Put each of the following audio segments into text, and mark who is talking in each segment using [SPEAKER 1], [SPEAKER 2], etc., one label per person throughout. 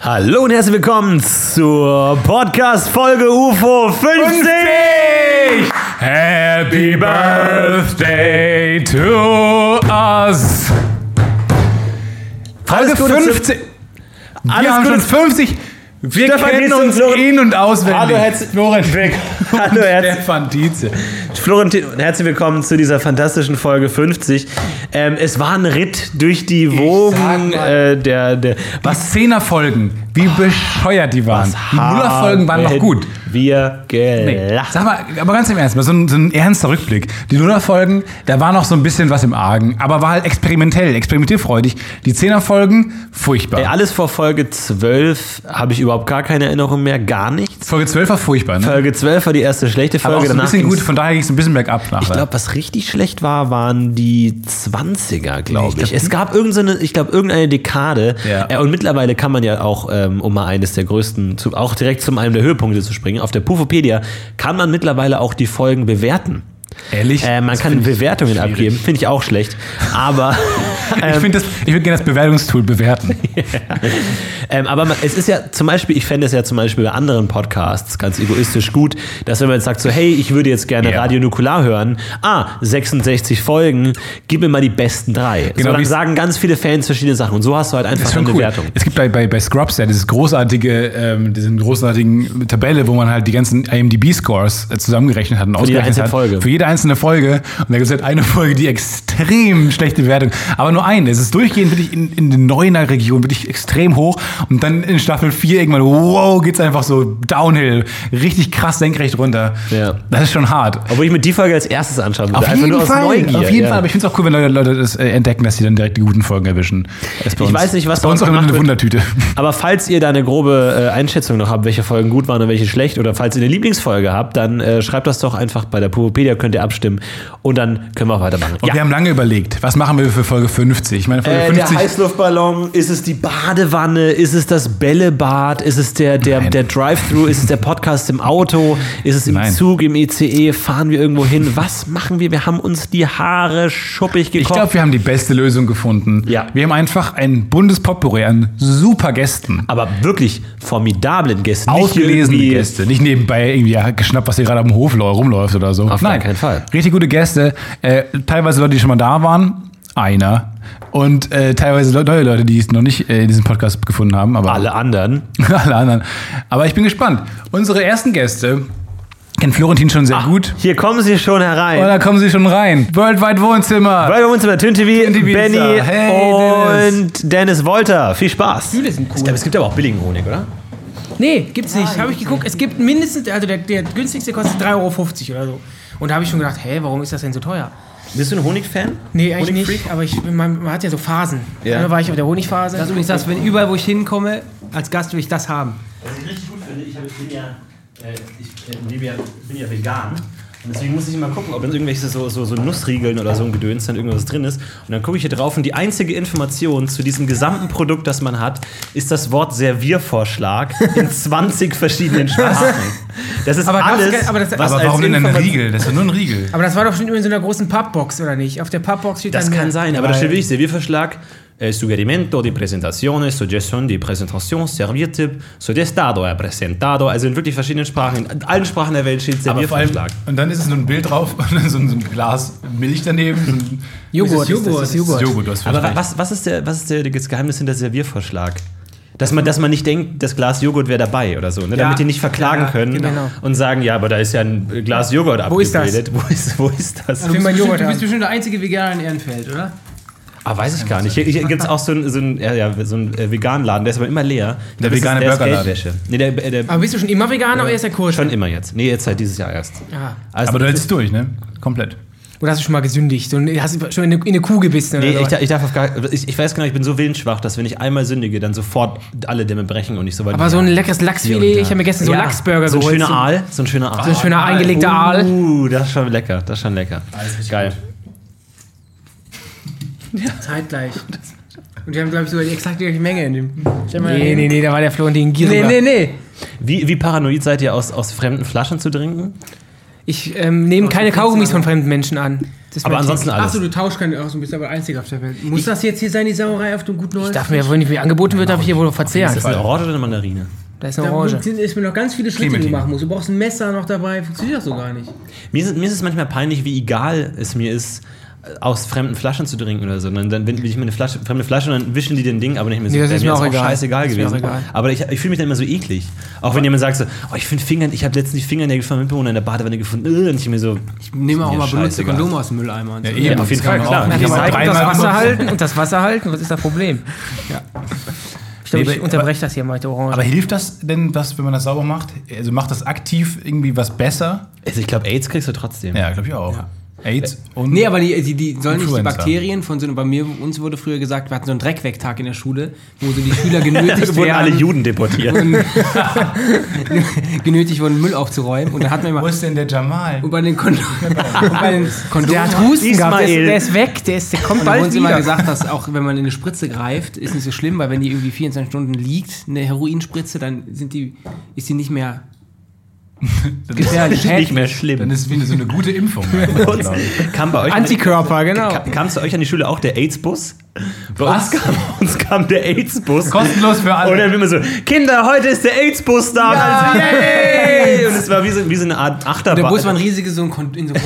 [SPEAKER 1] Hallo und herzlich willkommen zur Podcast-Folge UFO 50!
[SPEAKER 2] Happy Birthday to us! Folge
[SPEAKER 1] Alles Gute zu-
[SPEAKER 2] 50.
[SPEAKER 1] Alles
[SPEAKER 2] Wir haben
[SPEAKER 1] Gute
[SPEAKER 2] schon 50. Wir
[SPEAKER 1] Stefan
[SPEAKER 2] kennen
[SPEAKER 1] Dietze und
[SPEAKER 2] uns
[SPEAKER 1] Florian-
[SPEAKER 2] in- und auswendig.
[SPEAKER 1] Hallo, Herz-
[SPEAKER 2] Florian Weg.
[SPEAKER 1] Hallo, Herz-
[SPEAKER 2] Stefan Dietze.
[SPEAKER 1] Florentin, und herzlich willkommen zu dieser fantastischen Folge 50. Ähm, es war ein Ritt durch die Wogen
[SPEAKER 2] sag
[SPEAKER 1] äh, der, der. Was
[SPEAKER 2] Was? Zehnerfolgen. Wie bescheuert die waren. Die Nullerfolgen waren noch
[SPEAKER 1] haben
[SPEAKER 2] gut.
[SPEAKER 1] Wir
[SPEAKER 2] Nee.
[SPEAKER 1] gelacht.
[SPEAKER 2] Sag mal, aber ganz im Ernst, mal so ein, so ein ernster Rückblick. Die Nullerfolgen, da war noch so ein bisschen was im Argen, aber war halt experimentell, experimentierfreudig. Die Zehnerfolgen, furchtbar.
[SPEAKER 1] Ey, alles vor Folge 12 habe ich überhaupt gar keine Erinnerung mehr, gar nichts.
[SPEAKER 2] Folge 12 war furchtbar, ne?
[SPEAKER 1] Folge 12 war die erste schlechte Folge.
[SPEAKER 2] Aber auch so ein
[SPEAKER 1] danach
[SPEAKER 2] bisschen
[SPEAKER 1] ging's-
[SPEAKER 2] gut, von daher ging es ein bisschen bergab nachher.
[SPEAKER 1] Ich glaube, was richtig schlecht war, waren die 20er, glaube ich.
[SPEAKER 2] glaub-
[SPEAKER 1] es gab irgendeine, ich glaube, irgendeine Dekade.
[SPEAKER 2] Ja.
[SPEAKER 1] Äh, und mittlerweile kann man ja auch, ähm, um mal eines der größten, zu, auch direkt zu einem der Höhepunkte zu springen, auf der Pufopedia kann man mittlerweile auch die Folgen bewerten.
[SPEAKER 2] Ehrlich?
[SPEAKER 1] Äh, man
[SPEAKER 2] Das
[SPEAKER 1] kann
[SPEAKER 2] find ich
[SPEAKER 1] Bewertungen
[SPEAKER 2] schwierig.
[SPEAKER 1] abgeben, Ähm, finde ich auch schlecht. Aber,
[SPEAKER 2] ich finde das, ich würde gerne das Bewertungstool bewerten.
[SPEAKER 1] ähm, aber man, es ist ja zum Beispiel, ich fände es ja zum Beispiel bei anderen Podcasts ganz egoistisch gut, dass wenn man jetzt sagt so, hey, ich würde jetzt gerne
[SPEAKER 2] Ja.
[SPEAKER 1] Radio Nukular hören, ah, 66 Folgen, gib mir mal die besten drei.
[SPEAKER 2] Genau,
[SPEAKER 1] so, dann
[SPEAKER 2] wie's-
[SPEAKER 1] sagen ganz viele Fans verschiedene Sachen und so hast du halt einfach
[SPEAKER 2] Das ist
[SPEAKER 1] eine
[SPEAKER 2] schon cool.
[SPEAKER 1] Bewertung.
[SPEAKER 2] Es gibt bei, bei, bei Scrubs ja dieses großartige, ähm, diesen großartigen Tabelle, wo man halt die ganzen IMDb-Scores äh, zusammengerechnet hat und
[SPEAKER 1] jede
[SPEAKER 2] ausgerechnet
[SPEAKER 1] einzelne
[SPEAKER 2] hat.
[SPEAKER 1] Folge.
[SPEAKER 2] Für jede einzelne Folge. Und da gibt es halt eine Folge, die extrem schlechte Bewertung. Aber nur eine. Es ist durchgehend wirklich in, in den neuner Region wirklich extrem hoch. Und dann in Staffel 4 irgendwann, wow, geht's einfach so downhill. Richtig krass senkrecht runter.
[SPEAKER 1] Ja.
[SPEAKER 2] Das ist schon hart.
[SPEAKER 1] Obwohl ich mir die Folge als erstes anschauen würde.
[SPEAKER 2] Auf jeden,
[SPEAKER 1] nur aus
[SPEAKER 2] Fall,
[SPEAKER 1] Neugier.
[SPEAKER 2] auf jeden
[SPEAKER 1] ja.
[SPEAKER 2] Fall, aber ich finde es auch cool, wenn Leute, Leute das äh, entdecken, dass sie dann direkt die guten Folgen erwischen. Das ist bei
[SPEAKER 1] Ich weiß nicht, was
[SPEAKER 2] bei
[SPEAKER 1] da
[SPEAKER 2] uns
[SPEAKER 1] noch
[SPEAKER 2] auch immer
[SPEAKER 1] gemacht
[SPEAKER 2] eine
[SPEAKER 1] wird.
[SPEAKER 2] Wundertüte.
[SPEAKER 1] Aber falls ihr da eine grobe äh, Einschätzung noch habt, welche Folgen gut waren und welche schlecht, oder falls ihr eine Lieblingsfolge habt, dann äh, schreibt das doch einfach bei der Pubopedia, könnt ihr abstimmen und dann können wir auch weitermachen.
[SPEAKER 2] Und wir haben lange überlegt, was machen wir für Folge 50? Ich meine, Folge 50.
[SPEAKER 1] Äh, Heißluftballon, ist es die Badewanne, ist es das Bällebad, ist es der, der,
[SPEAKER 2] Nein.
[SPEAKER 1] der Drive-Thru, ist es der Podcast im Auto, ist es im
[SPEAKER 2] Nein.
[SPEAKER 1] Zug, im ICE, fahren wir irgendwo hin? Was machen wir? Wir haben uns die Haare schuppig gekocht.
[SPEAKER 2] ich glaube, wir haben die beste Lösung gefunden.
[SPEAKER 1] Ja.
[SPEAKER 2] Wir haben einfach ein buntes Potpourri an super Gästen.
[SPEAKER 1] aber wirklich formidablen Gästen. nicht
[SPEAKER 2] Ausgelesene
[SPEAKER 1] irgendwie-
[SPEAKER 2] Gäste. Nicht nebenbei irgendwie ja, geschnappt, was hier gerade am Hof lau- rumläuft oder so.
[SPEAKER 1] Auf gar keinen Fall.
[SPEAKER 2] Richtig gute Gäste. Äh, teilweise Leute, die schon mal da waren. Einer. und äh, teilweise le neue Leute, die es noch nicht äh, in diesem Podcast gefunden haben. Aber
[SPEAKER 3] Alle anderen.
[SPEAKER 2] alle anderen. Aber ich bin gespannt. Unsere ersten Gäste kennt Florentin schon
[SPEAKER 1] Ah.
[SPEAKER 2] sehr gut.
[SPEAKER 3] Hier kommen sie schon
[SPEAKER 2] Und
[SPEAKER 3] herein.
[SPEAKER 2] da kommen sie schon rein. Worldwide Wohnzimmer.
[SPEAKER 3] Weil wir uns über Tün TV,
[SPEAKER 2] Tün TV ist
[SPEAKER 3] Benny
[SPEAKER 2] da. Hey,
[SPEAKER 3] und Dennis Wolter. Viel Spaß.
[SPEAKER 4] Stühle sind cool.
[SPEAKER 3] Aber es gibt aber auch billigen Honig, oder?
[SPEAKER 4] Nee, gibt's nicht. Habe ich geguckt. Es gibt mindestens, also der, der günstigste kostet 3,50 Euro oder so. Und da habe ich schon gedacht, hä, warum ist das denn so teuer?
[SPEAKER 3] Bist du ein Honigfan?
[SPEAKER 4] Nee, eigentlich nicht. Aber ich, man, man hat ja so Phasen.
[SPEAKER 3] Ja.
[SPEAKER 4] Dann war ich auf der Honigphase.
[SPEAKER 5] Das ist übrigens das, wenn überall, wo ich hinkomme, als Gast will ich das haben.
[SPEAKER 1] Was ich richtig gut finde, ich, hab- ich bin ja, äh, ich äh, lebe ja, bin ja vegan. Und deswegen muss ich immer gucken, ob in irgendwelche so, so, so Nussriegeln oder so ein Gedöns dann irgendwas drin ist. Und dann gucke ich hier drauf und die einzige Information zu diesem gesamten Produkt, das man hat, ist das Wort Serviervorschlag in 20 verschiedenen Sprachen. Das ist
[SPEAKER 4] Aber gab's
[SPEAKER 1] alles,
[SPEAKER 4] kein- aber das-
[SPEAKER 2] Aber
[SPEAKER 1] als
[SPEAKER 2] warum denn ein
[SPEAKER 1] Informa-
[SPEAKER 2] Riegel? Das ist doch nur ein Riegel.
[SPEAKER 4] aber das war doch schon immer in so einer großen Pappbox, oder nicht? Auf der Pappbox steht
[SPEAKER 1] Das
[SPEAKER 4] dann äh,
[SPEAKER 1] kann
[SPEAKER 4] mehr.
[SPEAKER 1] sein, aber da steht wirklich Serviervorschlag. eh, Suggerimento di presentazione, suggestion di presentazione, serviertipp, suggestado, eh, presentado. Also in wirklich verschiedenen Sprachen. In allen Sprachen der Welt steht
[SPEAKER 2] Aber vor allem,
[SPEAKER 1] Serviervorschlag.
[SPEAKER 2] und dann ist es nur ein Bild drauf und dann so ein, so ein Glas Milch daneben. So ein,
[SPEAKER 4] Joghurt,
[SPEAKER 2] Ist das- ist das-
[SPEAKER 4] Joghurt,
[SPEAKER 2] ist das
[SPEAKER 4] Joghurt.
[SPEAKER 2] Joghurt, du hast
[SPEAKER 1] Aber
[SPEAKER 2] völlig
[SPEAKER 1] wa- was, was ist, der, was ist der, das Geheimnis hinter Serviervorschlag? Dass man, dass man nicht denkt, das Glas Joghurt wäre dabei oder so, ne? damit die nicht verklagen
[SPEAKER 4] ja,
[SPEAKER 1] können
[SPEAKER 4] genau.
[SPEAKER 1] und sagen, ja, aber da ist ja ein Glas Joghurt
[SPEAKER 4] Wo ist das?
[SPEAKER 1] abgebildet. Wo ist, Also wo ist das?
[SPEAKER 4] will mein
[SPEAKER 5] du,
[SPEAKER 4] Joghurt
[SPEAKER 5] bist bestimmt, du bist
[SPEAKER 4] haben.
[SPEAKER 5] bestimmt der einzige Veganer in Ehrenfeld, oder?
[SPEAKER 1] Ah, weiß ich gar nicht. Hier, hier gibt es auch so einen so ein, ja, ja, so ein äh, veganen Laden, der ist aber immer leer.
[SPEAKER 2] Der
[SPEAKER 1] Das ist-
[SPEAKER 2] vegane
[SPEAKER 1] der ist
[SPEAKER 2] Burgerladen.
[SPEAKER 1] Geldwäsche. Nee, der, äh, der,
[SPEAKER 4] Aber bist du schon immer vegan oder erst der Kurs?
[SPEAKER 1] Schon immer jetzt. Nee, jetzt halt dieses Jahr erst.
[SPEAKER 4] Ah.
[SPEAKER 2] frei.
[SPEAKER 1] Also,
[SPEAKER 2] Aber du hältst es durch, ne? Komplett.
[SPEAKER 4] Oder hast du schon mal gesündigt? Und hast du schon in eine, in eine Kuh gebissen?
[SPEAKER 1] Nee,
[SPEAKER 4] oder
[SPEAKER 1] ich,
[SPEAKER 4] so?
[SPEAKER 1] darf- ich darf auf gar ich, ich weiß genau, ich bin so willensschwach, dass wenn ich einmal sündige, dann sofort alle Dämme brechen und ich so weit.
[SPEAKER 4] aber so ein leckeres Lachsfilet, ich habe mir gestern so
[SPEAKER 1] Ja,
[SPEAKER 4] Lachsburger
[SPEAKER 1] so ein
[SPEAKER 4] geholt.
[SPEAKER 1] schöner Aal, so ein schöner Aal.
[SPEAKER 4] So ein schöner eingelegter Aal.
[SPEAKER 1] Uh, das ist schon lecker, das ist schon lecker. Geil.
[SPEAKER 4] Zeitgleich. Und wir haben, glaube ich, sogar die exakt gleiche Menge in dem. Nee, nee, nee, da war der Florentin
[SPEAKER 5] Nee,
[SPEAKER 4] gieriger.
[SPEAKER 5] nee, nee.
[SPEAKER 1] Wie, wie paranoid seid ihr aus, aus fremden Flaschen zu trinken?
[SPEAKER 4] Ich ähm, nehme keine Kaugummis von fremden Menschen an. Das ist
[SPEAKER 1] Aber
[SPEAKER 4] mein Tipp.
[SPEAKER 1] ansonsten alles.
[SPEAKER 5] Achso, du tauschst keine aus, du bist aber einzig auf der Welt. Muss das jetzt hier sein, die Sauerei auf dem guten Holz?
[SPEAKER 4] Ich darf mir ja wohl nicht, wie angeboten wird, darf ich hier wohl verzehren.
[SPEAKER 1] Ist das eine Orange oder eine Mandarine?
[SPEAKER 4] Da ist eine Orange.
[SPEAKER 5] sind ist mir noch ganz viele Schritte, die du
[SPEAKER 2] Clementine.
[SPEAKER 5] machen musst. Du brauchst ein Messer noch dabei, funktioniert das so gar nicht.
[SPEAKER 1] Mir ist, mir ist es manchmal peinlich, wie egal es mir ist, aus fremden Flaschen zu trinken oder so. Dann, dann bin ich mir eine Flasche, fremde Flasche und dann wischen die den Ding, aber nicht mehr so.
[SPEAKER 4] Nee, das
[SPEAKER 1] äh,
[SPEAKER 4] ist mir auch egal.
[SPEAKER 1] scheißegal
[SPEAKER 4] Das ist mir
[SPEAKER 1] gewesen.
[SPEAKER 4] auch egal.
[SPEAKER 1] Aber ich, ich fühle mich dann immer so eklig. Auch wenn jemand sagt so, oh, ich finde Fingern, ich habe letztens die Fingernägel von meinem Mitbewohner in der Badewanne gefunden. äh, Und ich mir so,
[SPEAKER 5] Nehme auch
[SPEAKER 1] mir
[SPEAKER 5] mal benutzte
[SPEAKER 1] scheißegal.
[SPEAKER 5] Kondome aus dem Mülleimer und so.
[SPEAKER 2] eben,
[SPEAKER 1] auf jeden
[SPEAKER 2] das kann
[SPEAKER 1] Fall,
[SPEAKER 2] man
[SPEAKER 1] klar.
[SPEAKER 2] auch nicht.
[SPEAKER 4] Die
[SPEAKER 2] Aber
[SPEAKER 4] Seiten und das
[SPEAKER 2] dreimal
[SPEAKER 4] Wasser halt.
[SPEAKER 2] benutzen.
[SPEAKER 4] halten und das Wasser halten, was ist das Problem? Ich glaube,
[SPEAKER 2] Nee,
[SPEAKER 4] ich
[SPEAKER 2] aber-
[SPEAKER 4] unterbreche das hier mal mit der Orange.
[SPEAKER 2] Aber hilft das denn, dass, wenn man das sauber macht? Also macht das aktiv irgendwie was besser?
[SPEAKER 1] also ich glaube, AIDS kriegst du trotzdem.
[SPEAKER 2] Ja, glaube ich auch. AIDS und.
[SPEAKER 5] Nee, aber die, die, die sollen nicht die
[SPEAKER 2] Influencer.
[SPEAKER 5] Bakterien von so bei mir, uns wurde früher gesagt, wir hatten so einen Dreckwecktag in der Schule, wo so die Schüler
[SPEAKER 1] Da
[SPEAKER 5] genötigt
[SPEAKER 1] wurden
[SPEAKER 5] werden.
[SPEAKER 1] alle Juden deportiert.
[SPEAKER 5] genötigt wurden, Müll aufzuräumen. Und dann hatten wir
[SPEAKER 2] Wo
[SPEAKER 5] mal.
[SPEAKER 2] ist denn der Jamal?
[SPEAKER 5] Und bei den, Kond und bei den Kondomen.
[SPEAKER 4] der hat Husten gehabt, der ist,
[SPEAKER 1] Ismael.
[SPEAKER 4] der ist weg, der, ist, der kommt
[SPEAKER 5] Und da
[SPEAKER 4] bald
[SPEAKER 5] uns immer
[SPEAKER 4] wieder.
[SPEAKER 5] gesagt, dass auch wenn man in eine Spritze greift, ist nicht so schlimm, weil wenn die irgendwie 24 Stunden liegt, eine Heroinspritze, dann sind die, ist die nicht mehr gefährlich.
[SPEAKER 1] Nicht mehr
[SPEAKER 2] Dann
[SPEAKER 1] schlimm.
[SPEAKER 2] ist es wie eine, so eine gute Impfung.
[SPEAKER 1] genau. Kam bei euch
[SPEAKER 4] Antikörper, genau.
[SPEAKER 1] Ka- Kam es euch an die Schule auch der AIDS-Bus? Bei uns kam, uns kam der AIDS-Bus.
[SPEAKER 2] Kostenlos für alle.
[SPEAKER 1] Und dann immer so, Kinder, heute ist der AIDS-Bus da. Und dann so, yay! Und es war wie so, wie so eine Art
[SPEAKER 5] Der
[SPEAKER 1] Achterbahn.
[SPEAKER 4] also
[SPEAKER 5] Bus war ein riesiges so ein Kon- in so ein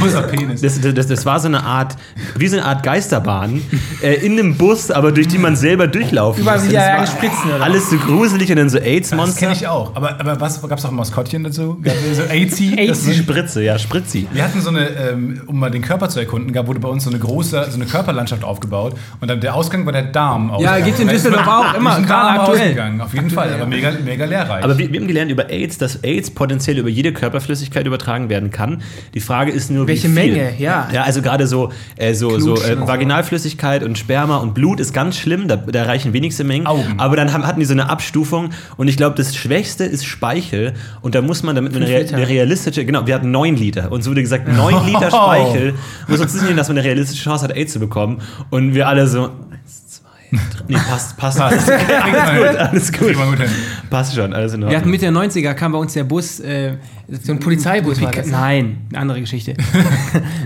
[SPEAKER 2] Großer Penis.
[SPEAKER 1] das, das, das war so eine Art, wie so eine Art Geisterbahn äh, in einem Bus, aber durch die man selber durchlaufen
[SPEAKER 4] Überall
[SPEAKER 1] musste.
[SPEAKER 4] wieder
[SPEAKER 1] Das war
[SPEAKER 4] Spritzen, oder?
[SPEAKER 1] Alles so gruselig und dann so
[SPEAKER 2] Das kenne
[SPEAKER 1] AIDS-Monster.
[SPEAKER 2] ich auch. Aber, aber was gab es auch Maskottchen dazu? Gab's so AC? Das-
[SPEAKER 1] Die Spritze, ja, Spritzi.
[SPEAKER 2] Wir hatten so eine, ähm, um mal den Körper zu erkunden, gab, wurde bei uns so eine große, so eine Körperlandschaft aufgebaut und dann der Ausgang war der Darm.
[SPEAKER 5] Ja, gibt's in Düsseldorf auch immer, gerade
[SPEAKER 2] gerade
[SPEAKER 5] aktuell.
[SPEAKER 2] aktuell. Auf jeden Fall, aber mega, mega lehrreich.
[SPEAKER 1] Aber wir, wir haben gelernt über AIDS, dass AIDS potenziell über jede Körperflüssigkeit übertragen werden kann. Die Frage ist nur,
[SPEAKER 4] Welche
[SPEAKER 1] wie viel.
[SPEAKER 4] Menge, ja.
[SPEAKER 1] Ja, also gerade so, äh, so, so äh, Vaginalflüssigkeit und Sperma und Blut ist ganz schlimm, da, da reichen wenigste Mengen.
[SPEAKER 2] Augen.
[SPEAKER 1] Aber dann haben, hatten die so eine Abstufung und ich glaube, das Schwächste ist Speichel und da muss man, damit man eine, rea- eine realistische, genau, wir hatten neun Liter. Uns wurde gesagt, neun Liter Speichel muss uns nicht dass man eine realistische Chance hat, AIDS zu bekommen. Und wir alle so, eins, zwei, drei, nee, passt, passt, passt.
[SPEAKER 2] alles
[SPEAKER 1] Alles gut.
[SPEAKER 2] Kriegen wir gut hin.
[SPEAKER 1] Passt schon, alles in Ordnung.
[SPEAKER 5] Wir hatten Mitte der 90er kam bei uns der Bus äh, So
[SPEAKER 4] ein Polizeibus war das?
[SPEAKER 5] Nein, eine andere Geschichte.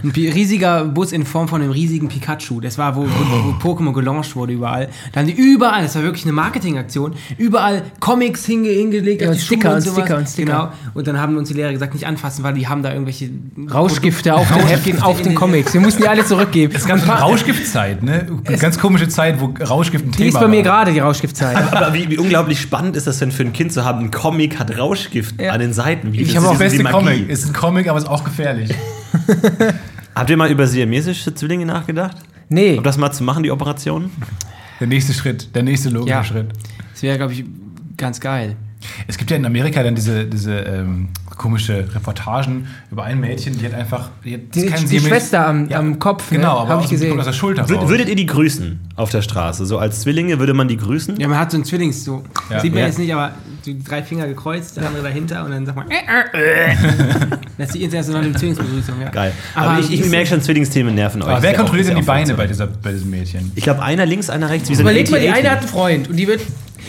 [SPEAKER 5] ein pi- riesiger Bus in Form von einem riesigen Pikachu. Das war, wo, wo, wo Pokémon gelauncht wurde überall. Da haben die überall, das war wirklich eine Marketingaktion, überall Comics hinge, hingelegt,
[SPEAKER 4] Ja,
[SPEAKER 5] auf
[SPEAKER 4] und Sticker und
[SPEAKER 5] sowas.
[SPEAKER 4] Sticker und Sticker.
[SPEAKER 5] Genau. Und dann haben uns die Lehrer gesagt, nicht anfassen, weil die haben da irgendwelche
[SPEAKER 4] Rauschgifte auf den Heften, auf den Comics. Wir mussten die alle zurückgeben.
[SPEAKER 2] Das ist ganz Rauschgiftzeit, ne? Ganz komische Zeit, wo Rauschgift ein
[SPEAKER 4] Die
[SPEAKER 2] Thema
[SPEAKER 4] ist bei mir
[SPEAKER 2] war.
[SPEAKER 4] gerade, die Rauschgiftzeit.
[SPEAKER 1] Aber wie, wie unglaublich spannend ist das denn für ein Kind zu haben? Ein Comic hat Rauschgift
[SPEAKER 4] Ja.
[SPEAKER 1] an den Seiten. Wie,
[SPEAKER 2] Ich
[SPEAKER 1] das
[SPEAKER 2] habe auch
[SPEAKER 1] ist diese
[SPEAKER 2] beste
[SPEAKER 1] Magie.
[SPEAKER 2] Comic. Ist ein Comic, aber ist auch gefährlich.
[SPEAKER 1] Habt ihr mal über siamesische Zwillinge nachgedacht?
[SPEAKER 4] Nee.
[SPEAKER 1] Ob das mal zu machen, die Operation?
[SPEAKER 2] Oh. Der nächste Schritt, der nächste logische
[SPEAKER 5] Ja.
[SPEAKER 2] Schritt.
[SPEAKER 5] Das wäre, glaube ich, ganz geil.
[SPEAKER 2] Es gibt ja in Amerika dann diese, diese ähm, komische Reportagen über ein Mädchen, die hat einfach. Die, hat
[SPEAKER 4] Die-
[SPEAKER 2] kein
[SPEAKER 4] die
[SPEAKER 2] Siamese-
[SPEAKER 4] Schwester am- am Kopf, ne?
[SPEAKER 2] Genau, aber
[SPEAKER 4] Hab
[SPEAKER 2] aus,
[SPEAKER 4] ich
[SPEAKER 2] dem- die
[SPEAKER 4] gesehen.
[SPEAKER 2] kommt aus der Schulter.
[SPEAKER 1] Wür-
[SPEAKER 2] raus.
[SPEAKER 1] Würdet ihr die grüßen auf der Straße? So als Zwillinge würde man die grüßen?
[SPEAKER 5] Ja, man hat so einen Zwillings, so
[SPEAKER 2] Ja.
[SPEAKER 5] sieht man
[SPEAKER 1] Ja.
[SPEAKER 5] jetzt nicht, aber die drei Finger gekreuzt, der andere dahinter und dann sagt man. Äh, äh, äh. das ist die internationale Zwillingsbegrüßung, ja.
[SPEAKER 1] Geil. Aber,
[SPEAKER 5] Aber
[SPEAKER 1] ich, ich
[SPEAKER 5] ist-
[SPEAKER 1] merke schon, Zwillingsthemen nerven euch.
[SPEAKER 2] Ah, aber wer
[SPEAKER 1] Ist ja
[SPEAKER 2] kontrolliert
[SPEAKER 1] auch-
[SPEAKER 2] denn die
[SPEAKER 1] ist ja auch
[SPEAKER 2] Beine
[SPEAKER 1] so.
[SPEAKER 2] bei, dieser, bei diesem Mädchen?
[SPEAKER 1] Ich glaube, einer links, einer rechts. Wie so
[SPEAKER 4] Also Überleg mal, die
[SPEAKER 1] 80-80.
[SPEAKER 4] eine hat einen Freund und die wird.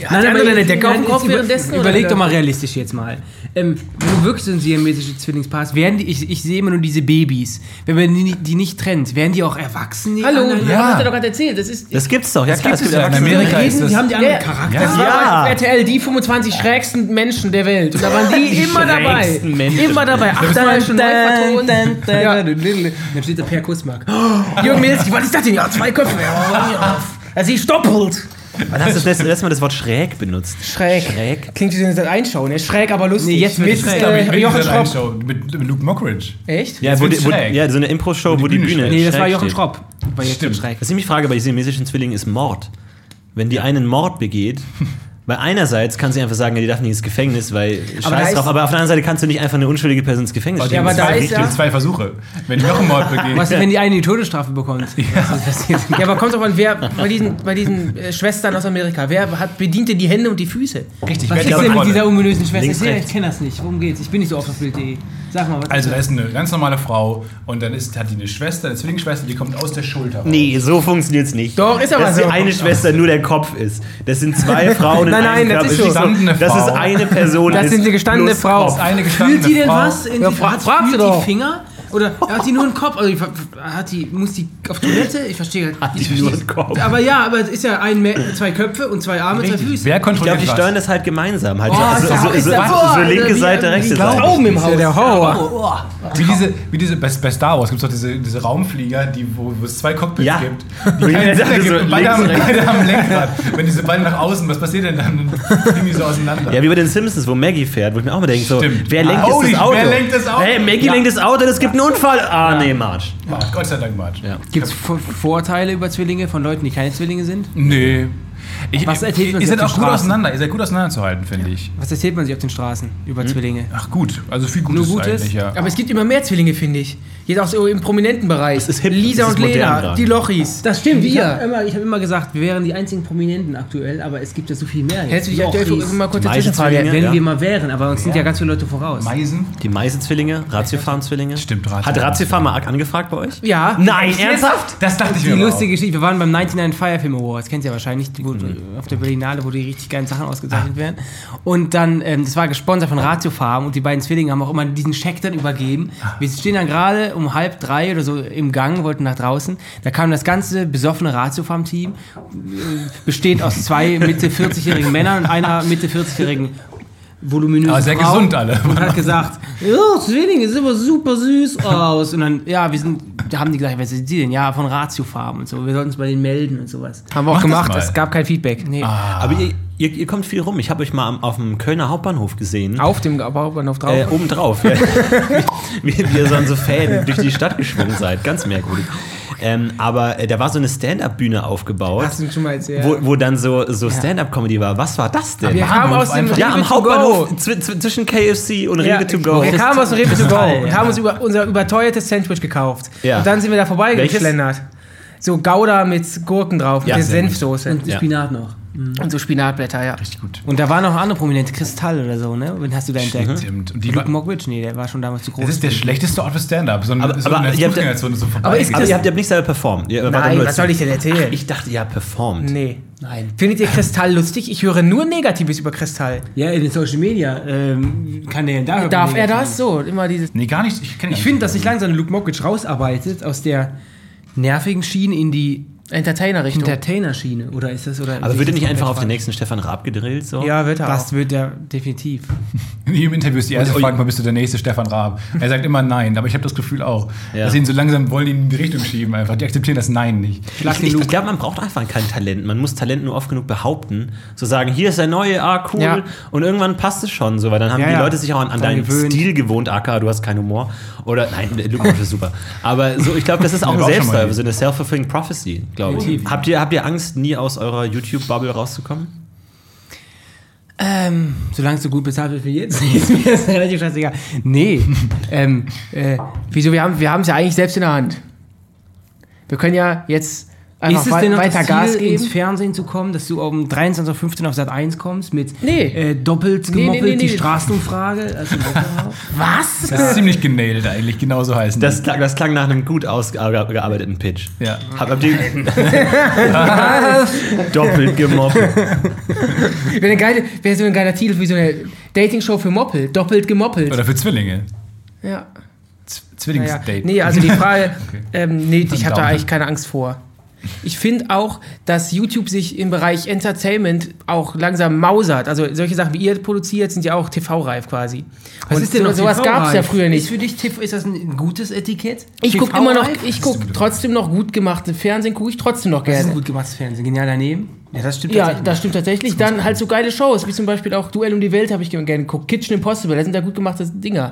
[SPEAKER 4] Hat die
[SPEAKER 5] aber
[SPEAKER 4] andere eine
[SPEAKER 5] jetzt-
[SPEAKER 4] Decke auf dem
[SPEAKER 5] nein,
[SPEAKER 4] Kopf
[SPEAKER 5] jetzt über-
[SPEAKER 4] währenddessen?
[SPEAKER 5] Überleg
[SPEAKER 4] oder?
[SPEAKER 5] doch mal realistisch jetzt mal. Ähm, wenn du wirklich so ein siamesisches Zwillingspaar hast, werden die, ich, ich sehe immer nur diese Babys. Wenn man die, die nicht trennt, werden die auch erwachsen? die
[SPEAKER 4] Hallo,
[SPEAKER 5] anderen?
[SPEAKER 4] du hast ja doch gerade erzählt. Das ist.
[SPEAKER 1] Das gibt's doch. Ja, klar,
[SPEAKER 2] gibt es ja in
[SPEAKER 1] Erwachsene.
[SPEAKER 2] Amerika. ist das-
[SPEAKER 5] die haben die anderen
[SPEAKER 4] Ja.
[SPEAKER 5] Charakter.
[SPEAKER 4] Das
[SPEAKER 1] Ja.
[SPEAKER 4] war auf RTL die 25 schrägsten Menschen der Welt. Und da waren die, immer dabei.
[SPEAKER 1] schrägsten Menschen.
[SPEAKER 4] Immer dabei. Ach, da ist schon neu vertont.
[SPEAKER 5] Ja.
[SPEAKER 4] Ja.
[SPEAKER 5] Dann steht da Per Kussmark. Oh,
[SPEAKER 4] Jürgen Milski, was ist das denn? Ja, zwei Köpfe. Ja, also sie stoppelt.
[SPEAKER 1] Wann hast du das letzte, letzte Mal das Wort schräg benutzt?
[SPEAKER 4] Schräg.
[SPEAKER 1] Schräg?
[SPEAKER 4] Klingt wie so eine Einschauen. ne? Schräg, aber lustig.
[SPEAKER 5] Nee, jetzt wird
[SPEAKER 4] Mit,
[SPEAKER 5] schräg.
[SPEAKER 4] äh,
[SPEAKER 2] Glaub ich, mit
[SPEAKER 4] Jochen
[SPEAKER 2] dieser
[SPEAKER 4] Schropp.
[SPEAKER 2] Show, mit, mit Luke Mockridge.
[SPEAKER 4] Echt?
[SPEAKER 1] Ja, wo,
[SPEAKER 2] wird
[SPEAKER 1] die- wo,
[SPEAKER 2] schräg.
[SPEAKER 1] ja, so eine Impro-Show, wo die
[SPEAKER 2] Bühne
[SPEAKER 1] Bühne.
[SPEAKER 2] schräg.
[SPEAKER 5] Nee, das
[SPEAKER 1] schräg
[SPEAKER 5] war Jochen
[SPEAKER 1] steht.
[SPEAKER 5] Schropp. War jetzt
[SPEAKER 2] Stimmt.
[SPEAKER 5] schon schräg.
[SPEAKER 1] Was ich mich frage bei siamesischen Zwillingen ist Mord. Wenn die einen Mord begeht, weil einerseits kannst du einfach sagen, ja, die darf nicht ins Gefängnis, weil
[SPEAKER 4] Aber da
[SPEAKER 1] scheiß
[SPEAKER 4] ist-
[SPEAKER 1] drauf, aber auf der anderen Seite kannst du nicht einfach eine unschuldige Person ins Gefängnis
[SPEAKER 2] Die
[SPEAKER 1] schicken.
[SPEAKER 4] aber
[SPEAKER 2] haben
[SPEAKER 4] da
[SPEAKER 2] zwei,
[SPEAKER 4] ist ja-
[SPEAKER 2] die zwei Versuche. Wenn die noch einen Mord begehen.
[SPEAKER 5] Was, wenn die eine die Todesstrafe bekommt?
[SPEAKER 4] Ja, aber kommt drauf an, wer bei diesen, bei diesen äh, Schwestern aus Amerika, wer hat bediente die Hände und die Füße?
[SPEAKER 2] Richtig, wer
[SPEAKER 5] Was
[SPEAKER 2] hat die
[SPEAKER 5] ist denn mit
[SPEAKER 2] Kontrolle?
[SPEAKER 5] dieser ominösen Schwester?
[SPEAKER 1] Links,
[SPEAKER 5] ich sehe, ich
[SPEAKER 1] rechts.
[SPEAKER 5] kenne das nicht. Worum geht's? Ich bin nicht so oft auf Bild.de. Sag mal, was
[SPEAKER 2] Also da ist eine ganz normale Frau und dann ist, hat die eine Schwester, eine Zwillingsschwester, die kommt aus der Schulter. raus.
[SPEAKER 1] Nee, so funktioniert's nicht.
[SPEAKER 4] Doch, ist aber
[SPEAKER 1] Dass
[SPEAKER 4] so.
[SPEAKER 1] die eine Schwester nur der Kopf ist. Das sind zwei Frauen in
[SPEAKER 4] Nein,
[SPEAKER 1] einem
[SPEAKER 4] nein, das
[SPEAKER 1] Körper.
[SPEAKER 4] ist
[SPEAKER 1] Es
[SPEAKER 4] so.
[SPEAKER 1] nicht
[SPEAKER 2] Gestandene
[SPEAKER 1] Das ist
[SPEAKER 2] Frau.
[SPEAKER 1] eine Person.
[SPEAKER 4] Das
[SPEAKER 1] ist
[SPEAKER 4] sind eine gestandene
[SPEAKER 1] bloß
[SPEAKER 4] Frau.
[SPEAKER 2] Ist eine gestandene
[SPEAKER 5] Fühlt die denn
[SPEAKER 2] Frau.
[SPEAKER 5] was? In
[SPEAKER 4] Ja,
[SPEAKER 5] die,
[SPEAKER 4] fra-
[SPEAKER 5] hat,
[SPEAKER 4] frag sie
[SPEAKER 5] fühlt
[SPEAKER 4] doch.
[SPEAKER 5] die Finger? Oder hat die nur einen Kopf? Also, die ver- hat die, muss die auf Toilette? Ich verstehe. halt
[SPEAKER 1] Hat die nur einen Kopf.
[SPEAKER 5] Aber ja, aber es ist ja ein, mehr- zwei Köpfe und zwei Arme, zwei Füße.
[SPEAKER 2] Wer
[SPEAKER 1] Ich glaube,
[SPEAKER 2] kontrolliert
[SPEAKER 1] die
[SPEAKER 2] was?
[SPEAKER 1] steuern das halt gemeinsam. Halt
[SPEAKER 5] Oh,
[SPEAKER 1] so,
[SPEAKER 5] ist das-
[SPEAKER 1] so,
[SPEAKER 5] ist
[SPEAKER 1] so,
[SPEAKER 5] das
[SPEAKER 1] so,
[SPEAKER 5] so,
[SPEAKER 1] rechte
[SPEAKER 5] wie-
[SPEAKER 1] Seite, rechte
[SPEAKER 2] glaub-
[SPEAKER 1] Seite.
[SPEAKER 4] Tauben im Haus.
[SPEAKER 5] der
[SPEAKER 4] Horror.
[SPEAKER 5] Oh,
[SPEAKER 2] Wie diese, wie diese, bei, bei Star Wars gibt es doch diese, diese Raumflieger, die, wo, wo es zwei Cockpits
[SPEAKER 1] Ja.
[SPEAKER 2] gibt. Die keinen Sinn
[SPEAKER 1] dachte
[SPEAKER 2] ergeben.
[SPEAKER 1] so,
[SPEAKER 2] und beide,
[SPEAKER 1] links,
[SPEAKER 2] haben,
[SPEAKER 1] rechts.
[SPEAKER 2] beide haben Lenkrad. Wenn diese beiden nach außen, was passiert denn dann? Dann fliegen die so auseinander.
[SPEAKER 1] Ja, wie bei den Simpsons, wo Maggie fährt, wo ich mir auch mal denke, so,
[SPEAKER 2] Stimmt.
[SPEAKER 1] wer lenkt
[SPEAKER 2] Ah,
[SPEAKER 1] jetzt
[SPEAKER 2] holy
[SPEAKER 1] das
[SPEAKER 2] shit,
[SPEAKER 1] Auto?
[SPEAKER 2] wer lenkt das Auto?
[SPEAKER 1] Hey, Maggie lenkt das Auto, das gibt einen Unfall. Ah, nee, Marsch.
[SPEAKER 2] Ja, Gott sei Dank, Marge.
[SPEAKER 1] Ja.
[SPEAKER 5] Gibt es Vorteile über Zwillinge von Leuten, die keine Zwillinge sind?
[SPEAKER 2] Nee. Ich,
[SPEAKER 5] Was erzählt man
[SPEAKER 2] ihr
[SPEAKER 5] sich
[SPEAKER 2] seid
[SPEAKER 5] auf
[SPEAKER 2] auch
[SPEAKER 5] den
[SPEAKER 2] gut
[SPEAKER 5] Straßen?
[SPEAKER 2] auseinander. Ihr seid gut auseinanderzuhalten, finde ich.
[SPEAKER 5] Was erzählt man sich auf den Straßen über Zwillinge?
[SPEAKER 2] Ach gut, also viel Gutes,
[SPEAKER 5] Nur Gutes?
[SPEAKER 2] eigentlich, ja.
[SPEAKER 4] Aber es gibt immer mehr Zwillinge, finde ich. Jetzt auch so im prominenten Bereich.
[SPEAKER 1] ist hip,
[SPEAKER 4] Lisa
[SPEAKER 1] das ist
[SPEAKER 4] und
[SPEAKER 1] modern
[SPEAKER 4] Lena,
[SPEAKER 1] gerade.
[SPEAKER 4] die Lochis.
[SPEAKER 5] Das stimmt, ich
[SPEAKER 4] wir.
[SPEAKER 5] habe immer, ich hab immer gesagt, wir wären die einzigen Prominenten aktuell, aber es gibt ja so viel mehr.
[SPEAKER 4] Hättest du dich
[SPEAKER 5] Noch
[SPEAKER 4] aktuell
[SPEAKER 5] Ries.
[SPEAKER 4] mal kurz
[SPEAKER 1] Die meisten
[SPEAKER 4] dazwischen
[SPEAKER 1] Zwillinge.
[SPEAKER 4] fragen.
[SPEAKER 5] Wenn
[SPEAKER 1] Ja.
[SPEAKER 5] wir mal wären, aber uns sind ja ganz viele Leute voraus.
[SPEAKER 2] Meisen?
[SPEAKER 1] Die Meise-Zwillinge, Ratiofarm-Zwillinge.
[SPEAKER 2] Stimmt, Ratiofarm.
[SPEAKER 1] Hat Ratiofarm mal angefragt bei euch?
[SPEAKER 4] Ja.
[SPEAKER 1] Nein, ernsthaft?
[SPEAKER 2] Das dachte ich
[SPEAKER 5] Die
[SPEAKER 2] mir aber auch.
[SPEAKER 5] lustige Geschichte, wir waren beim 99 Firefilm Awards, kennt ihr ja wahrscheinlich, wo, auf der Berlinale, wo die richtig geilen Sachen ausgezeichnet werden. Und dann, ähm, das war gesponsert von Ratio Farm und die beiden Zwillinge haben auch immer diesen Scheck dann übergeben. Wir stehen dann gerade um halb drei oder so im Gang, wollten nach draußen. Da kam das ganze besoffene Ratio Farm Team, äh, bestehend aus zwei Mitte 40-jährigen Männern und einer Mitte 40-jährigen voluminösen
[SPEAKER 2] Aber sehr
[SPEAKER 5] Frau. Mhm.
[SPEAKER 2] gesund alle.
[SPEAKER 5] Und hat gesagt, ja, Zwillinge sehen aber super süß aus. Und dann, ja, wir sind, da haben die gesagt, wer sind die denn? Ja, von Ratiofarben und so. Wir sollten uns bei denen melden und sowas.
[SPEAKER 4] Haben wir auch
[SPEAKER 2] Mach das
[SPEAKER 4] gemacht,
[SPEAKER 2] mal.
[SPEAKER 4] es gab kein Feedback.
[SPEAKER 5] Nee.
[SPEAKER 2] Ah.
[SPEAKER 1] Aber ihr, ihr, ihr kommt viel rum. Ich habe euch mal am, auf dem Kölner Hauptbahnhof gesehen.
[SPEAKER 4] Auf dem Bauernhof drauf.
[SPEAKER 1] Äh, oben drauf. Ja. wie, wie ihr so an so Fäden durch die Stadt geschwungen seid. Ganz merkwürdig. Ähm, aber äh, da war so eine Stand-Up-Bühne aufgebaut,
[SPEAKER 4] Hast du schon mal erzählt.
[SPEAKER 1] wo, wo dann so, so Stand-Up-Comedy war. Was war das denn?
[SPEAKER 4] wir kamen aus dem
[SPEAKER 1] ja,
[SPEAKER 4] Rewe
[SPEAKER 1] am
[SPEAKER 4] to
[SPEAKER 1] Hauptbahnhof
[SPEAKER 4] Go.
[SPEAKER 1] zw zw zwischen KFC und
[SPEAKER 4] Ja,
[SPEAKER 1] Rewe to go.
[SPEAKER 4] Wir kamen aus dem Rewe to
[SPEAKER 5] Kristall,
[SPEAKER 4] go und
[SPEAKER 5] ja.
[SPEAKER 4] haben uns über unser überteuertes Sandwich gekauft.
[SPEAKER 1] Ja.
[SPEAKER 4] Und dann sind wir da vorbeigeschlendert. So Gouda mit Gurken drauf,
[SPEAKER 1] Ja,
[SPEAKER 4] mit der
[SPEAKER 1] sehr gut.
[SPEAKER 4] Senfsoße.
[SPEAKER 5] und
[SPEAKER 1] ja.
[SPEAKER 5] Spinat noch. Mhm.
[SPEAKER 4] Und so Spinatblätter, ja.
[SPEAKER 5] Und da waren noch andere Prominente, Kristall oder so, ne? Wen hast du da entdeckt?
[SPEAKER 2] Stimmt. Und die,
[SPEAKER 5] Luke Mockridge? Nee, der war schon damals zu groß.
[SPEAKER 2] das ist der schlechteste Ort für Stand-Up. So ein-
[SPEAKER 1] Aber-
[SPEAKER 2] so
[SPEAKER 1] aber
[SPEAKER 2] eine
[SPEAKER 1] ihr habt-
[SPEAKER 2] Fußgängerzone so vorbei.
[SPEAKER 4] aber ist
[SPEAKER 1] Aber ihr habt, ihr habt nicht selber performt. Ihr wart
[SPEAKER 4] Nein,
[SPEAKER 1] nur-
[SPEAKER 4] was soll ich denn erzählen?
[SPEAKER 1] Ich dachte, ihr habt performt.
[SPEAKER 4] nee.
[SPEAKER 5] Nein.
[SPEAKER 4] Findet ihr Kristall lustig? Ich höre nur Negatives über Kristall.
[SPEAKER 5] Ja, in den Social Media ähm, kann der darf,
[SPEAKER 4] Darf er das? So, immer dieses.
[SPEAKER 2] Nee, gar nicht. Ich kenne
[SPEAKER 5] Ich finde, dass sich langsam Luke Mockridge rausarbeitet aus der nervigen Schiene in die
[SPEAKER 4] Entertainer-Richtung.
[SPEAKER 5] Entertainer-Schiene. Oder ist das? Oder
[SPEAKER 1] Aber wird er nicht einfach auf den nächsten Stefan Raab gedrillt? So?
[SPEAKER 4] ja, wird er
[SPEAKER 5] Oh, Das
[SPEAKER 4] auch.
[SPEAKER 5] wird er definitiv.
[SPEAKER 2] In jedem Interview ist die erste Frage, mal bist du der nächste Stefan Raab? Er sagt immer Nein, aber ich habe das Gefühl auch,
[SPEAKER 1] Ja.
[SPEAKER 2] dass sie ihn so langsam wollen, ihn in die Richtung schieben einfach. Die akzeptieren das Nein nicht.
[SPEAKER 1] Ich, ich, ich glaube, man braucht einfach kein Talent. Man muss Talent nur oft genug behaupten. So sagen, hier ist der neue, ah, cool.
[SPEAKER 4] Ja.
[SPEAKER 1] Und irgendwann passt es schon so, weil dann haben
[SPEAKER 5] Ja,
[SPEAKER 1] die
[SPEAKER 5] ja.
[SPEAKER 1] Leute sich auch an, an
[SPEAKER 5] Dran
[SPEAKER 1] deinen
[SPEAKER 5] gewöhnt.
[SPEAKER 1] Stil gewohnt, aka, du hast keinen Humor. Oder, nein, Lukas ist super. Aber so, ich glaube, das ist auch
[SPEAKER 2] Ja,
[SPEAKER 1] ein
[SPEAKER 2] war auch schon mal
[SPEAKER 1] Selbstläufer,
[SPEAKER 2] die-
[SPEAKER 1] so eine self-fulfilling prophecy, glaube ich.
[SPEAKER 5] Definitiv.
[SPEAKER 1] Habt ihr, habt ihr Angst, nie aus eurer YouTube-Bubble rauszukommen?
[SPEAKER 5] Ähm, solange es so gut bezahlt wird wie jetzt, ist mir das relativ scheißegal. Nee. ähm,
[SPEAKER 4] Äh, wieso? Wir haben wir es ja eigentlich selbst in der Hand. Wir können ja jetzt einfach
[SPEAKER 5] ist es
[SPEAKER 4] wei-
[SPEAKER 5] denn noch
[SPEAKER 4] weiter
[SPEAKER 5] das Ziel,
[SPEAKER 4] Gas
[SPEAKER 5] ins
[SPEAKER 4] geben.
[SPEAKER 5] Fernsehen zu kommen, dass du um 23.15 Uhr auf Sat 1 kommst mit
[SPEAKER 4] Nee.
[SPEAKER 5] äh, doppelt
[SPEAKER 4] nee,
[SPEAKER 5] gemoppelt
[SPEAKER 4] nee, nee.
[SPEAKER 5] die Straßenumfrage? Also,
[SPEAKER 4] Was?
[SPEAKER 2] Das ist ziemlich genailed eigentlich, genauso heißen. die.
[SPEAKER 1] Das, klang- das klang nach einem gut ausgearbeiteten Pitch.
[SPEAKER 2] ja.
[SPEAKER 1] Hab, habt ihr doppelt gemobbt?
[SPEAKER 4] Wäre eine geile- wäre so ein geiler Titel wie so eine Dating-Show für Moppel. Doppelt gemoppelt.
[SPEAKER 2] Oder für Zwillinge.
[SPEAKER 4] Ja.
[SPEAKER 2] Z
[SPEAKER 4] Naja.
[SPEAKER 2] Zwillingsdate.
[SPEAKER 4] Nee, also die Frage, ähm, nee, ich habe da
[SPEAKER 2] Daumen.
[SPEAKER 4] eigentlich keine Angst vor. Ich finde auch, dass YouTube sich im Bereich Entertainment auch langsam mausert. Also solche Sachen, wie ihr produziert, sind ja auch TV-reif quasi.
[SPEAKER 5] was ist denn
[SPEAKER 4] so,
[SPEAKER 5] noch
[SPEAKER 4] sowas
[SPEAKER 5] TV
[SPEAKER 4] gab es ja
[SPEAKER 5] reif?
[SPEAKER 4] früher
[SPEAKER 5] Ist
[SPEAKER 4] nicht.
[SPEAKER 5] für dich TV, ist das ein gutes Etikett?
[SPEAKER 4] Ich gucke
[SPEAKER 5] TV
[SPEAKER 4] immer noch,
[SPEAKER 5] reif?
[SPEAKER 4] ich gucke trotzdem noch gut gemachte Fernsehen, gucke ich trotzdem noch
[SPEAKER 5] Das ist ein
[SPEAKER 4] gerne.
[SPEAKER 5] gut gemachtes Fernsehen. Genial daneben. Ja, das stimmt.
[SPEAKER 4] Ja,
[SPEAKER 5] tatsächlich.
[SPEAKER 4] das stimmt tatsächlich. Dann halt so geile Shows, wie zum Beispiel auch Duell um die Welt habe ich gerne geguckt. Kitchen Impossible, das sind ja gut gemachte Dinger.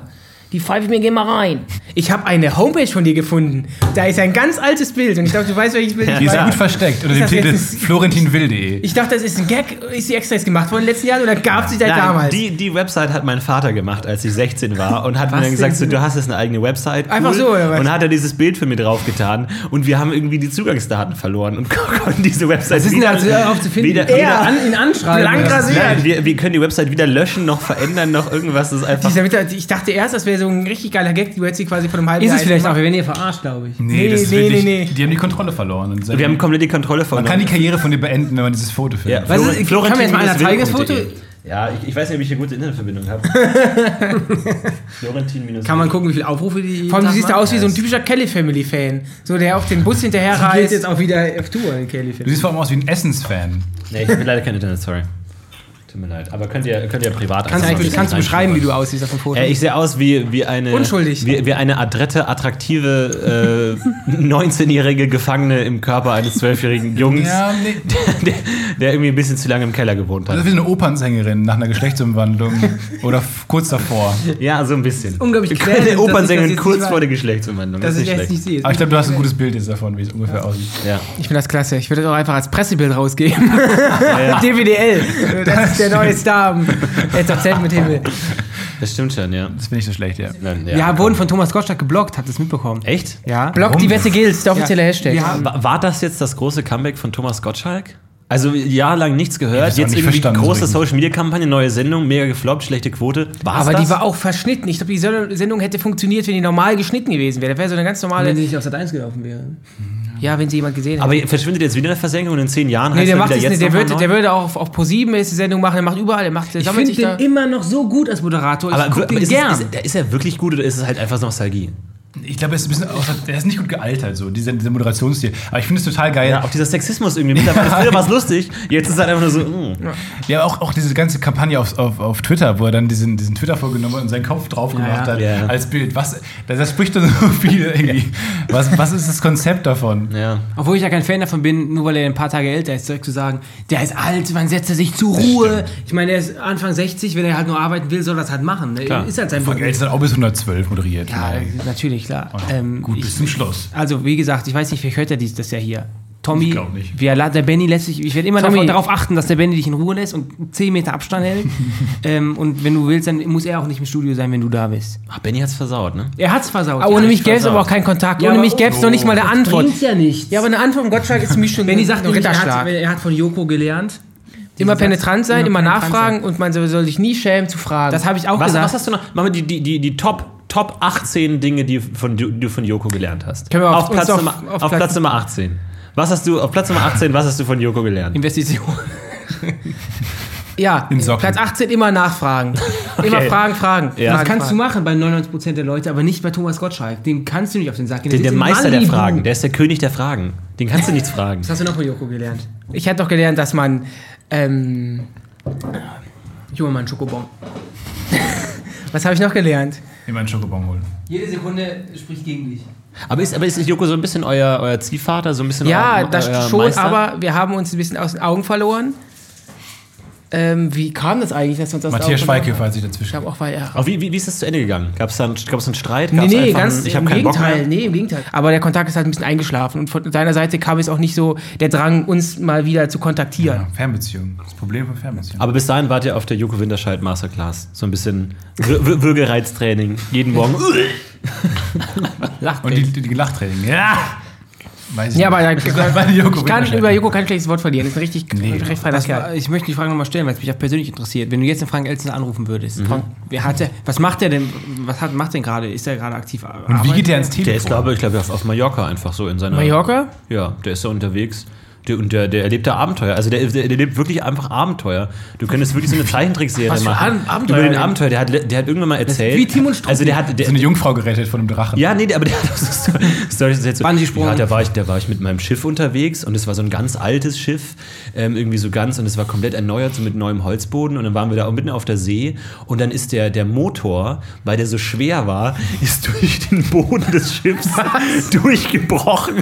[SPEAKER 4] Die pfeife ich mir, geh mal rein. Ich habe eine Homepage von dir gefunden. Da ist ein ganz altes Bild und ich glaube, du weißt, welches Bild
[SPEAKER 2] Die
[SPEAKER 4] ich
[SPEAKER 2] ist
[SPEAKER 4] meine.
[SPEAKER 2] gut versteckt. Oder den
[SPEAKER 4] das
[SPEAKER 2] Titel
[SPEAKER 4] jetzt-
[SPEAKER 2] florentinwill.de.
[SPEAKER 4] Ich dachte, das ist ein Gag. Ist die extra jetzt gemacht worden in den letzten Jahren oder gab es die seit
[SPEAKER 1] Nein,
[SPEAKER 4] damals?
[SPEAKER 1] Die, die Website hat mein Vater gemacht, als ich 16 war und hat mir dann gesagt, so, du hast jetzt eine eigene Website.
[SPEAKER 4] Einfach so, oder was?
[SPEAKER 1] Und hat er dieses Bild für mich draufgetan und wir haben irgendwie die Zugangsdaten verloren und konnten diese Website
[SPEAKER 5] Was ist denn da zu- aufzufinden?
[SPEAKER 1] weder,
[SPEAKER 4] Er-
[SPEAKER 1] weder
[SPEAKER 5] an, ihn anschreiben.
[SPEAKER 4] Blank
[SPEAKER 5] oder was?
[SPEAKER 4] rasiert.
[SPEAKER 1] Nein, wir, wir können die Website weder löschen noch verändern noch irgendwas. Das ist einfach.
[SPEAKER 4] Dieser Mittag- ich dachte erst, das wäre so ein richtig geiler Gag. Du hättest sie quasi von einem halben
[SPEAKER 5] Ist
[SPEAKER 4] Jahr
[SPEAKER 5] es vielleicht auch,
[SPEAKER 4] gemacht.
[SPEAKER 5] wir werden hier verarscht, glaube ich.
[SPEAKER 2] Nee, das ist
[SPEAKER 4] nee,
[SPEAKER 2] wirklich,
[SPEAKER 4] nee, nee.
[SPEAKER 2] Die haben die Kontrolle verloren. Und
[SPEAKER 1] wir haben komplett die Kontrolle
[SPEAKER 2] man kann
[SPEAKER 1] verloren.
[SPEAKER 2] die Karriere von dir beenden, wenn man dieses Foto findet.
[SPEAKER 5] Was ist- kann mir jetzt mal einer zeigen, das Foto?
[SPEAKER 1] Ja, ich, ich weiß nicht, ob ich eine gute Internetverbindung habe. Florentin-
[SPEAKER 5] Kann man gucken, wie viele Aufrufe die.
[SPEAKER 4] Vor allem, du siehst da aus wie so ein typischer Kelly Family Fan. So, der auf den Bus hinterher
[SPEAKER 5] Die geht
[SPEAKER 4] reist.
[SPEAKER 5] jetzt auch wieder auf Tour in Kelly.
[SPEAKER 2] Du siehst vor allem aus wie ein Essens-Fan.
[SPEAKER 1] Nee, ich bin leider kein Internet, sorry. Tut mir leid. Aber könnt ihr, könnt ihr privat
[SPEAKER 5] Kannst,
[SPEAKER 1] einfach
[SPEAKER 5] du,
[SPEAKER 1] ein
[SPEAKER 5] kannst du
[SPEAKER 1] bisschen
[SPEAKER 5] beschreiben, wie du aussiehst auf dem Foto?
[SPEAKER 1] Äh, ich sehe aus wie, wie eine.
[SPEAKER 4] Unschuldig.
[SPEAKER 1] Wie, wie eine adrette, attraktive äh, 19-jährige Gefangene im Körper eines 12-jährigen Jungs,
[SPEAKER 2] nee.
[SPEAKER 1] der, der irgendwie ein bisschen zu lange im Keller gewohnt
[SPEAKER 2] Das
[SPEAKER 1] hat.
[SPEAKER 2] ist wie eine Opernsängerin nach einer Geschlechtsumwandlung. oder f- kurz davor.
[SPEAKER 1] Ja, so ein bisschen.
[SPEAKER 5] unglaublich quälend, dass
[SPEAKER 1] Eine
[SPEAKER 5] ich das
[SPEAKER 1] Opernsängerin
[SPEAKER 5] jetzt
[SPEAKER 1] kurz
[SPEAKER 5] nicht
[SPEAKER 1] vor
[SPEAKER 5] weiß.
[SPEAKER 1] der Geschlechtsumwandlung. Das
[SPEAKER 5] Dass
[SPEAKER 1] ist
[SPEAKER 5] ich
[SPEAKER 1] nicht
[SPEAKER 5] das nicht
[SPEAKER 1] schlecht.
[SPEAKER 5] sehe.
[SPEAKER 2] Aber ich glaube, du hast ein gutes Bild jetzt davon, wie es ungefähr aussieht.
[SPEAKER 1] Ja.
[SPEAKER 4] Ich finde das klasse. Ich würde das auch einfach als Pressebild rausgeben. DWDL. Das ist der neue Star am Entertainment Himmel.
[SPEAKER 1] Das stimmt schon, ja.
[SPEAKER 2] Das finde ich so schlecht, ja.
[SPEAKER 1] Nein,
[SPEAKER 5] ja, wurden von Thomas Gottschalk geblockt, habt ihr es mitbekommen?
[SPEAKER 1] Echt?
[SPEAKER 5] Ja.
[SPEAKER 4] Block die Wette Gills, der offizielle
[SPEAKER 5] Ja.
[SPEAKER 4] Hashtag.
[SPEAKER 5] Ja.
[SPEAKER 1] Wa- War das jetzt das große Comeback von Thomas Gottschalk? Also jahrelang nichts gehört,
[SPEAKER 2] hab's auch
[SPEAKER 1] jetzt
[SPEAKER 2] nicht
[SPEAKER 1] irgendwie
[SPEAKER 2] verstanden,
[SPEAKER 1] große
[SPEAKER 2] so
[SPEAKER 1] Social Media Kampagne, neue Sendung, mega gefloppt, schlechte Quote. War's
[SPEAKER 4] Aber
[SPEAKER 1] das?
[SPEAKER 4] die war auch verschnitten. Ich glaube, die Sel- Sendung hätte funktioniert, wenn die normal geschnitten gewesen wäre. Das wäre so eine ganz normale.
[SPEAKER 5] Wenn sie nicht auf Sat 1 gelaufen wäre.
[SPEAKER 4] Ja, wenn sie jemand gesehen hätte.
[SPEAKER 1] Aber verschwindet jetzt wieder in der Versenkung und in zehn Jahren
[SPEAKER 4] Nee, der,
[SPEAKER 1] dann
[SPEAKER 4] macht
[SPEAKER 1] wieder
[SPEAKER 4] jetzt, der,
[SPEAKER 1] noch mal
[SPEAKER 4] wird,
[SPEAKER 1] neu?
[SPEAKER 4] der würde auch auf, auf ProSieben 7 ist die Sendung machen, der macht überall, der macht, der
[SPEAKER 5] Ich
[SPEAKER 4] sammelt
[SPEAKER 5] finde
[SPEAKER 4] sich da.
[SPEAKER 5] den immer noch so gut als Moderator.
[SPEAKER 1] aber
[SPEAKER 5] ich guck
[SPEAKER 1] aber
[SPEAKER 5] den
[SPEAKER 1] ist,
[SPEAKER 5] gern.
[SPEAKER 1] es, ist, ist er wirklich gut oder ist es halt einfach so Nostalgie?
[SPEAKER 2] Ich glaube, er ist ein bisschen. Außer, er ist nicht gut gealtert, so, dieser, dieser Moderationsstil. Aber ich finde es total geil.
[SPEAKER 1] Ja, auch dieser Sexismus irgendwie. Mittlerweile früher war es lustig, jetzt ist es halt einfach nur so. mm.
[SPEAKER 2] Ja, auch, auch diese ganze Kampagne auf, auf, auf Twitter, wo er dann diesen, diesen Twitter vorgenommen hat und seinen Kopf drauf gemacht
[SPEAKER 5] ja.
[SPEAKER 2] hat
[SPEAKER 1] Ja.
[SPEAKER 2] als Bild. Was, das, das spricht dann so viel irgendwie. Was, was ist das Konzept davon?
[SPEAKER 1] Ja.
[SPEAKER 5] Obwohl ich ja kein Fan davon bin, nur weil er ein paar Tage älter ist, direkt zu sagen, der ist alt, wann setzt er sich zur Ruhe? Ich meine, er ist Anfang 60, wenn er halt nur arbeiten will, soll er das halt machen. ne?
[SPEAKER 1] Klar.
[SPEAKER 5] Ist halt sein
[SPEAKER 2] Frank
[SPEAKER 5] Beruf.
[SPEAKER 2] Elst hat auch bis 112 moderiert.
[SPEAKER 5] Ja,
[SPEAKER 2] Nein. Oh,
[SPEAKER 5] natürlich, klar. Ähm,
[SPEAKER 2] Gut,
[SPEAKER 5] ich,
[SPEAKER 2] bis zum Schluss.
[SPEAKER 5] also, wie gesagt, ich weiß nicht, vielleicht hört er dies, das ja hier. Tommy,
[SPEAKER 2] Ich glaub nicht.
[SPEAKER 5] wie er la- der Benny lässt sich, ich werde immer
[SPEAKER 4] Tommy.
[SPEAKER 5] davon- darauf achten, dass der Benny dich in Ruhe lässt und 10 Meter Abstand hält. ähm, und wenn du willst, dann muss er auch nicht im Studio sein, wenn du da bist.
[SPEAKER 1] Ach, Ah, Benny hat's versaut, ne?
[SPEAKER 5] Er hat's versaut.
[SPEAKER 4] Ah, ohne
[SPEAKER 5] Ja,
[SPEAKER 4] mich
[SPEAKER 5] ich
[SPEAKER 4] gäbe es
[SPEAKER 5] versaut.
[SPEAKER 4] aber auch keinen Kontakt.
[SPEAKER 5] Ja,
[SPEAKER 4] ohne
[SPEAKER 5] aber- Oh,
[SPEAKER 4] mich gäbe es noch nicht mal eine Antwort.
[SPEAKER 5] Bringt ja nichts.
[SPEAKER 4] Ja, aber eine Antwort von Gottschalk ist für mich schon
[SPEAKER 5] Benny sagt,
[SPEAKER 4] ein
[SPEAKER 5] nämlich, er hat,
[SPEAKER 4] Ritterschlag.
[SPEAKER 5] er hat von Joko gelernt.
[SPEAKER 4] Immer
[SPEAKER 5] Satz.
[SPEAKER 4] penetrant sein, immer,
[SPEAKER 5] Immer penetrant
[SPEAKER 4] nachfragen und man soll soll sich nie schämen zu fragen.
[SPEAKER 5] Das habe ich auch
[SPEAKER 1] Was,
[SPEAKER 5] gesagt.
[SPEAKER 1] was hast du noch? Machen wir die, die, die, die Top, Top 18 Dinge, die, von, du- du von Joko gelernt hast.
[SPEAKER 4] Können wir auf-
[SPEAKER 1] Platz
[SPEAKER 4] uns auf-
[SPEAKER 1] Nummer,
[SPEAKER 4] auf
[SPEAKER 1] auf
[SPEAKER 4] Platz-
[SPEAKER 1] Platz Nummer 18. Was hast du, auf Platz Nummer 18, was hast du von Joko gelernt?
[SPEAKER 5] Investition. ja,
[SPEAKER 2] In Socken.
[SPEAKER 4] Platz 18 immer nachfragen. Immer fragen, fragen.
[SPEAKER 1] Ja.
[SPEAKER 5] das
[SPEAKER 4] fragen,
[SPEAKER 5] kannst du
[SPEAKER 4] fragen.
[SPEAKER 5] machen bei 99% der Leute, aber nicht bei Thomas Gottschalk. Dem kannst du nicht auf den Sack gehen.
[SPEAKER 1] Der,
[SPEAKER 5] sitzt
[SPEAKER 1] der
[SPEAKER 5] in
[SPEAKER 1] Meister der
[SPEAKER 5] Malibu.
[SPEAKER 1] Fragen, der ist der König der Fragen. Den kannst du nichts fragen.
[SPEAKER 5] Was hast du noch von Joko gelernt?
[SPEAKER 4] Ich hatte doch gelernt, dass man, ähm, junger Mann, Schokobon. Was habe ich noch gelernt?
[SPEAKER 2] Immer einen Schokobon holen.
[SPEAKER 5] Jede Sekunde spricht gegen dich.
[SPEAKER 1] Aber ist, aber ist Joko so ein bisschen euer, euer Ziehvater, so ein bisschen
[SPEAKER 4] Ja,
[SPEAKER 1] euer, euer
[SPEAKER 4] das schon,
[SPEAKER 1] Meister?
[SPEAKER 4] aber wir haben uns ein bisschen aus den Augen verloren. Ähm, wie kam das eigentlich, dass wir uns aus den
[SPEAKER 2] Matthias
[SPEAKER 4] Augen verloren-
[SPEAKER 5] genau-
[SPEAKER 2] Schweighöfer hat sich
[SPEAKER 4] Ich
[SPEAKER 2] dazwischen.
[SPEAKER 4] glaube auch, weil er
[SPEAKER 1] Aber wie, wie, wie ist das zu Ende gegangen? Gab es da einen, gab's einen Streit?
[SPEAKER 4] Nee,
[SPEAKER 1] Gab's
[SPEAKER 4] nee,
[SPEAKER 1] einfach
[SPEAKER 4] ganz
[SPEAKER 1] einen, ich habe
[SPEAKER 4] im
[SPEAKER 1] keinen Bock
[SPEAKER 4] Gegenteil.
[SPEAKER 1] mehr.
[SPEAKER 4] Nee, im Gegenteil. Aber der Kontakt ist halt ein bisschen eingeschlafen und von deiner Seite kam jetzt auch nicht so der Drang, uns mal wieder zu kontaktieren.
[SPEAKER 2] Ja, Fernbeziehung. Das Problem von Fernbeziehung.
[SPEAKER 1] Aber bis dahin wart ihr auf der Joko Winterscheid Masterclass. So ein bisschen Wür- Wür- Würgereiztraining. Jeden Morgen.
[SPEAKER 2] Und die, die Lachtraining. Ja! Weiß ich
[SPEAKER 4] Ja, aber da,
[SPEAKER 2] nicht. Das war die Joko
[SPEAKER 4] ich kann
[SPEAKER 2] Winterscheid.
[SPEAKER 4] über Joko kein schlechtes Wort verlieren. Ist ein richtig recht feiner
[SPEAKER 5] Das
[SPEAKER 4] Kerl.
[SPEAKER 5] war, ich möchte die Frage nochmal stellen, weil es mich auch persönlich interessiert. Wenn du jetzt den Frank Elstner anrufen würdest,
[SPEAKER 1] Mhm.
[SPEAKER 5] wer hat der, was macht er denn, was hat, macht denn gerade? Ist er gerade aktiv?
[SPEAKER 2] Und wie geht der ins
[SPEAKER 1] Der
[SPEAKER 2] Telefon?
[SPEAKER 1] ist, glaube ich, glaube ich, auf, auf Mallorca einfach so in seiner.
[SPEAKER 4] Mallorca?
[SPEAKER 1] Ja, der ist da unterwegs. Der, und der, der erlebt da Abenteuer. Also der, der, der lebt wirklich einfach Abenteuer. Du könntest wirklich so eine Zeichentrickserie
[SPEAKER 4] Was für
[SPEAKER 1] machen.
[SPEAKER 4] Ab- Abenteuer
[SPEAKER 1] Über den
[SPEAKER 4] denn?
[SPEAKER 1] Abenteuer. Der hat, le- der hat irgendwann mal erzählt.
[SPEAKER 5] wie Tim und Struppi.
[SPEAKER 1] Also der hat. Der,
[SPEAKER 2] so eine Jungfrau gerettet von einem Drachen.
[SPEAKER 1] ja, nee, der- aber der hat auch so Sto- Storys erzählt. So,
[SPEAKER 5] Bungee-Sprung.
[SPEAKER 1] Ja, da war, ich, da war ich mit meinem Schiff unterwegs und es war so ein ganz altes Schiff, ähm, irgendwie so ganz, und es war komplett erneuert, so mit neuem Holzboden. Und dann waren wir da mitten auf der See und dann ist der, der Motor, weil der so schwer war, ist durch den Boden des Schiffs durchgebrochen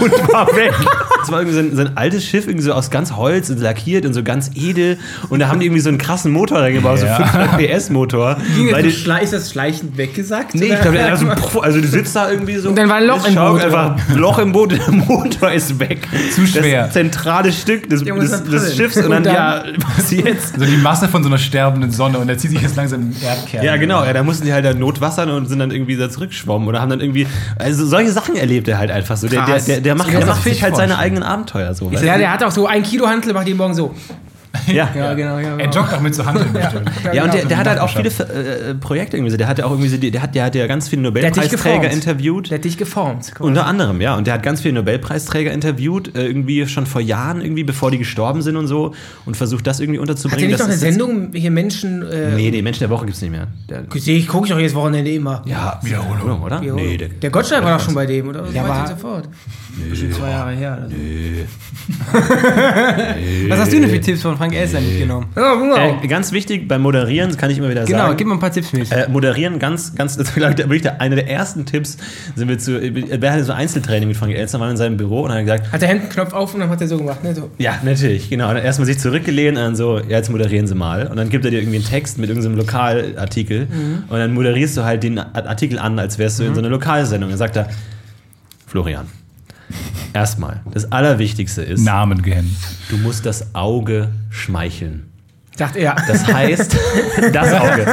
[SPEAKER 1] und war weg. Es war irgendwie so ein, so ein altes Schiff, irgendwie so aus ganz Holz und lackiert und so ganz edel. Und da haben die irgendwie so einen krassen Motor reingebaut,
[SPEAKER 2] Ja.
[SPEAKER 1] so 500 PS-Motor. weil die-
[SPEAKER 4] ist das schleichend weggesagt?
[SPEAKER 1] Nee, ich glaube, also, puh, also du sitzt da irgendwie so.
[SPEAKER 4] Und dann war ein Loch
[SPEAKER 1] es
[SPEAKER 4] im
[SPEAKER 1] schaukelt
[SPEAKER 4] Motor.
[SPEAKER 1] einfach ein Loch im Boot, der Motor ist weg.
[SPEAKER 2] Zu schwer.
[SPEAKER 1] Das zentrale Stück des,
[SPEAKER 4] muss
[SPEAKER 1] des,
[SPEAKER 4] dann
[SPEAKER 1] des
[SPEAKER 4] paddeln.
[SPEAKER 1] Schiffs und dann,
[SPEAKER 4] Und
[SPEAKER 1] ja, was jetzt?
[SPEAKER 2] So die Masse von so einer sterbenden Sonne und er zieht sich jetzt langsam in den Erdkern.
[SPEAKER 1] Ja, genau, ja, da mussten die halt dann notwassern und sind dann irgendwie da zurückgeschwommen oder haben dann irgendwie. Also solche Sachen erlebt er halt einfach so. Der, der,
[SPEAKER 4] Krass.
[SPEAKER 1] der, der macht,
[SPEAKER 4] kann
[SPEAKER 1] der
[SPEAKER 4] man
[SPEAKER 1] macht
[SPEAKER 2] sich
[SPEAKER 1] sich halt seine
[SPEAKER 2] vorstellen.
[SPEAKER 1] eigenen Abenteuer so. weißt
[SPEAKER 4] Ja, der hat auch so ein Kilo Hantel, macht den morgen so.
[SPEAKER 1] du? Ja.
[SPEAKER 5] Ja, genau, ja,
[SPEAKER 2] Er
[SPEAKER 5] genau.
[SPEAKER 2] joggt auch mit so Handeln bestimmt.
[SPEAKER 1] Ja,
[SPEAKER 4] genau.
[SPEAKER 1] und der, der hat halt auch viele
[SPEAKER 2] Nachbarschaft.
[SPEAKER 1] äh, äh, Projekte irgendwie so. Der hat ja auch irgendwie so, die- der hat, der hat ja ganz viele
[SPEAKER 4] hat dich
[SPEAKER 1] Nobelpreisträger
[SPEAKER 4] geformt.
[SPEAKER 1] interviewt.
[SPEAKER 4] Der hat dich geformt.
[SPEAKER 1] Unter anderem, ja. Und der hat ganz viele Nobelpreisträger interviewt, äh, irgendwie schon vor Jahren, irgendwie bevor die gestorben sind und so, und versucht das irgendwie unterzubringen.
[SPEAKER 4] Hat der nicht noch
[SPEAKER 1] Das
[SPEAKER 4] eine
[SPEAKER 1] ist jetzt-
[SPEAKER 4] Sendung hier Menschen? Äh,
[SPEAKER 1] Nee, nee, Menschen der Woche gibt's nicht mehr. Der,
[SPEAKER 4] Sehe ich, gucke ich auch jedes Wochenende immer.
[SPEAKER 1] ja, Wiederholung, oder? Nee, der,
[SPEAKER 4] Der Gottschalk war doch schon bei dem, oder? Ja,
[SPEAKER 5] war-
[SPEAKER 4] sofort.
[SPEAKER 5] Bestimmt zwei Jahre her. Oder so. Was hast du denn für Tipps von Frank Elstner mitgenommen?
[SPEAKER 4] Ja, genau.
[SPEAKER 1] äh, ganz wichtig, beim Moderieren, das kann ich immer wieder
[SPEAKER 5] Genau,
[SPEAKER 1] sagen.
[SPEAKER 5] gib mal ein paar Tipps mit.
[SPEAKER 1] Äh, moderieren, ganz, ganz, das war, glaub ich, der- wirklich der, einer der ersten Tipps, sind wir zu, wir hatten so ein Einzeltraining mit Frank Elster, waren in seinem Büro und hat gesagt,
[SPEAKER 4] Hat der Hemdenknopf auf und dann hat er so gemacht, ne? So.
[SPEAKER 1] Ja, natürlich, genau. Und dann erstmal sich zurückgelehnt und dann so, ja, jetzt moderieren sie mal. Und dann gibt er dir irgendwie einen Text mit irgendeinem Lokalartikel. Und dann moderierst du halt den A- Artikel an, als wärst du in so einer Lokalsendung. Dann sagt er, Florian, erstmal, das Allerwichtigste ist,
[SPEAKER 2] Namen gehen.
[SPEAKER 1] du musst das Auge schmeicheln.
[SPEAKER 4] Dachte er.
[SPEAKER 1] Das heißt, das Auge.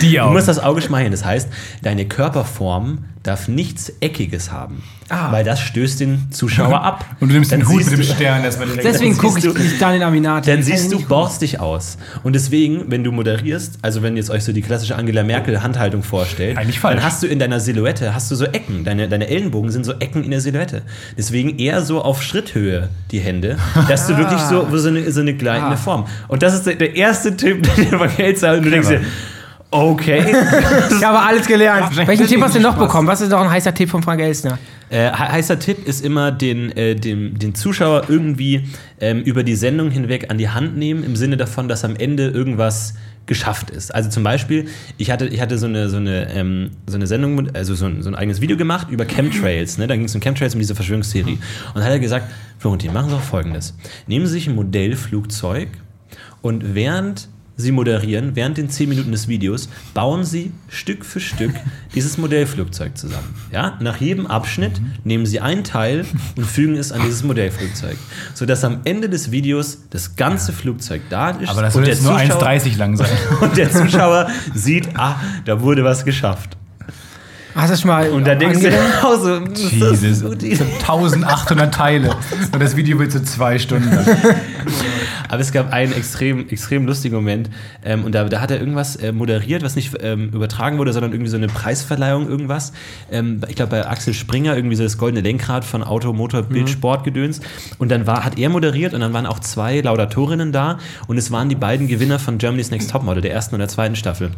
[SPEAKER 2] Die auch.
[SPEAKER 1] Du musst das Auge schmeicheln. Das heißt, deine Körperform darf nichts Eckiges haben. Weil das stößt den Zuschauer ab.
[SPEAKER 2] und du nimmst
[SPEAKER 1] Dann
[SPEAKER 2] den Hut
[SPEAKER 1] siehst
[SPEAKER 2] mit dem
[SPEAKER 1] du-
[SPEAKER 2] Stern erstmal direkt.
[SPEAKER 5] Deswegen
[SPEAKER 1] dann
[SPEAKER 5] gucke ich
[SPEAKER 1] siehst du-
[SPEAKER 5] nicht Daniel Aminati.
[SPEAKER 1] dann
[SPEAKER 5] Ich kann
[SPEAKER 1] siehst
[SPEAKER 5] ihn
[SPEAKER 1] du,
[SPEAKER 5] Äh, nicht
[SPEAKER 1] borst dich aus. Und deswegen, wenn du moderierst, also wenn jetzt euch so die klassische Angela Merkel Handhaltung vorstellt,
[SPEAKER 2] Eigentlich falsch.
[SPEAKER 1] dann hast du in deiner Silhouette, hast du so Ecken. Deine, deine Ellenbogen sind so Ecken in der Silhouette. Deswegen eher so auf Schritthöhe die Hände, dass du wirklich so, so eine, so eine gleitende Form. Und das ist der, der erste Tipp, den du verkältst. Und du denkst dir, okay.
[SPEAKER 4] Ich habe alles gelernt.
[SPEAKER 2] Ja,
[SPEAKER 4] Welchen Tipp hast du noch
[SPEAKER 2] Spaß.
[SPEAKER 4] bekommen? Was ist noch ein heißer Tipp von Frank Elstner?
[SPEAKER 1] Äh, he- heißer Tipp ist immer, den, äh, dem, den Zuschauer irgendwie ähm, über die Sendung hinweg an die Hand nehmen, im Sinne davon, dass am Ende irgendwas geschafft ist. Also zum Beispiel, ich hatte, ich hatte so eine, so eine, ähm, so eine Sendung, mit- also so ein, so ein eigenes Video gemacht über Chemtrails. Ne? Da ging es um Chemtrails, um diese Verschwörungstheorie. Und da hat er gesagt, Florentin, machen Sie doch Folgendes. Nehmen Sie sich ein Modellflugzeug und während Sie moderieren, während den 10 Minuten des Videos, bauen Sie Stück für Stück dieses Modellflugzeug zusammen. Ja? Nach jedem Abschnitt
[SPEAKER 2] Mhm.
[SPEAKER 1] nehmen Sie einen Teil und fügen es an dieses Modellflugzeug. Sodass am Ende des Videos das ganze Flugzeug da ist.
[SPEAKER 2] Aber das
[SPEAKER 1] und
[SPEAKER 2] soll jetzt nur 1,30 lang sein.
[SPEAKER 1] Und der Zuschauer sieht, ah, da wurde was geschafft.
[SPEAKER 4] Hast du das schon mal.
[SPEAKER 1] Und da denkst du,
[SPEAKER 4] angewendet?
[SPEAKER 1] oh, so, das ist
[SPEAKER 2] Jesus.
[SPEAKER 1] gut.
[SPEAKER 2] Das sind 1800 Teile. Und das Video wird so zwei Stunden lang.
[SPEAKER 1] Aber es gab einen extrem, extrem lustigen Moment. Ähm, und da, da hat er irgendwas äh, moderiert, was nicht ähm, übertragen wurde, sondern irgendwie so eine Preisverleihung, irgendwas. Ähm, ich glaube, bei Axel Springer irgendwie so das goldene Lenkrad von Auto, Motor, Bild, Sport gedöns. Und dann war, hat er moderiert und dann waren auch zwei Laudatorinnen da. Und es waren die beiden Gewinner von Germany's Next Topmodel, der ersten und der zweiten Staffel.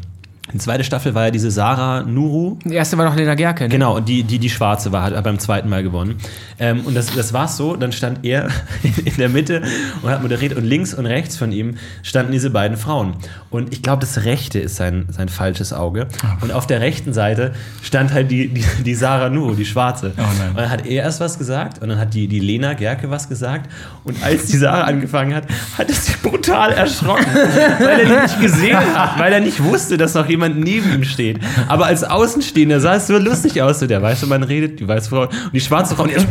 [SPEAKER 1] Die zweite Staffel war ja diese Sarah Nuru,
[SPEAKER 4] Die erste war noch Lena Gerke. Ne?
[SPEAKER 1] Genau, und die, die, die schwarze war, hat beim zweiten Mal gewonnen. Ähm, und das, das war so, dann stand er in der Mitte und hat moderiert und links und rechts von ihm standen diese beiden Frauen. Und ich glaube, das rechte ist sein, sein falsches Auge. Und auf der rechten Seite stand halt die, die, die Sarah Nu, die schwarze.
[SPEAKER 2] Oh nein.
[SPEAKER 1] Und dann hat er erst was gesagt und dann hat die, die Lena Gerke was gesagt. Und als die Sarah angefangen hat, hat es sie brutal erschrocken, weil er die nicht gesehen hat, weil er nicht wusste, dass noch jemand neben ihm steht. Aber als Außenstehender sah es so lustig aus, so der weiße Mann redet, die weiße Frau und die schwarze Frau. Und er so,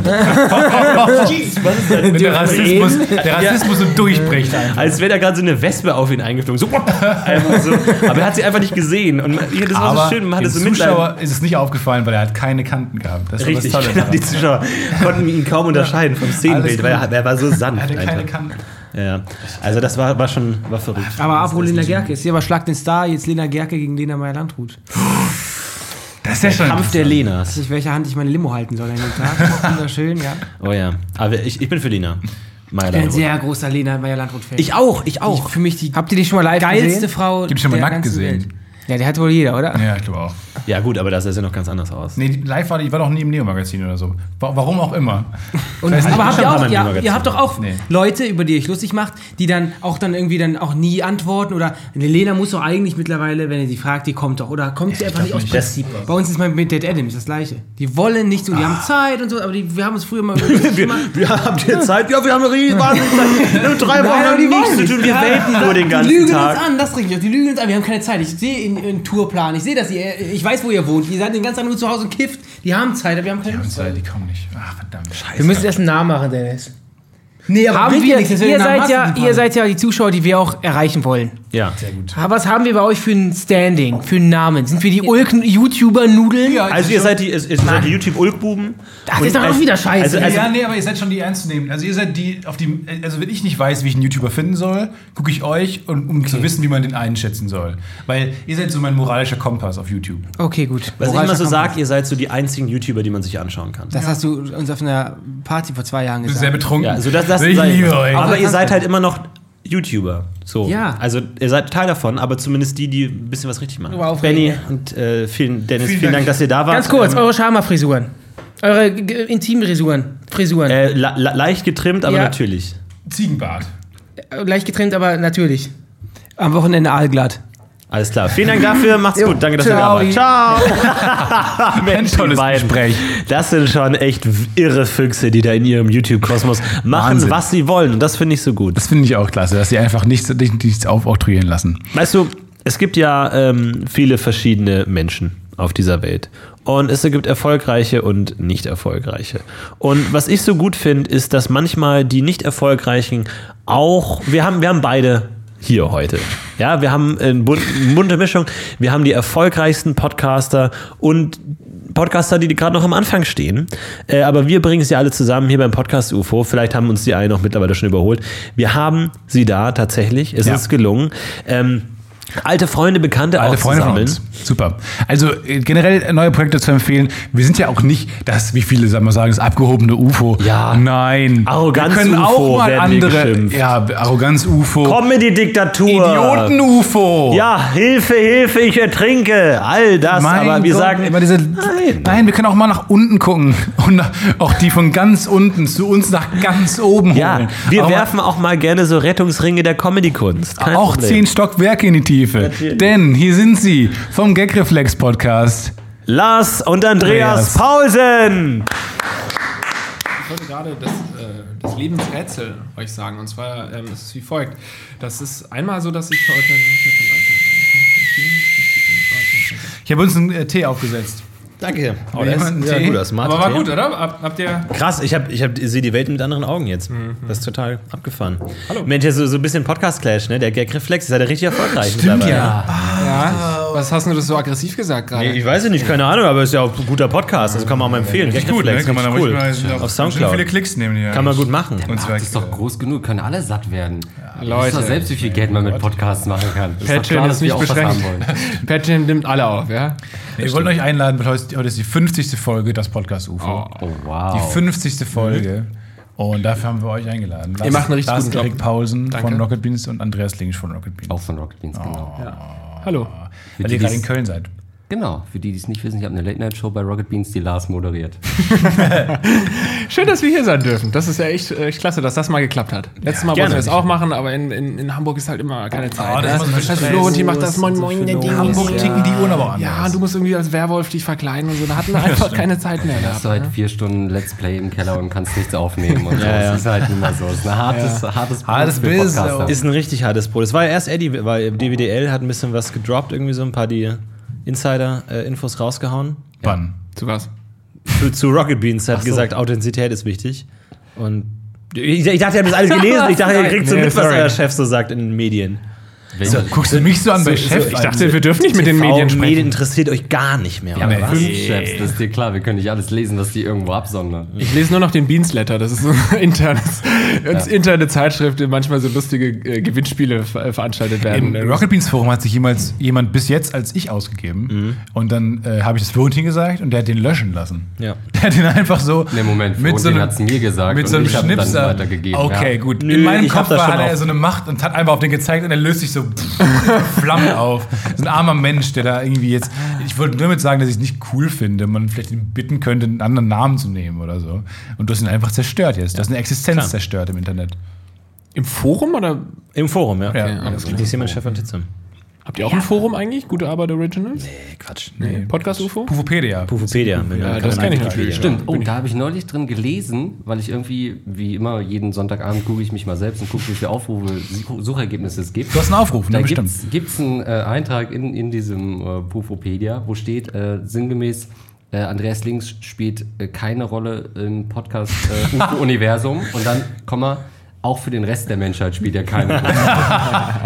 [SPEAKER 1] Jeez, was ist das denn?
[SPEAKER 2] Der Rassismus, der Rassismus so durchbricht einfach.
[SPEAKER 1] Als wäre da gerade so eine Wespe auf ihn eingeflogen. So, einfach so. Aber er hat sie einfach nicht gesehen. Und man- das war
[SPEAKER 2] Aber
[SPEAKER 1] so schön, man hatte
[SPEAKER 2] dem
[SPEAKER 1] so Mitleid.
[SPEAKER 2] Zuschauer ist es nicht aufgefallen, weil er hat keine Kanten gehabt. Das war
[SPEAKER 1] Richtig,
[SPEAKER 2] das Tolle
[SPEAKER 1] genau, die Zuschauer konnten ihn kaum unterscheiden vom Szenenbild, weil er, er war so sanft.
[SPEAKER 2] Er hatte keine
[SPEAKER 1] einfach.
[SPEAKER 2] Kanten.
[SPEAKER 1] Ja, also das war, war schon war verrückt.
[SPEAKER 5] Aber apropos Lena Gerke, ist hier aber Schlag den Star, jetzt Lena Gerke gegen Lena Meyer-Landrut.
[SPEAKER 2] Das ist ja schon
[SPEAKER 1] Kampf der Lenas.
[SPEAKER 5] Nicht, welche Hand ich meine Limo halten soll an dem Tag. Wunderschön, ja.
[SPEAKER 1] Oh ja, aber ich, ich bin für Lena.
[SPEAKER 5] Ich bin ein
[SPEAKER 1] Mailand.
[SPEAKER 5] sehr großer Lena Meyer-Landrut-Fan.
[SPEAKER 1] Ich auch, ich
[SPEAKER 5] Ich-
[SPEAKER 1] auch.
[SPEAKER 5] für mich die
[SPEAKER 4] Habt ihr die schon mal live
[SPEAKER 5] geilste
[SPEAKER 4] gesehen?
[SPEAKER 5] Frau.
[SPEAKER 2] ich schon mal
[SPEAKER 5] der
[SPEAKER 2] nackt
[SPEAKER 5] ganzen
[SPEAKER 2] gesehen.
[SPEAKER 5] Welt. Ja, die hat wohl jeder, oder?
[SPEAKER 2] Ja, ich glaube auch.
[SPEAKER 1] Ja gut, aber das sah ja noch ganz anders aus.
[SPEAKER 2] Nee, die- live war die, ich war noch nie im Neo-Magazin oder so. Wa- Warum auch immer.
[SPEAKER 5] Und,
[SPEAKER 2] Weiß nicht,
[SPEAKER 5] aber habt
[SPEAKER 1] schon
[SPEAKER 5] ihr,
[SPEAKER 1] mal
[SPEAKER 5] auch,
[SPEAKER 1] beim
[SPEAKER 5] ja,
[SPEAKER 1] Magazin.
[SPEAKER 5] ihr habt doch auch
[SPEAKER 2] Nee.
[SPEAKER 5] Leute, über die ihr euch lustig macht, die dann auch dann irgendwie dann auch nie antworten oder eine Lena muss doch eigentlich mittlerweile, wenn ihr sie fragt, die kommt doch oder kommt sie einfach nicht aus
[SPEAKER 1] nicht.
[SPEAKER 5] Prinzip. Bei uns ist man mit Dead Adams das gleiche. Die wollen nicht und die haben Zeit und so, aber die, wir haben uns früher mal über lustig gemacht.
[SPEAKER 1] Ah. Wir haben hier Zeit, ja, wir haben riesen Zeit. Nur drei
[SPEAKER 5] Nein, aber die wollen nicht.
[SPEAKER 1] Wir
[SPEAKER 5] Ja.
[SPEAKER 1] welpen nur den
[SPEAKER 5] die
[SPEAKER 1] ganzen
[SPEAKER 5] lügen uns
[SPEAKER 1] Tag.
[SPEAKER 5] an, das riecht Die lügen uns an, wir haben keine Zeit. Ich sehe in Ihren Tourplan, ich sehe, dass ihr, ich weiß, wo ihr wohnt. Ihr seid den ganzen Tag nur zu Hause und kifft. Die haben Zeit, aber wir haben keine Lust.
[SPEAKER 2] Die kommen nicht. Ach, verdammt.
[SPEAKER 4] Wir müssen erst einen Namen machen, Dennis.
[SPEAKER 5] Nee, aber
[SPEAKER 4] Haben
[SPEAKER 5] bringt
[SPEAKER 4] wir,
[SPEAKER 5] nichts, deswegen
[SPEAKER 4] ihr,
[SPEAKER 5] dann
[SPEAKER 4] seid
[SPEAKER 5] machst du
[SPEAKER 4] ja,
[SPEAKER 5] die
[SPEAKER 4] ihr
[SPEAKER 5] Frage.
[SPEAKER 4] seid ja die Zuschauer, die wir auch erreichen wollen.
[SPEAKER 1] Ja.
[SPEAKER 4] Aber was haben wir bei euch für ein Standing, für einen Namen? Sind wir die Ulken-YouTuber-Nudeln?
[SPEAKER 1] Also ihr seid die, ihr, ihr seid die YouTube-Ulkbuben.
[SPEAKER 4] Ach,
[SPEAKER 1] Und
[SPEAKER 4] das ist doch auch
[SPEAKER 1] als-
[SPEAKER 4] wieder scheiße.
[SPEAKER 1] Also, also,
[SPEAKER 2] ja, nee, aber ihr seid schon die ernstzunehmenden. Also ihr seid die, auf die, also wenn ich nicht weiß, wie ich einen YouTuber finden soll, gucke ich euch, und, um zu wissen, wie man den einschätzen soll. Weil ihr seid so mein moralischer Kompass auf YouTube.
[SPEAKER 5] Okay, gut.
[SPEAKER 1] was ich
[SPEAKER 5] Moralischer
[SPEAKER 1] immer so
[SPEAKER 5] Kampf.
[SPEAKER 1] sage, ihr seid so die einzigen YouTuber, die man sich anschauen kann.
[SPEAKER 5] Das hast du uns auf einer Party vor zwei Jahren
[SPEAKER 2] Sehr
[SPEAKER 5] gesagt.
[SPEAKER 2] betrunken.
[SPEAKER 1] Ja, so das, das
[SPEAKER 2] ich
[SPEAKER 1] sei-
[SPEAKER 2] liebe euch.
[SPEAKER 1] Aber
[SPEAKER 5] Aber
[SPEAKER 1] ihr
[SPEAKER 5] das
[SPEAKER 1] seid
[SPEAKER 5] kannst
[SPEAKER 1] halt immer noch YouTuber. So.
[SPEAKER 5] Ja.
[SPEAKER 1] Also ihr seid Teil davon, aber zumindest die, die ein bisschen was richtig machen.
[SPEAKER 4] Über aufregen,
[SPEAKER 1] Benny
[SPEAKER 4] ja.
[SPEAKER 1] und äh, vielen Dennis, vielen,
[SPEAKER 2] Vielen
[SPEAKER 1] Dank,
[SPEAKER 2] Dank.
[SPEAKER 1] dass ihr da wart.
[SPEAKER 4] Ganz kurz, eure Schama-Frisuren. Eure g- g- Intim-Frisuren. Frisuren.
[SPEAKER 1] Äh, le le leicht getrimmt, aber
[SPEAKER 4] Ja.
[SPEAKER 1] natürlich.
[SPEAKER 2] Ziegenbart.
[SPEAKER 4] Äh, Leicht getrennt, aber natürlich.
[SPEAKER 5] Am Wochenende allglatt.
[SPEAKER 1] Alles klar. Vielen Dank dafür. Macht's gut. Danke, dass ihr da
[SPEAKER 4] Ciao.
[SPEAKER 1] wart. Ciao. Mensch, die
[SPEAKER 2] tolles
[SPEAKER 1] beiden.
[SPEAKER 2] Gespräch.
[SPEAKER 1] Das sind schon echt irre Füchse, die da in ihrem YouTube-Kosmos machen,
[SPEAKER 2] Wahnsinn.
[SPEAKER 1] was sie wollen. Und das finde ich so gut.
[SPEAKER 2] Das finde ich auch klasse, dass sie einfach nichts, nichts aufoktroyieren lassen.
[SPEAKER 1] Weißt du, es gibt ja ähm, viele verschiedene Menschen auf dieser Welt. Und es gibt erfolgreiche und nicht erfolgreiche. Und was ich so gut finde, ist, dass manchmal die nicht erfolgreichen auch, wir haben, wir haben beide hier heute. Ja, wir haben eine bun- bunte Mischung. Wir haben die erfolgreichsten Podcaster und Podcaster, die gerade noch am Anfang stehen. Äh, aber wir bringen sie alle zusammen hier beim Podcast UFO. Vielleicht haben uns die einen auch mittlerweile schon überholt. Wir haben sie da tatsächlich. Es
[SPEAKER 2] Ja.
[SPEAKER 1] ist gelungen. Ähm, alte Freunde, Bekannte
[SPEAKER 2] Alle
[SPEAKER 1] auch
[SPEAKER 2] Freunde von
[SPEAKER 1] zusammen.
[SPEAKER 2] uns. Super. Also äh, generell äh, neue Projekte zu empfehlen. Wir sind ja auch nicht das, wie viele sagen, wir sagen das abgehobene UFO.
[SPEAKER 1] Ja.
[SPEAKER 2] Nein.
[SPEAKER 1] Arroganz-
[SPEAKER 2] wir können
[SPEAKER 1] UFO
[SPEAKER 2] auch mal
[SPEAKER 1] werden wir
[SPEAKER 2] andere.
[SPEAKER 1] geschimpft.
[SPEAKER 2] Ja, Arroganz-UFO.
[SPEAKER 1] Comedy-Diktatur.
[SPEAKER 2] Idioten-UFO.
[SPEAKER 1] Ja, Hilfe, Hilfe, ich ertrinke. All das.
[SPEAKER 2] Mein
[SPEAKER 1] aber wir
[SPEAKER 2] Gott,
[SPEAKER 1] sagen
[SPEAKER 2] immer diese,
[SPEAKER 1] Nein.
[SPEAKER 2] nein. nein, wir können auch mal nach unten gucken und nach, auch die von ganz unten zu uns nach ganz oben
[SPEAKER 1] Ja,
[SPEAKER 2] holen.
[SPEAKER 1] wir
[SPEAKER 2] auch mal-
[SPEAKER 1] werfen auch mal gerne so Rettungsringe der Comedy-Kunst. Kein
[SPEAKER 2] auch
[SPEAKER 1] Problem.
[SPEAKER 2] zehn Stockwerke in die Tiefe. Denn hier sind sie vom Gagreflex-Podcast.
[SPEAKER 1] Lars und Andreas
[SPEAKER 2] Andreas.
[SPEAKER 1] Paulsen.
[SPEAKER 6] Ich wollte gerade das, äh, das Lebensrätsel euch sagen. Und zwar ähm, ist es wie folgt. Das ist einmal so, dass ich heute mit dem Alter.
[SPEAKER 2] Ich habe uns einen äh, Tee aufgesetzt.
[SPEAKER 1] Danke.
[SPEAKER 2] Oh, das ist- ja, gut, das
[SPEAKER 6] Aber war gut, oder? Hab- Habt ihr.
[SPEAKER 1] Krass, ich, hab, ich, hab, ich sehe die Welt mit anderen Augen jetzt.
[SPEAKER 2] Mhm.
[SPEAKER 1] Das ist total abgefahren. Hallo. Mensch, ja, so, so ein bisschen Podcast-Clash, ne? Der Gag-Reflex ist ja richtig erfolgreich mittlerweile.
[SPEAKER 6] Ja? Was hast du das so aggressiv gesagt gerade?
[SPEAKER 1] Ich weiß es nicht, keine Ahnung, aber ist ja auch ein guter Podcast, also kann man auch mal empfehlen.
[SPEAKER 6] ne,
[SPEAKER 1] Gag-Reflex,
[SPEAKER 2] ne? Kann man
[SPEAKER 1] richtig
[SPEAKER 2] aber
[SPEAKER 1] cool.
[SPEAKER 2] cool.
[SPEAKER 1] Auf Soundcloud.
[SPEAKER 2] Viele Klicks nehmen die.
[SPEAKER 1] Kann man gut machen.
[SPEAKER 2] Und
[SPEAKER 7] Das ist doch groß genug, können alle satt werden. Ich weiß doch
[SPEAKER 6] Leute.
[SPEAKER 7] selbst, wie viel Geld man mit Podcasts machen kann. Das ist doch
[SPEAKER 6] Patreon
[SPEAKER 7] klar,
[SPEAKER 6] ist
[SPEAKER 7] dass wir
[SPEAKER 6] nicht
[SPEAKER 7] auch was
[SPEAKER 6] beschränkt.
[SPEAKER 7] haben wollen.
[SPEAKER 6] Patreon nimmt alle auf, ja?
[SPEAKER 2] Wir wollten euch einladen, weil heute heute ist die 50. Folge, das Podcast UFO.
[SPEAKER 7] Oh,
[SPEAKER 2] Die
[SPEAKER 7] wow.
[SPEAKER 2] 50. Folge. Und dafür haben wir euch eingeladen. Lars,
[SPEAKER 6] macht einen richtig
[SPEAKER 2] Lars
[SPEAKER 6] guten Job.
[SPEAKER 2] Erik Paulsen
[SPEAKER 6] Danke.
[SPEAKER 2] von Rocket Beans und Andreas Links von Rocket Beans.
[SPEAKER 7] Auch von Rocket Beans,
[SPEAKER 2] Oh.
[SPEAKER 7] genau.
[SPEAKER 6] Hallo.
[SPEAKER 7] Für
[SPEAKER 2] Weil
[SPEAKER 7] die,
[SPEAKER 2] ihr gerade in
[SPEAKER 7] die's,
[SPEAKER 2] Köln seid.
[SPEAKER 7] genau, für die, die es nicht wissen, ich habe eine Late-Night-Show bei Rocket Beans, die Lars moderiert.
[SPEAKER 6] Schön, dass wir hier sein dürfen. Das ist ja echt, äh, echt klasse, dass das mal geklappt hat. Letztes Mal wollten wir es auch machen, aber in, in, in Hamburg ist halt immer keine Zeit.
[SPEAKER 2] Ah, das
[SPEAKER 6] ne?
[SPEAKER 2] ist immer so
[SPEAKER 6] das heißt,
[SPEAKER 2] Stress.
[SPEAKER 6] Florentin macht das, moin moin, die
[SPEAKER 2] Hamburg ticken die Uhren aber anders.
[SPEAKER 6] Ja, und du musst irgendwie als Werwolf dich verkleiden und so. Da hatten wir einfach keine Zeit mehr
[SPEAKER 7] Hast
[SPEAKER 6] gehabt.
[SPEAKER 7] du halt vier Stunden Let's Play im Keller und kannst nichts aufnehmen und so. Das ist halt immer so. Es ist ein hartes, hartes,
[SPEAKER 2] Hartes
[SPEAKER 7] Brot für
[SPEAKER 2] Business,
[SPEAKER 7] Podcaster.
[SPEAKER 2] ja.
[SPEAKER 1] Ist ein richtig hartes Brot. Es war ja erst Eddie, weil DWDL hat ein bisschen was gedroppt, irgendwie so ein paar die Insider-Infos rausgehauen.
[SPEAKER 2] Bann.
[SPEAKER 6] Zu was?
[SPEAKER 1] Zu, zu Rocket Beans hat gesagt, Authentizität ist wichtig. Und ich, ich dachte, ihr habt das alles gelesen. Ich dachte, ihr kriegt so
[SPEAKER 6] Nee,
[SPEAKER 1] mit, was
[SPEAKER 6] sorry.
[SPEAKER 1] euer Chef so sagt in den Medien.
[SPEAKER 2] Guckst du mich so an bei Chef?
[SPEAKER 6] Ich dachte, wir dürfen nicht mit den
[SPEAKER 1] TV
[SPEAKER 6] Medien sprechen.
[SPEAKER 1] Medien interessiert euch gar nicht mehr.
[SPEAKER 7] Ja,
[SPEAKER 1] oder
[SPEAKER 7] aber
[SPEAKER 1] was?
[SPEAKER 7] fünf Chefs, das ist dir klar, wir können nicht alles lesen, was die irgendwo absondern.
[SPEAKER 6] Ich lese nur noch den Beansletter. Das ist eine interne, als interne Zeitschrift, in manchmal so lustige äh, Gewinnspiele ver veranstaltet werden.
[SPEAKER 2] Im Rocket Beans Forum hat sich jemals jemand bis jetzt als ich ausgegeben. Und dann äh, habe ich das Florentin gesagt und der hat den löschen lassen.
[SPEAKER 1] Ja.
[SPEAKER 2] Der hat den einfach so.
[SPEAKER 7] Ne, Moment,
[SPEAKER 2] mit so
[SPEAKER 7] Florentin
[SPEAKER 2] einem,
[SPEAKER 7] hat's mir gesagt
[SPEAKER 2] mit
[SPEAKER 7] und
[SPEAKER 2] so einem
[SPEAKER 7] ich hab dann
[SPEAKER 2] Schnipser.
[SPEAKER 7] weitergegeben,
[SPEAKER 2] Okay,
[SPEAKER 7] ja.
[SPEAKER 2] gut.
[SPEAKER 1] Nö,
[SPEAKER 2] In meinem
[SPEAKER 1] ich hab
[SPEAKER 2] Kopf
[SPEAKER 1] das
[SPEAKER 2] war,
[SPEAKER 1] schon
[SPEAKER 2] hat er
[SPEAKER 1] auch.
[SPEAKER 2] so eine Macht und hat einmal auf den gezeigt und er löst sich so Flammen auf. So ein armer Mensch, der da irgendwie jetzt. Ich wollte nur mit sagen, dass ich es nicht cool finde. Man vielleicht ihn bitten könnte, einen anderen Namen zu nehmen oder so. Und du hast ihn einfach zerstört jetzt. Du hast eine Existenz
[SPEAKER 1] Klar.
[SPEAKER 2] zerstört im Internet.
[SPEAKER 6] Im Forum oder
[SPEAKER 1] Im Forum, ja.
[SPEAKER 2] Ja.
[SPEAKER 6] alles
[SPEAKER 1] Ich sehe meinen also Chef und Titzem.
[SPEAKER 6] habt ihr auch ein Forum eigentlich? Gute Arbeit Originals?
[SPEAKER 1] Ey, Quatsch.
[SPEAKER 6] Podcast UFO?
[SPEAKER 2] Pufopedia.
[SPEAKER 1] Pufopedia.
[SPEAKER 6] Ja, das kenn ich natürlich.
[SPEAKER 7] Stimmt, oh, da habe ich neulich drin gelesen, weil ich irgendwie, wie immer, jeden Sonntagabend gucke ich mich mal selbst und gucke, wie viele Aufrufe, Suchergebnisse es gibt.
[SPEAKER 2] Du hast einen Aufruf, ne?
[SPEAKER 7] Da
[SPEAKER 2] Bestimmt.
[SPEAKER 7] gibt es einen äh, Eintrag in, in diesem äh, Pufopedia, wo steht äh, sinngemäß, äh, Andreas Links spielt äh, keine Rolle im Podcast äh, UFO-Universum und dann, Komma, auch für den Rest der Menschheit spielt er keine Rolle.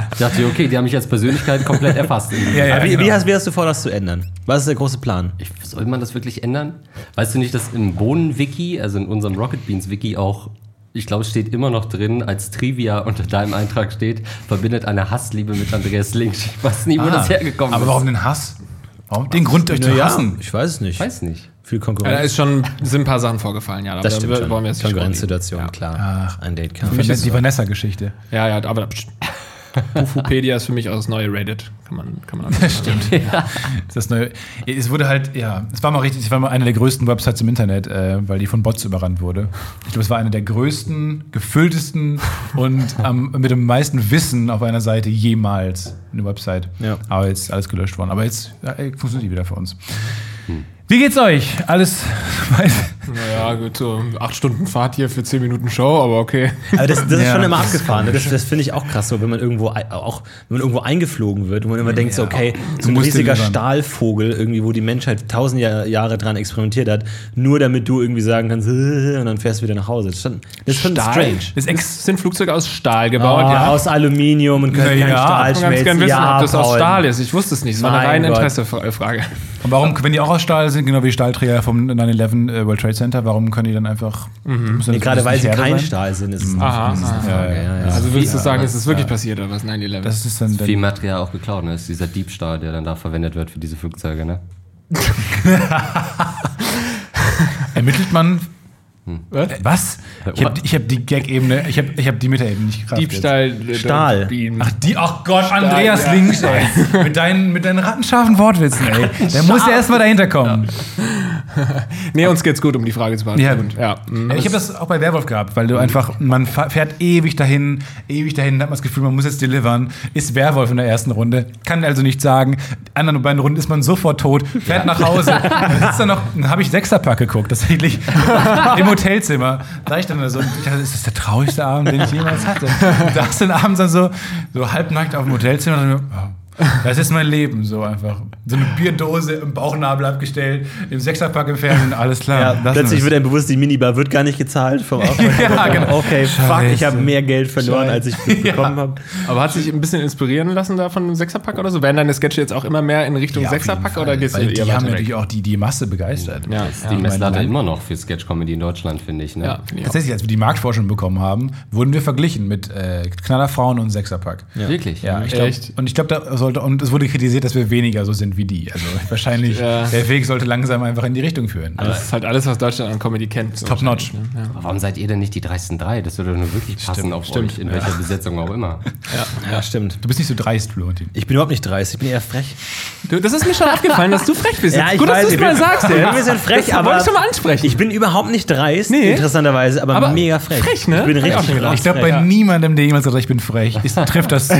[SPEAKER 7] ich dachte, okay, die haben mich als Persönlichkeit komplett erfasst.
[SPEAKER 1] Aber wie,
[SPEAKER 6] genau.
[SPEAKER 1] wie, hast, wie hast du vor, das zu ändern? Was ist der große Plan?
[SPEAKER 7] Ich, soll man das wirklich ändern? Weißt du nicht, dass im Bohnen-Wiki, also in unserem Rocket Beans-Wiki auch, ich glaube, es steht immer noch drin, als Trivia unter deinem Eintrag steht, verbindet eine Hassliebe mit Andreas Links. Ich weiß nie, wo das hergekommen
[SPEAKER 2] Ah, Aber
[SPEAKER 7] ist. ne,
[SPEAKER 2] warum den Hass? Warum den Grund, euch zu hassen?
[SPEAKER 1] ich weiß es nicht.
[SPEAKER 7] Ich weiß nicht.
[SPEAKER 1] Viel
[SPEAKER 6] Ja, da
[SPEAKER 1] Konkurrenz.
[SPEAKER 6] ist schon, sind ein paar Sachen vorgefallen, ja. Aber
[SPEAKER 1] das stimmt
[SPEAKER 6] da
[SPEAKER 1] schon.
[SPEAKER 6] wollen wir jetzt nicht vorgehen.
[SPEAKER 1] Konkurrenzsituation, klar. Ein Date kam.
[SPEAKER 2] Ich die Vanessa-Geschichte.
[SPEAKER 6] Ja, ja, aber pst. Pufopedia ist für mich auch das neue Reddit. Kann man, kann man auch
[SPEAKER 2] Stimmt. Das neue, es wurde halt, ja, es war mal richtig, es war mal eine der größten Websites im Internet, äh, weil die von Bots überrannt wurde. Ich glaube, es war eine der größten, gefülltesten und am, mit dem meisten Wissen auf einer Seite jemals eine Website.
[SPEAKER 1] Ja.
[SPEAKER 2] Aber jetzt ist alles gelöscht worden. Aber jetzt ja, ey, funktioniert die wieder für uns. Wie geht's euch? Alles soweit?
[SPEAKER 6] Naja, gut, so acht Stunden Fahrt hier für zehn Minuten Show, aber okay.
[SPEAKER 1] Aber das, das ist
[SPEAKER 2] Ja,
[SPEAKER 1] schon immer
[SPEAKER 2] das ist
[SPEAKER 1] abgefahren. ne? Das, das finde ich auch krass, so wenn man irgendwo ei- auch wenn man irgendwo eingeflogen wird und man immer
[SPEAKER 6] Mhm.
[SPEAKER 1] denkt so, okay, so ein
[SPEAKER 2] musst
[SPEAKER 1] riesiger
[SPEAKER 2] delivern.
[SPEAKER 1] Stahlvogel irgendwie, wo die Menschheit tausend Jahr, Jahre dran experimentiert hat, nur damit du irgendwie sagen kannst, "Äh", und dann fährst du wieder nach Hause. Das ist schon, das ist schon strange.
[SPEAKER 6] Das Ex sind Flugzeuge aus Stahl
[SPEAKER 1] Oh,
[SPEAKER 6] gebaut, ja.
[SPEAKER 1] Aus Aluminium und können
[SPEAKER 2] Naja,
[SPEAKER 1] keinen Stahl
[SPEAKER 6] Ich ganz gern
[SPEAKER 1] schmelzen.
[SPEAKER 6] wissen, ob das aus
[SPEAKER 1] Paul.
[SPEAKER 6] Stahl ist. Ich wusste es nicht. Es war eine
[SPEAKER 1] Mein
[SPEAKER 6] reine
[SPEAKER 1] Gott.
[SPEAKER 6] Interessefrage.
[SPEAKER 2] Und warum, wenn die auch aus Stahl sind, genau wie die Stahlträger vom 9-11 äh, World Trade Center, warum können die dann einfach. müssen
[SPEAKER 1] Nee,
[SPEAKER 2] das-
[SPEAKER 6] Also
[SPEAKER 1] gerade
[SPEAKER 2] müssen
[SPEAKER 1] weil
[SPEAKER 2] das
[SPEAKER 1] sie
[SPEAKER 2] Erde
[SPEAKER 1] kein
[SPEAKER 2] sein?
[SPEAKER 1] Stahl sind, ist es
[SPEAKER 6] Aha, aha.
[SPEAKER 2] Ja, ja, ja.
[SPEAKER 6] Also würdest du sagen, es ist wirklich passiert oder was? 9-11.
[SPEAKER 2] Das ist dann.
[SPEAKER 7] Viel
[SPEAKER 2] dann
[SPEAKER 7] Material auch geklaut, ne? Das ist dieser Diebstahl, der dann da verwendet wird für diese Flugzeuge, ne?
[SPEAKER 2] ermittelt man.
[SPEAKER 6] Was?
[SPEAKER 2] Äh, Was? Ich habe hab die Gag-Ebene, ich habe ich hab die Meta-Ebene nicht gerafft.
[SPEAKER 6] Diebstahl. äh,
[SPEAKER 1] Stahl.
[SPEAKER 6] Beam.
[SPEAKER 2] Jetzt. Ach, die, ach Gott, Andreas links, ey. Mit deinen, mit deinen rattenscharfen Wortwitzen, ey. Der muss ja erstmal dahinter kommen.
[SPEAKER 6] Nee, uns geht's gut, um die Frage zu beantworten.
[SPEAKER 2] Ja,
[SPEAKER 6] ja. mhm.
[SPEAKER 2] Ich habe das auch bei Werwolf gehabt, weil
[SPEAKER 1] Mhm.
[SPEAKER 2] du einfach, man fa- fährt ewig dahin, ewig dahin, hat man das Gefühl, man muss jetzt delivern. Ist Werwolf in der ersten Runde, kann also nicht sagen. Die anderen beiden Runden ist man sofort tot, fährt nach Hause. Dann sitzt er noch, dann habe ich Sechserpack geguckt, tatsächlich im Hotelzimmer. Da ich dann so, ich dachte, ist das der traurigste Abend, den ich jemals hatte. Da ist dann abends dann so, so halbnackt auf dem Hotelzimmer. Und dann, oh. Das ist mein Leben, so einfach. So eine Bierdose im Bauchnabel abgestellt, im Sechserpack im Fernsehen, alles klar.
[SPEAKER 1] Ja,
[SPEAKER 2] Lassen
[SPEAKER 1] plötzlich
[SPEAKER 2] wir's.
[SPEAKER 1] wird einem bewusst, die Minibar wird gar nicht gezahlt vom Aufwand.
[SPEAKER 2] Ja, genau.
[SPEAKER 1] Okay, fuck, ich habe
[SPEAKER 2] Scheiße.
[SPEAKER 1] mehr Geld verloren, als ich bekommen habe.
[SPEAKER 6] Aber hat sich ein bisschen inspirieren lassen da von einem Sechserpack oder so? Werden deine Sketche jetzt auch immer mehr in Richtung
[SPEAKER 2] Ja, auf jeden
[SPEAKER 6] Sechserpack
[SPEAKER 2] Fall.
[SPEAKER 6] oder gehst du
[SPEAKER 2] Weil Die
[SPEAKER 6] eher
[SPEAKER 2] haben
[SPEAKER 6] weiter
[SPEAKER 2] natürlich
[SPEAKER 6] weg?
[SPEAKER 2] auch die, die Masse begeistert.
[SPEAKER 6] Ja,
[SPEAKER 7] ist die
[SPEAKER 6] ja.
[SPEAKER 7] Messlatte
[SPEAKER 2] mein-
[SPEAKER 7] immer noch für Sketch-Comedy in Deutschland, finde ich. Ne?
[SPEAKER 6] Ja, finde ich auch.
[SPEAKER 2] Tatsächlich, als wir die Marktforschung bekommen haben, wurden wir verglichen mit äh, Knallerfrauen und Sechserpack.
[SPEAKER 7] Wirklich?
[SPEAKER 2] Ja, ich glaub,
[SPEAKER 6] Echt?
[SPEAKER 2] und ich glaube, da sollte und es wurde kritisiert, dass wir weniger so sind wie die. Also wahrscheinlich der Weg sollte langsam einfach in die Richtung führen.
[SPEAKER 6] Das ist halt alles, ne? was Deutschland an Comedy kennt.
[SPEAKER 2] Top notch.
[SPEAKER 7] Aber Warum seid ihr denn nicht die dreisten drei? Das würde nur wirklich passen auf euch, in welcher Besetzung auch immer.
[SPEAKER 1] Ja, stimmt.
[SPEAKER 2] Du bist nicht so dreist, Florentin.
[SPEAKER 1] Ich bin überhaupt nicht dreist, ich bin eher frech.
[SPEAKER 6] Du, das ist mir schon aufgefallen, dass du frech bist. Jetzt Gut, dass du es mal sagst.
[SPEAKER 1] Ich bin
[SPEAKER 6] ey.
[SPEAKER 1] ein bisschen frech,
[SPEAKER 6] das
[SPEAKER 1] aber
[SPEAKER 6] wollte ich schon mal ansprechen.
[SPEAKER 1] ich bin überhaupt nicht dreist,
[SPEAKER 6] Nee.
[SPEAKER 1] interessanterweise, aber,
[SPEAKER 6] Aber
[SPEAKER 1] mega frech.
[SPEAKER 6] frech, ne?
[SPEAKER 1] Ich bin
[SPEAKER 6] Hab ich auch
[SPEAKER 1] richtig
[SPEAKER 6] schon gedacht.
[SPEAKER 1] krass
[SPEAKER 2] Ich glaube, bei
[SPEAKER 1] frech.
[SPEAKER 2] niemandem, der jemals gesagt hat, ich bin frech, ist, trifft das zu.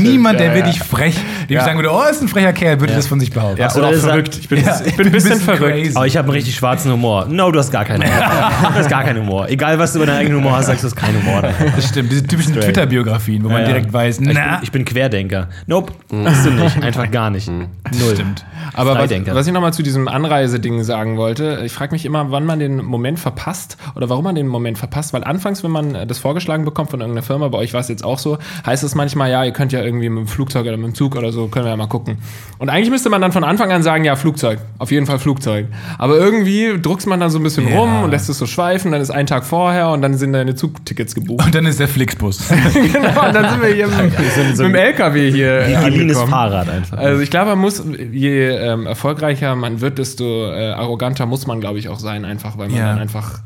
[SPEAKER 2] Niemand, der wirklich frech, dem ich sagen würde, oh, ist ein frecher Kerl, würde das von sich behaupten.
[SPEAKER 1] Ja,
[SPEAKER 2] Ach so,
[SPEAKER 1] oder ist er-
[SPEAKER 6] Ich bin, ich bin ein bisschen verrückt.
[SPEAKER 2] crazy.
[SPEAKER 1] Aber ich habe einen richtig schwarzen Humor. No, du hast gar keinen Humor. Du hast gar keinen Humor. Egal, was du über deinen eigenen Humor hast, sagst du, es ist kein Humor. Ich
[SPEAKER 2] Das stimmt, diese typischen
[SPEAKER 1] Straight.
[SPEAKER 2] Twitter-Biografien, wo man
[SPEAKER 1] Ja, ja.
[SPEAKER 2] direkt weiß,
[SPEAKER 1] bin,
[SPEAKER 2] na,
[SPEAKER 1] ich bin Querdenker. Nope, bist du nicht. Einfach gar nicht. Null. Stimmt.
[SPEAKER 6] Aber was,
[SPEAKER 1] Freidenker.
[SPEAKER 6] was ich nochmal zu diesem Anreiseding sagen wollte, ich frage mich immer, wann man den Moment verpasst oder warum man den Moment verpasst, weil anfangs, wenn man äh, das vorgeschlagen bekommt von irgendeiner Firma, bei euch war es jetzt auch so, heißt es manchmal, ja, ihr könnt ja irgendwie mit dem Flugzeug oder mit dem Zug oder so, können wir ja mal gucken. Und eigentlich müsste man dann von Anfang an sagen, ja, Flugzeug, auf jeden Fall Flugzeug. Aber irgendwie druckst man dann so ein bisschen rum und lässt es so schweifen, dann ist ein Tag vorher und dann sind deine Zugtickets gebucht.
[SPEAKER 2] und dann ist der Flixbus.
[SPEAKER 6] genau, und dann sind wir hier mit,
[SPEAKER 1] so
[SPEAKER 6] mit dem LKW hier.
[SPEAKER 1] Wie geliehenes
[SPEAKER 6] angekommen.
[SPEAKER 1] Fahrrad einfach.
[SPEAKER 6] Also ich glaube, man muss, je ähm, erfolgreicher man wird, desto äh, arroganter muss man, glaube ich, auch sein, einfach, weil man
[SPEAKER 2] Ja.
[SPEAKER 6] dann einfach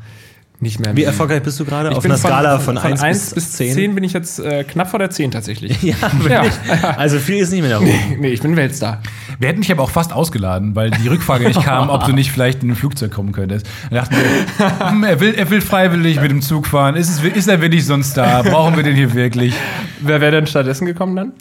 [SPEAKER 6] nicht mehr.
[SPEAKER 1] Wie erfolgreich bist du gerade?
[SPEAKER 6] ich
[SPEAKER 1] Auf
[SPEAKER 6] bin
[SPEAKER 1] einer Skala von,
[SPEAKER 6] von,
[SPEAKER 1] 1,
[SPEAKER 6] 1
[SPEAKER 1] bis
[SPEAKER 6] bis
[SPEAKER 1] 10?
[SPEAKER 6] 10. bin ich jetzt äh, knapp vor der 10 tatsächlich.
[SPEAKER 1] Ja, wirklich. Also viel ist nicht mehr da oben.
[SPEAKER 6] nee, ich bin Weltstar.
[SPEAKER 2] Wir hätten mich aber auch fast ausgeladen, weil die Rückfrage nicht kam, ob du nicht vielleicht in ein Flugzeug kommen könntest. Dann dachten wir, hm, er, will, er will freiwillig mit dem Zug fahren. Ist, es, ist er wirklich sonst da? Brauchen wir den hier wirklich?
[SPEAKER 6] Wer wäre denn stattdessen gekommen dann?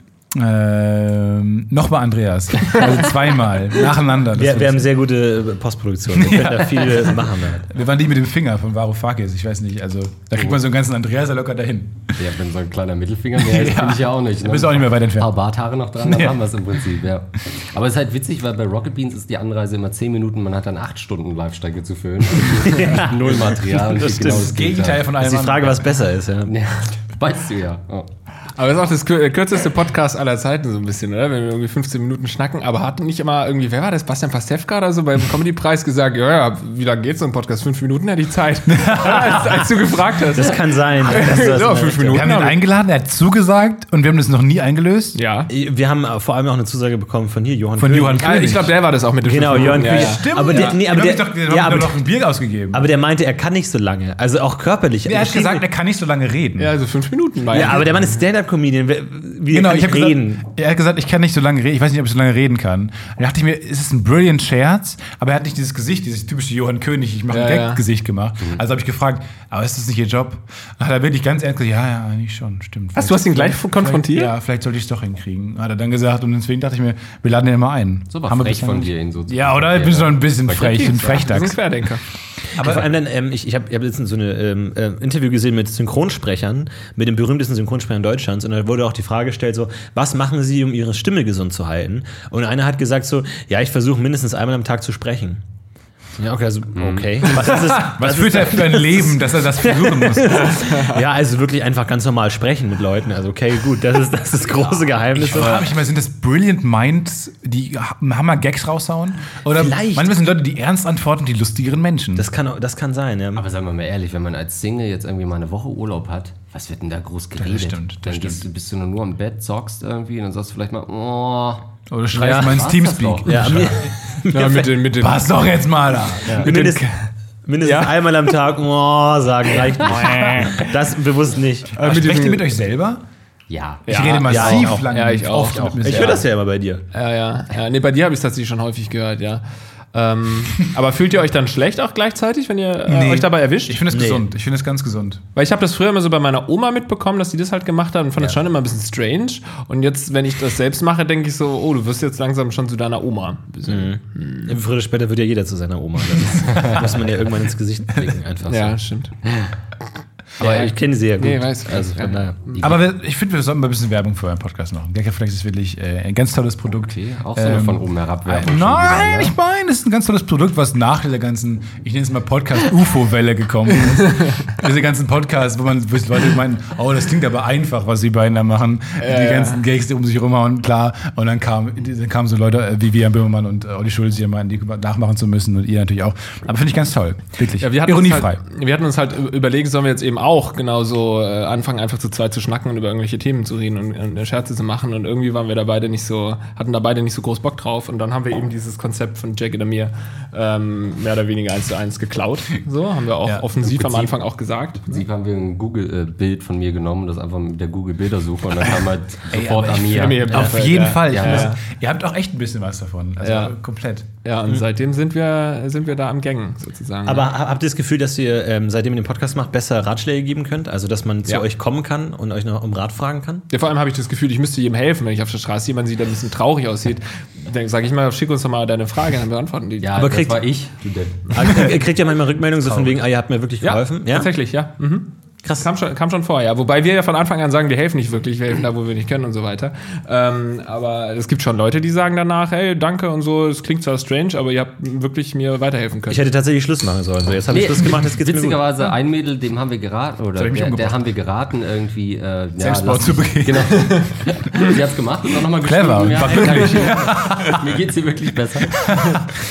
[SPEAKER 2] Ähm, Nochmal Andreas. Also zweimal, nacheinander. Das
[SPEAKER 1] Wir, wir haben
[SPEAKER 2] wird's.
[SPEAKER 1] sehr gute äh, Postproduktion. Wir können da viel machen. Halt.
[SPEAKER 2] wir waren die mit dem Finger von Varoufakis, ich weiß nicht. Also da kriegt man so einen ganzen Andreas ja locker dahin.
[SPEAKER 7] Ja, wenn so ein kleiner Mittelfinger mehr ist, bin ich ja auch nicht. Ne?
[SPEAKER 2] bist du auch nicht mehr weit entfernt.
[SPEAKER 7] Paar Barthaare noch dran, dann haben wir es im Prinzip, ja. Aber es ist halt witzig, weil bei Rocket Beans ist die Anreise immer 10 Minuten, man hat dann 8 Stunden Live-Strecke zu füllen. Null Material. und
[SPEAKER 1] Das
[SPEAKER 7] genau
[SPEAKER 1] stimmt.
[SPEAKER 7] das
[SPEAKER 2] Gegenteil von
[SPEAKER 1] Das
[SPEAKER 2] allem
[SPEAKER 1] ist die Frage, was besser ist. Ja.
[SPEAKER 7] Ja, weißt du ja. Ja.
[SPEAKER 6] Aber das ist auch das kür- äh, kürzeste Podcast aller Zeiten, so ein bisschen, oder? Wenn wir irgendwie 15 Minuten schnacken. Aber hat nicht immer irgendwie, wer war das? Bastian Pastewka oder so beim Comedy-Preis gesagt, ja, ja, wie lange geht so ein Podcast? Fünf Minuten hätte ich Zeit. als, als du gefragt hast.
[SPEAKER 1] Das kann sein. dass du das
[SPEAKER 6] Ja,
[SPEAKER 1] in der
[SPEAKER 6] fünf
[SPEAKER 1] Richtung-
[SPEAKER 6] Minuten.
[SPEAKER 2] Wir haben ihn eingeladen, er hat zugesagt und wir haben das noch nie eingelöst.
[SPEAKER 6] ja.
[SPEAKER 1] Wir haben äh, vor allem auch eine Zusage bekommen von hier, Johann
[SPEAKER 2] Von
[SPEAKER 1] König.
[SPEAKER 2] Johann
[SPEAKER 6] Ah,
[SPEAKER 2] König.
[SPEAKER 6] ich glaube, der war das auch mit den
[SPEAKER 1] Genau,
[SPEAKER 6] fünf
[SPEAKER 1] Jörn
[SPEAKER 6] Minuten.
[SPEAKER 1] Kühn.
[SPEAKER 2] Stimmt,
[SPEAKER 1] Aber
[SPEAKER 2] ja.
[SPEAKER 1] der- nee, aber
[SPEAKER 2] Dann hab
[SPEAKER 1] der-
[SPEAKER 2] ich doch, den
[SPEAKER 1] ja,
[SPEAKER 2] haben
[SPEAKER 1] aber-
[SPEAKER 2] wir doch noch ein Bier ausgegeben.
[SPEAKER 1] Aber der meinte, er kann nicht so lange. Also auch körperlich.
[SPEAKER 2] er
[SPEAKER 1] Also
[SPEAKER 2] hat gesagt, er kann nicht so lange reden.
[SPEAKER 6] Ja, also fünf Minuten war
[SPEAKER 1] ja, aber der Mann ist Stand-Up-Comedian. Wer- Wie
[SPEAKER 2] Genau,
[SPEAKER 1] kann
[SPEAKER 2] ich
[SPEAKER 1] ich
[SPEAKER 2] habe
[SPEAKER 1] reden?
[SPEAKER 2] gesagt, er hat gesagt, ich kann nicht so lange reden, ich weiß nicht, ob ich so lange reden kann. Da dachte ich mir, es ist ein brilliant Scherz, aber er hat nicht dieses Gesicht, dieses typische Johann König, ich mache ein
[SPEAKER 6] Ja, ja.
[SPEAKER 2] Gag-Gesicht gemacht. Also habe ich gefragt, aber ist das nicht ihr Job? Da hat er wirklich ganz ernst gesagt, ja, ja, eigentlich schon, stimmt.
[SPEAKER 6] Hast du hast ihn gleich konfrontiert?
[SPEAKER 2] Ja, vielleicht sollte ich es doch hinkriegen. Hat er dann gesagt und deswegen dachte ich mir, wir laden ihn immer ein.
[SPEAKER 7] So war
[SPEAKER 2] Haben wir
[SPEAKER 7] frech
[SPEAKER 2] bisher
[SPEAKER 7] von
[SPEAKER 2] nicht.
[SPEAKER 7] dir. Ihn so zu
[SPEAKER 2] Ja, oder? Ich bin so ein bisschen frech, ich bin
[SPEAKER 6] Das ist ein
[SPEAKER 2] Frechdachs.
[SPEAKER 6] Querdenker.
[SPEAKER 1] Aber vor allem dann, ähm, ich, ich habe ich hab letztens so ein ähm, äh, Interview gesehen mit Synchronsprechern, mit den berühmtesten Synchronsprechern Deutschlands. Und da wurde auch die Frage gestellt, so, was machen sie, um ihre Stimme gesund zu halten? Und einer hat gesagt so, ja, ich versuche mindestens einmal am Tag zu sprechen. Ja, okay, also, okay. Was ist es?
[SPEAKER 2] Mhm.
[SPEAKER 1] Also,
[SPEAKER 2] Was führt er für ein Leben, dass er das versuchen muss?
[SPEAKER 1] Ja, also wirklich einfach ganz normal sprechen mit Leuten. Also, okay, gut, das ist das, ist das große Geheimnis.
[SPEAKER 2] Ich frage mich immer, sind das Brilliant Minds, die Hammer-Gags raushauen? Oder
[SPEAKER 1] Vielleicht.
[SPEAKER 2] manchmal sind Leute, die ernst antworten, die lustigeren Menschen.
[SPEAKER 1] Das kann, auch- das kann sein, ja.
[SPEAKER 7] Aber sagen wir mal ehrlich, wenn man als Single jetzt irgendwie mal eine Woche Urlaub hat, was wird denn da groß geredet?
[SPEAKER 2] stimmt, das
[SPEAKER 7] dann Gehst, du- bist du nur am Bett, zockst irgendwie und dann sagst du vielleicht mal, oh,
[SPEAKER 2] Oder schreibst mal ins
[SPEAKER 7] war's das
[SPEAKER 2] Teamspeak.
[SPEAKER 7] doch.
[SPEAKER 1] Ja, mir,
[SPEAKER 6] Ja, mit den, mit den,
[SPEAKER 2] Pass doch jetzt mal da.
[SPEAKER 1] mindest, mindestens einmal am Tag oh, sagen reicht nicht. Das bewusst nicht.
[SPEAKER 2] Aber
[SPEAKER 6] mit
[SPEAKER 2] Sprecht ihr
[SPEAKER 6] diesem-
[SPEAKER 2] mit euch selber?
[SPEAKER 7] ja.
[SPEAKER 2] Ich rede massiv
[SPEAKER 1] ja, auch.
[SPEAKER 2] lange.
[SPEAKER 6] Ja, ich
[SPEAKER 2] mit-
[SPEAKER 6] auch,
[SPEAKER 2] oft
[SPEAKER 6] ich
[SPEAKER 2] mit
[SPEAKER 6] auch.
[SPEAKER 2] mir
[SPEAKER 1] Ich
[SPEAKER 2] selber.
[SPEAKER 1] höre das ja immer bei dir.
[SPEAKER 6] ja, ja, ja. Nee, bei dir habe ich es tatsächlich schon häufig gehört, ja. Ähm, aber fühlt ihr euch dann schlecht auch gleichzeitig, wenn ihr äh,
[SPEAKER 2] Nee.
[SPEAKER 6] euch dabei erwischt?
[SPEAKER 2] Ich finde es gesund. Ich finde es ganz gesund.
[SPEAKER 6] Weil ich habe das früher immer so bei meiner Oma mitbekommen, dass sie das halt gemacht hat und fand das schon immer ein bisschen strange. Und jetzt, wenn ich das selbst mache, denke ich so, oh, du wirst jetzt langsam schon zu deiner Oma. Ein bisschen.
[SPEAKER 1] Früher oder später wird ja jeder zu seiner Oma. Das ist- muss man ja irgendwann ins Gesicht blicken, einfach
[SPEAKER 6] Ja, stimmt.
[SPEAKER 7] Aber
[SPEAKER 8] ich kenne sie ja gut.
[SPEAKER 6] Nee, weiß.
[SPEAKER 7] Also von daher.
[SPEAKER 2] Aber wir, ich finde, wir sollten mal ein bisschen Werbung für euren Podcast machen. Gaggerflex ist wirklich äh, ein ganz tolles Produkt.
[SPEAKER 7] Okay, auch so eine von oben herab Werbung schon wieder,
[SPEAKER 2] Ähm, äh, Nein,
[SPEAKER 7] ne?
[SPEAKER 2] ich meine, das ist ein ganz tolles Produkt, was nach dieser ganzen, ich nenne es mal Podcast-UFO-Welle gekommen ist. Diese ganzen Podcasts, wo man wo Leute meinen, oh, das klingt aber einfach, was die beiden da machen. die ganzen Gags, die um sich rumhauen, klar. Und dann, kam, dann kamen so Leute äh, wie Vivian Böhmermann und äh, Olli Schulz, die dann meinten, die nachmachen zu müssen und ihr natürlich auch. Aber finde ich ganz toll. Wirklich.
[SPEAKER 6] Ja, wir hatten uns
[SPEAKER 2] Ironiefrei.
[SPEAKER 6] halt, wir hatten uns halt überlegt, sollen wir jetzt eben auch genauso äh, anfangen, einfach zu zweit zu schnacken und über irgendwelche Themen zu reden und, und Scherze zu machen. Und irgendwie waren wir da beide nicht so, hatten da beide nicht so groß Bock drauf. Und dann haben wir eben dieses Konzept von Jack und mir ähm, mehr oder weniger eins zu eins geklaut. So haben wir auch
[SPEAKER 2] Ja,
[SPEAKER 6] offensiv am Anfang auch gesagt.
[SPEAKER 7] Sie haben wir ein Google-Bild von mir genommen, das einfach mit der Google-Bildersuche und dann kam halt sofort
[SPEAKER 2] aber ich
[SPEAKER 7] Amir.
[SPEAKER 6] fühle mich-
[SPEAKER 7] Ja.
[SPEAKER 2] Auf jeden
[SPEAKER 6] Ja,
[SPEAKER 2] Fall. Ich
[SPEAKER 7] ja,
[SPEAKER 2] finde
[SPEAKER 7] ja.
[SPEAKER 2] das- Ihr habt auch echt ein bisschen was davon. Also
[SPEAKER 6] Ja.
[SPEAKER 2] komplett.
[SPEAKER 6] Ja, und seitdem sind wir, sind wir da am Gängen sozusagen.
[SPEAKER 1] Aber ha- habt ihr das Gefühl, dass ihr, ähm, seitdem ihr den Podcast macht, besser Ratschläge geben könnt? Also, dass man zu
[SPEAKER 6] Ja.
[SPEAKER 1] euch kommen kann und euch noch um Rat fragen kann?
[SPEAKER 6] Ja, vor allem habe ich das Gefühl, ich müsste jedem helfen, wenn ich auf der Straße jemanden sehe, der ein bisschen traurig aussieht. Dann sage ich mal, schick uns doch mal deine Frage, dann beantworten die.
[SPEAKER 7] Ja,
[SPEAKER 1] Aber
[SPEAKER 7] das
[SPEAKER 1] kriegt-
[SPEAKER 7] war ich.
[SPEAKER 1] Ah, ihr- ihr kriegt ja manchmal Rückmeldungen so von wegen, ah, ihr habt mir wirklich
[SPEAKER 6] ja,
[SPEAKER 1] geholfen.
[SPEAKER 6] tatsächlich, ja. Mhm.
[SPEAKER 1] Krass.
[SPEAKER 6] Kam schon, kam schon vor, ja. Wobei wir ja von Anfang an sagen, wir helfen nicht wirklich, wir helfen da, wo wir nicht können und so weiter. Ähm, aber es gibt schon Leute, die sagen danach, hey, danke und so, es klingt zwar strange, aber ihr habt wirklich mir weiterhelfen können.
[SPEAKER 1] Ich hätte tatsächlich Schluss machen sollen. So, jetzt habe ich
[SPEAKER 7] Nee,
[SPEAKER 1] Schluss gemacht, jetzt geht's mir gut.
[SPEAKER 7] Witzigerweise, ein Mädel, dem haben wir geraten, oder
[SPEAKER 2] ich mich
[SPEAKER 7] der, der
[SPEAKER 2] umgebracht.
[SPEAKER 7] haben wir geraten, irgendwie äh,
[SPEAKER 2] Selbstmord zu begehen.
[SPEAKER 7] Genau. Sie hat's gemacht und dann nochmal
[SPEAKER 2] Clever.
[SPEAKER 7] geschrieben. Ja, ey, Dankeschön. Mir geht's hier wirklich besser.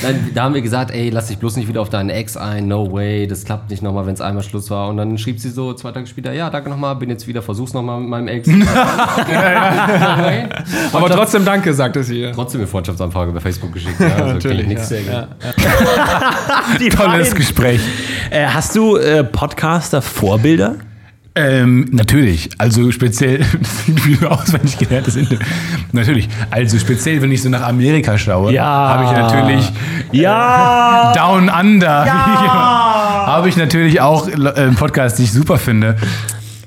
[SPEAKER 7] Nein, da haben wir gesagt, ey, lass dich bloß nicht wieder auf deinen Ex ein, no way, das klappt nicht nochmal, wenn es einmal Schluss war. Und dann schrieb sie so zwei Tage später, ja, danke nochmal, bin jetzt wieder, versuch's nochmal mit meinem Ex. No way.
[SPEAKER 6] aber trotzdem danke, sagte sie. Ja.
[SPEAKER 7] Trotzdem eine Freundschaftsanfrage bei Facebook geschickt. Ja, also natürlich. Nichts
[SPEAKER 1] Die
[SPEAKER 2] Tolles
[SPEAKER 1] beiden.
[SPEAKER 2] Gespräch.
[SPEAKER 1] Äh, hast du äh, Podcaster-Vorbilder?
[SPEAKER 2] Ähm, natürlich. Also speziell, das klingt wie ein auswendig gelerntes Interview. Natürlich. Also speziell, wenn ich so nach Amerika schaue,
[SPEAKER 1] Ja.
[SPEAKER 2] habe ich natürlich
[SPEAKER 1] Ja!
[SPEAKER 2] Down Under. habe ich natürlich auch äh, einen Podcast, den ich super finde.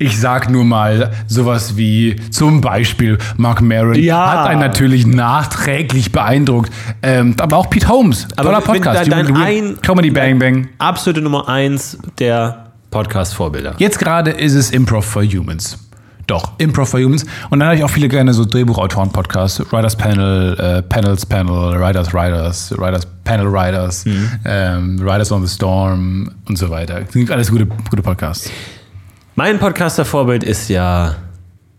[SPEAKER 2] Ich sag nur mal sowas wie zum Beispiel Mark Maron
[SPEAKER 1] Ja.
[SPEAKER 2] hat einen natürlich nachträglich beeindruckt. Ähm, aber auch Pete Holmes,
[SPEAKER 1] Aber
[SPEAKER 2] toller
[SPEAKER 1] wenn
[SPEAKER 2] Podcast.
[SPEAKER 1] dein-
[SPEAKER 2] You-
[SPEAKER 1] dein ein-
[SPEAKER 2] Comedy Bang Bang.
[SPEAKER 1] Absolute Nummer eins der Podcast-Vorbilder.
[SPEAKER 2] Jetzt gerade ist es Improv for Humans. Doch, Improv for Humans. Und dann habe ich auch viele gerne so Drehbuchautoren-Podcasts. Writers Panel, äh, Panels Panel, Writers Writers, Writers Panel Writers,
[SPEAKER 1] Mhm.
[SPEAKER 2] ähm, Writers on the Storm und so weiter. Das sind alles gute, gute Podcasts.
[SPEAKER 1] Mein Podcaster-Vorbild ist ja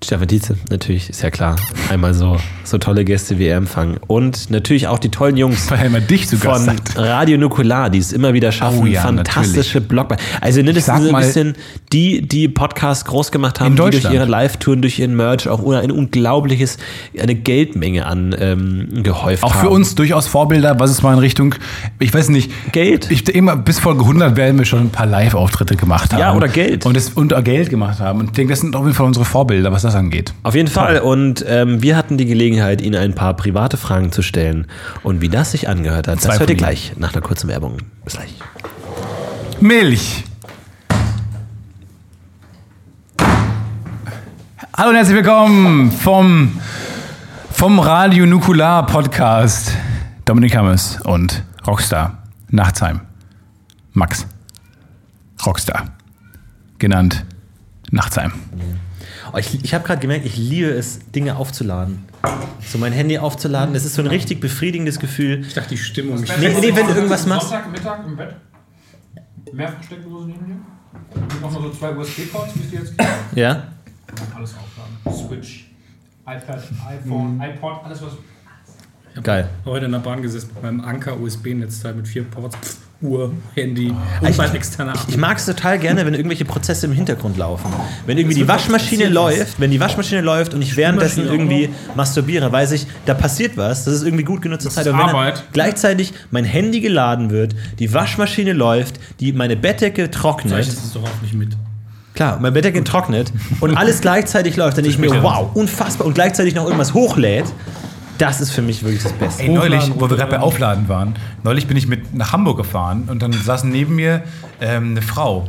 [SPEAKER 1] Stefan Tietze, natürlich, ist ja klar. Einmal so, so tolle Gäste wie er empfangen. Und natürlich auch die tollen Jungs.
[SPEAKER 2] Weil man dich zu Gast
[SPEAKER 1] Von
[SPEAKER 2] hat.
[SPEAKER 1] Radio Nukular, die es immer wieder schaffen,
[SPEAKER 2] Oh ja,
[SPEAKER 1] fantastische Blogbeiträge. Also ne, das
[SPEAKER 2] sag
[SPEAKER 1] sind so ein
[SPEAKER 2] mal-
[SPEAKER 1] bisschen die, die Podcasts groß gemacht haben,
[SPEAKER 2] In
[SPEAKER 1] die durch
[SPEAKER 2] Deutschland.
[SPEAKER 1] ihre Live-Touren, durch ihren Merch auch eine unglaubliches, eine Geldmenge an ähm, gehäuft
[SPEAKER 2] Auch
[SPEAKER 1] haben.
[SPEAKER 2] für uns durchaus Vorbilder, was ist mal in Richtung, ich weiß nicht,
[SPEAKER 1] Geld.
[SPEAKER 2] Ich denke immer, bis Folge 100 werden wir schon ein paar Live-Auftritte gemacht haben.
[SPEAKER 1] Ja, oder Geld.
[SPEAKER 2] Und, das, und auch Geld gemacht haben. Und ich denke, das sind auf jeden Fall unsere Vorbilder, was das angeht.
[SPEAKER 1] Auf jeden Fall. Und ähm, wir hatten die Gelegenheit, Ihnen ein paar private Fragen zu stellen. Und wie das sich angehört hat,
[SPEAKER 2] Zwei
[SPEAKER 1] das hört ihr
[SPEAKER 2] von Ihnen.
[SPEAKER 1] gleich nach einer kurzen Werbung. Bis gleich.
[SPEAKER 2] Milch. Hallo und herzlich willkommen vom, vom Radio Nukular Podcast. Dominik Hammes und Rockstar Nachtsheim. Max. Rockstar. Genannt Nachtsheim.
[SPEAKER 1] Oh, ich ich habe gerade gemerkt, ich liebe es, Dinge aufzuladen. So mein Handy aufzuladen, das ist so ein richtig befriedigendes Gefühl.
[SPEAKER 6] dachte, die Stimmung.
[SPEAKER 1] Nee, nee, wenn du irgendwas machst.
[SPEAKER 6] Sonntag, Mittag im Bett. Mehr Versteckdose neben dir. Nochmal so zwei USB-Ports, müsst ihr jetzt
[SPEAKER 1] Ja?
[SPEAKER 6] alles aufladen. Switch, iPad, iPhone,
[SPEAKER 1] Mhm.
[SPEAKER 6] iPod, alles was.
[SPEAKER 1] Geil.
[SPEAKER 9] Heute in der Bahn gesessen mit meinem Anker-USB-Netzteil mit vier Ports, Pff, Uhr, Handy und mein externer
[SPEAKER 1] Ah. Also Ich mag es total gerne, wenn irgendwelche Prozesse im Hintergrund laufen. Wenn irgendwie die Waschmaschine läuft, wenn die Waschmaschine läuft und ich währenddessen irgendwie masturbiere, weiß ich, da passiert was. Das ist irgendwie gut genutzte Zeit.
[SPEAKER 9] ist
[SPEAKER 1] Aber wenn dann
[SPEAKER 9] Arbeit.
[SPEAKER 1] gleichzeitig mein Handy geladen wird, die Waschmaschine läuft, die meine Bettdecke trocknet.
[SPEAKER 9] Zeichnest es doch auch nicht mit.
[SPEAKER 1] Klar, mein Bettdecke trocknet und alles gleichzeitig läuft, dann denke ich mir, wow, unfassbar. Und gleichzeitig noch irgendwas hochlädt. Das ist für mich wirklich das Beste.
[SPEAKER 2] Ey, neulich, wo wir gerade bei Aufladen waren, neulich bin ich mit nach Hamburg gefahren und dann saß neben mir ähm, eine Frau,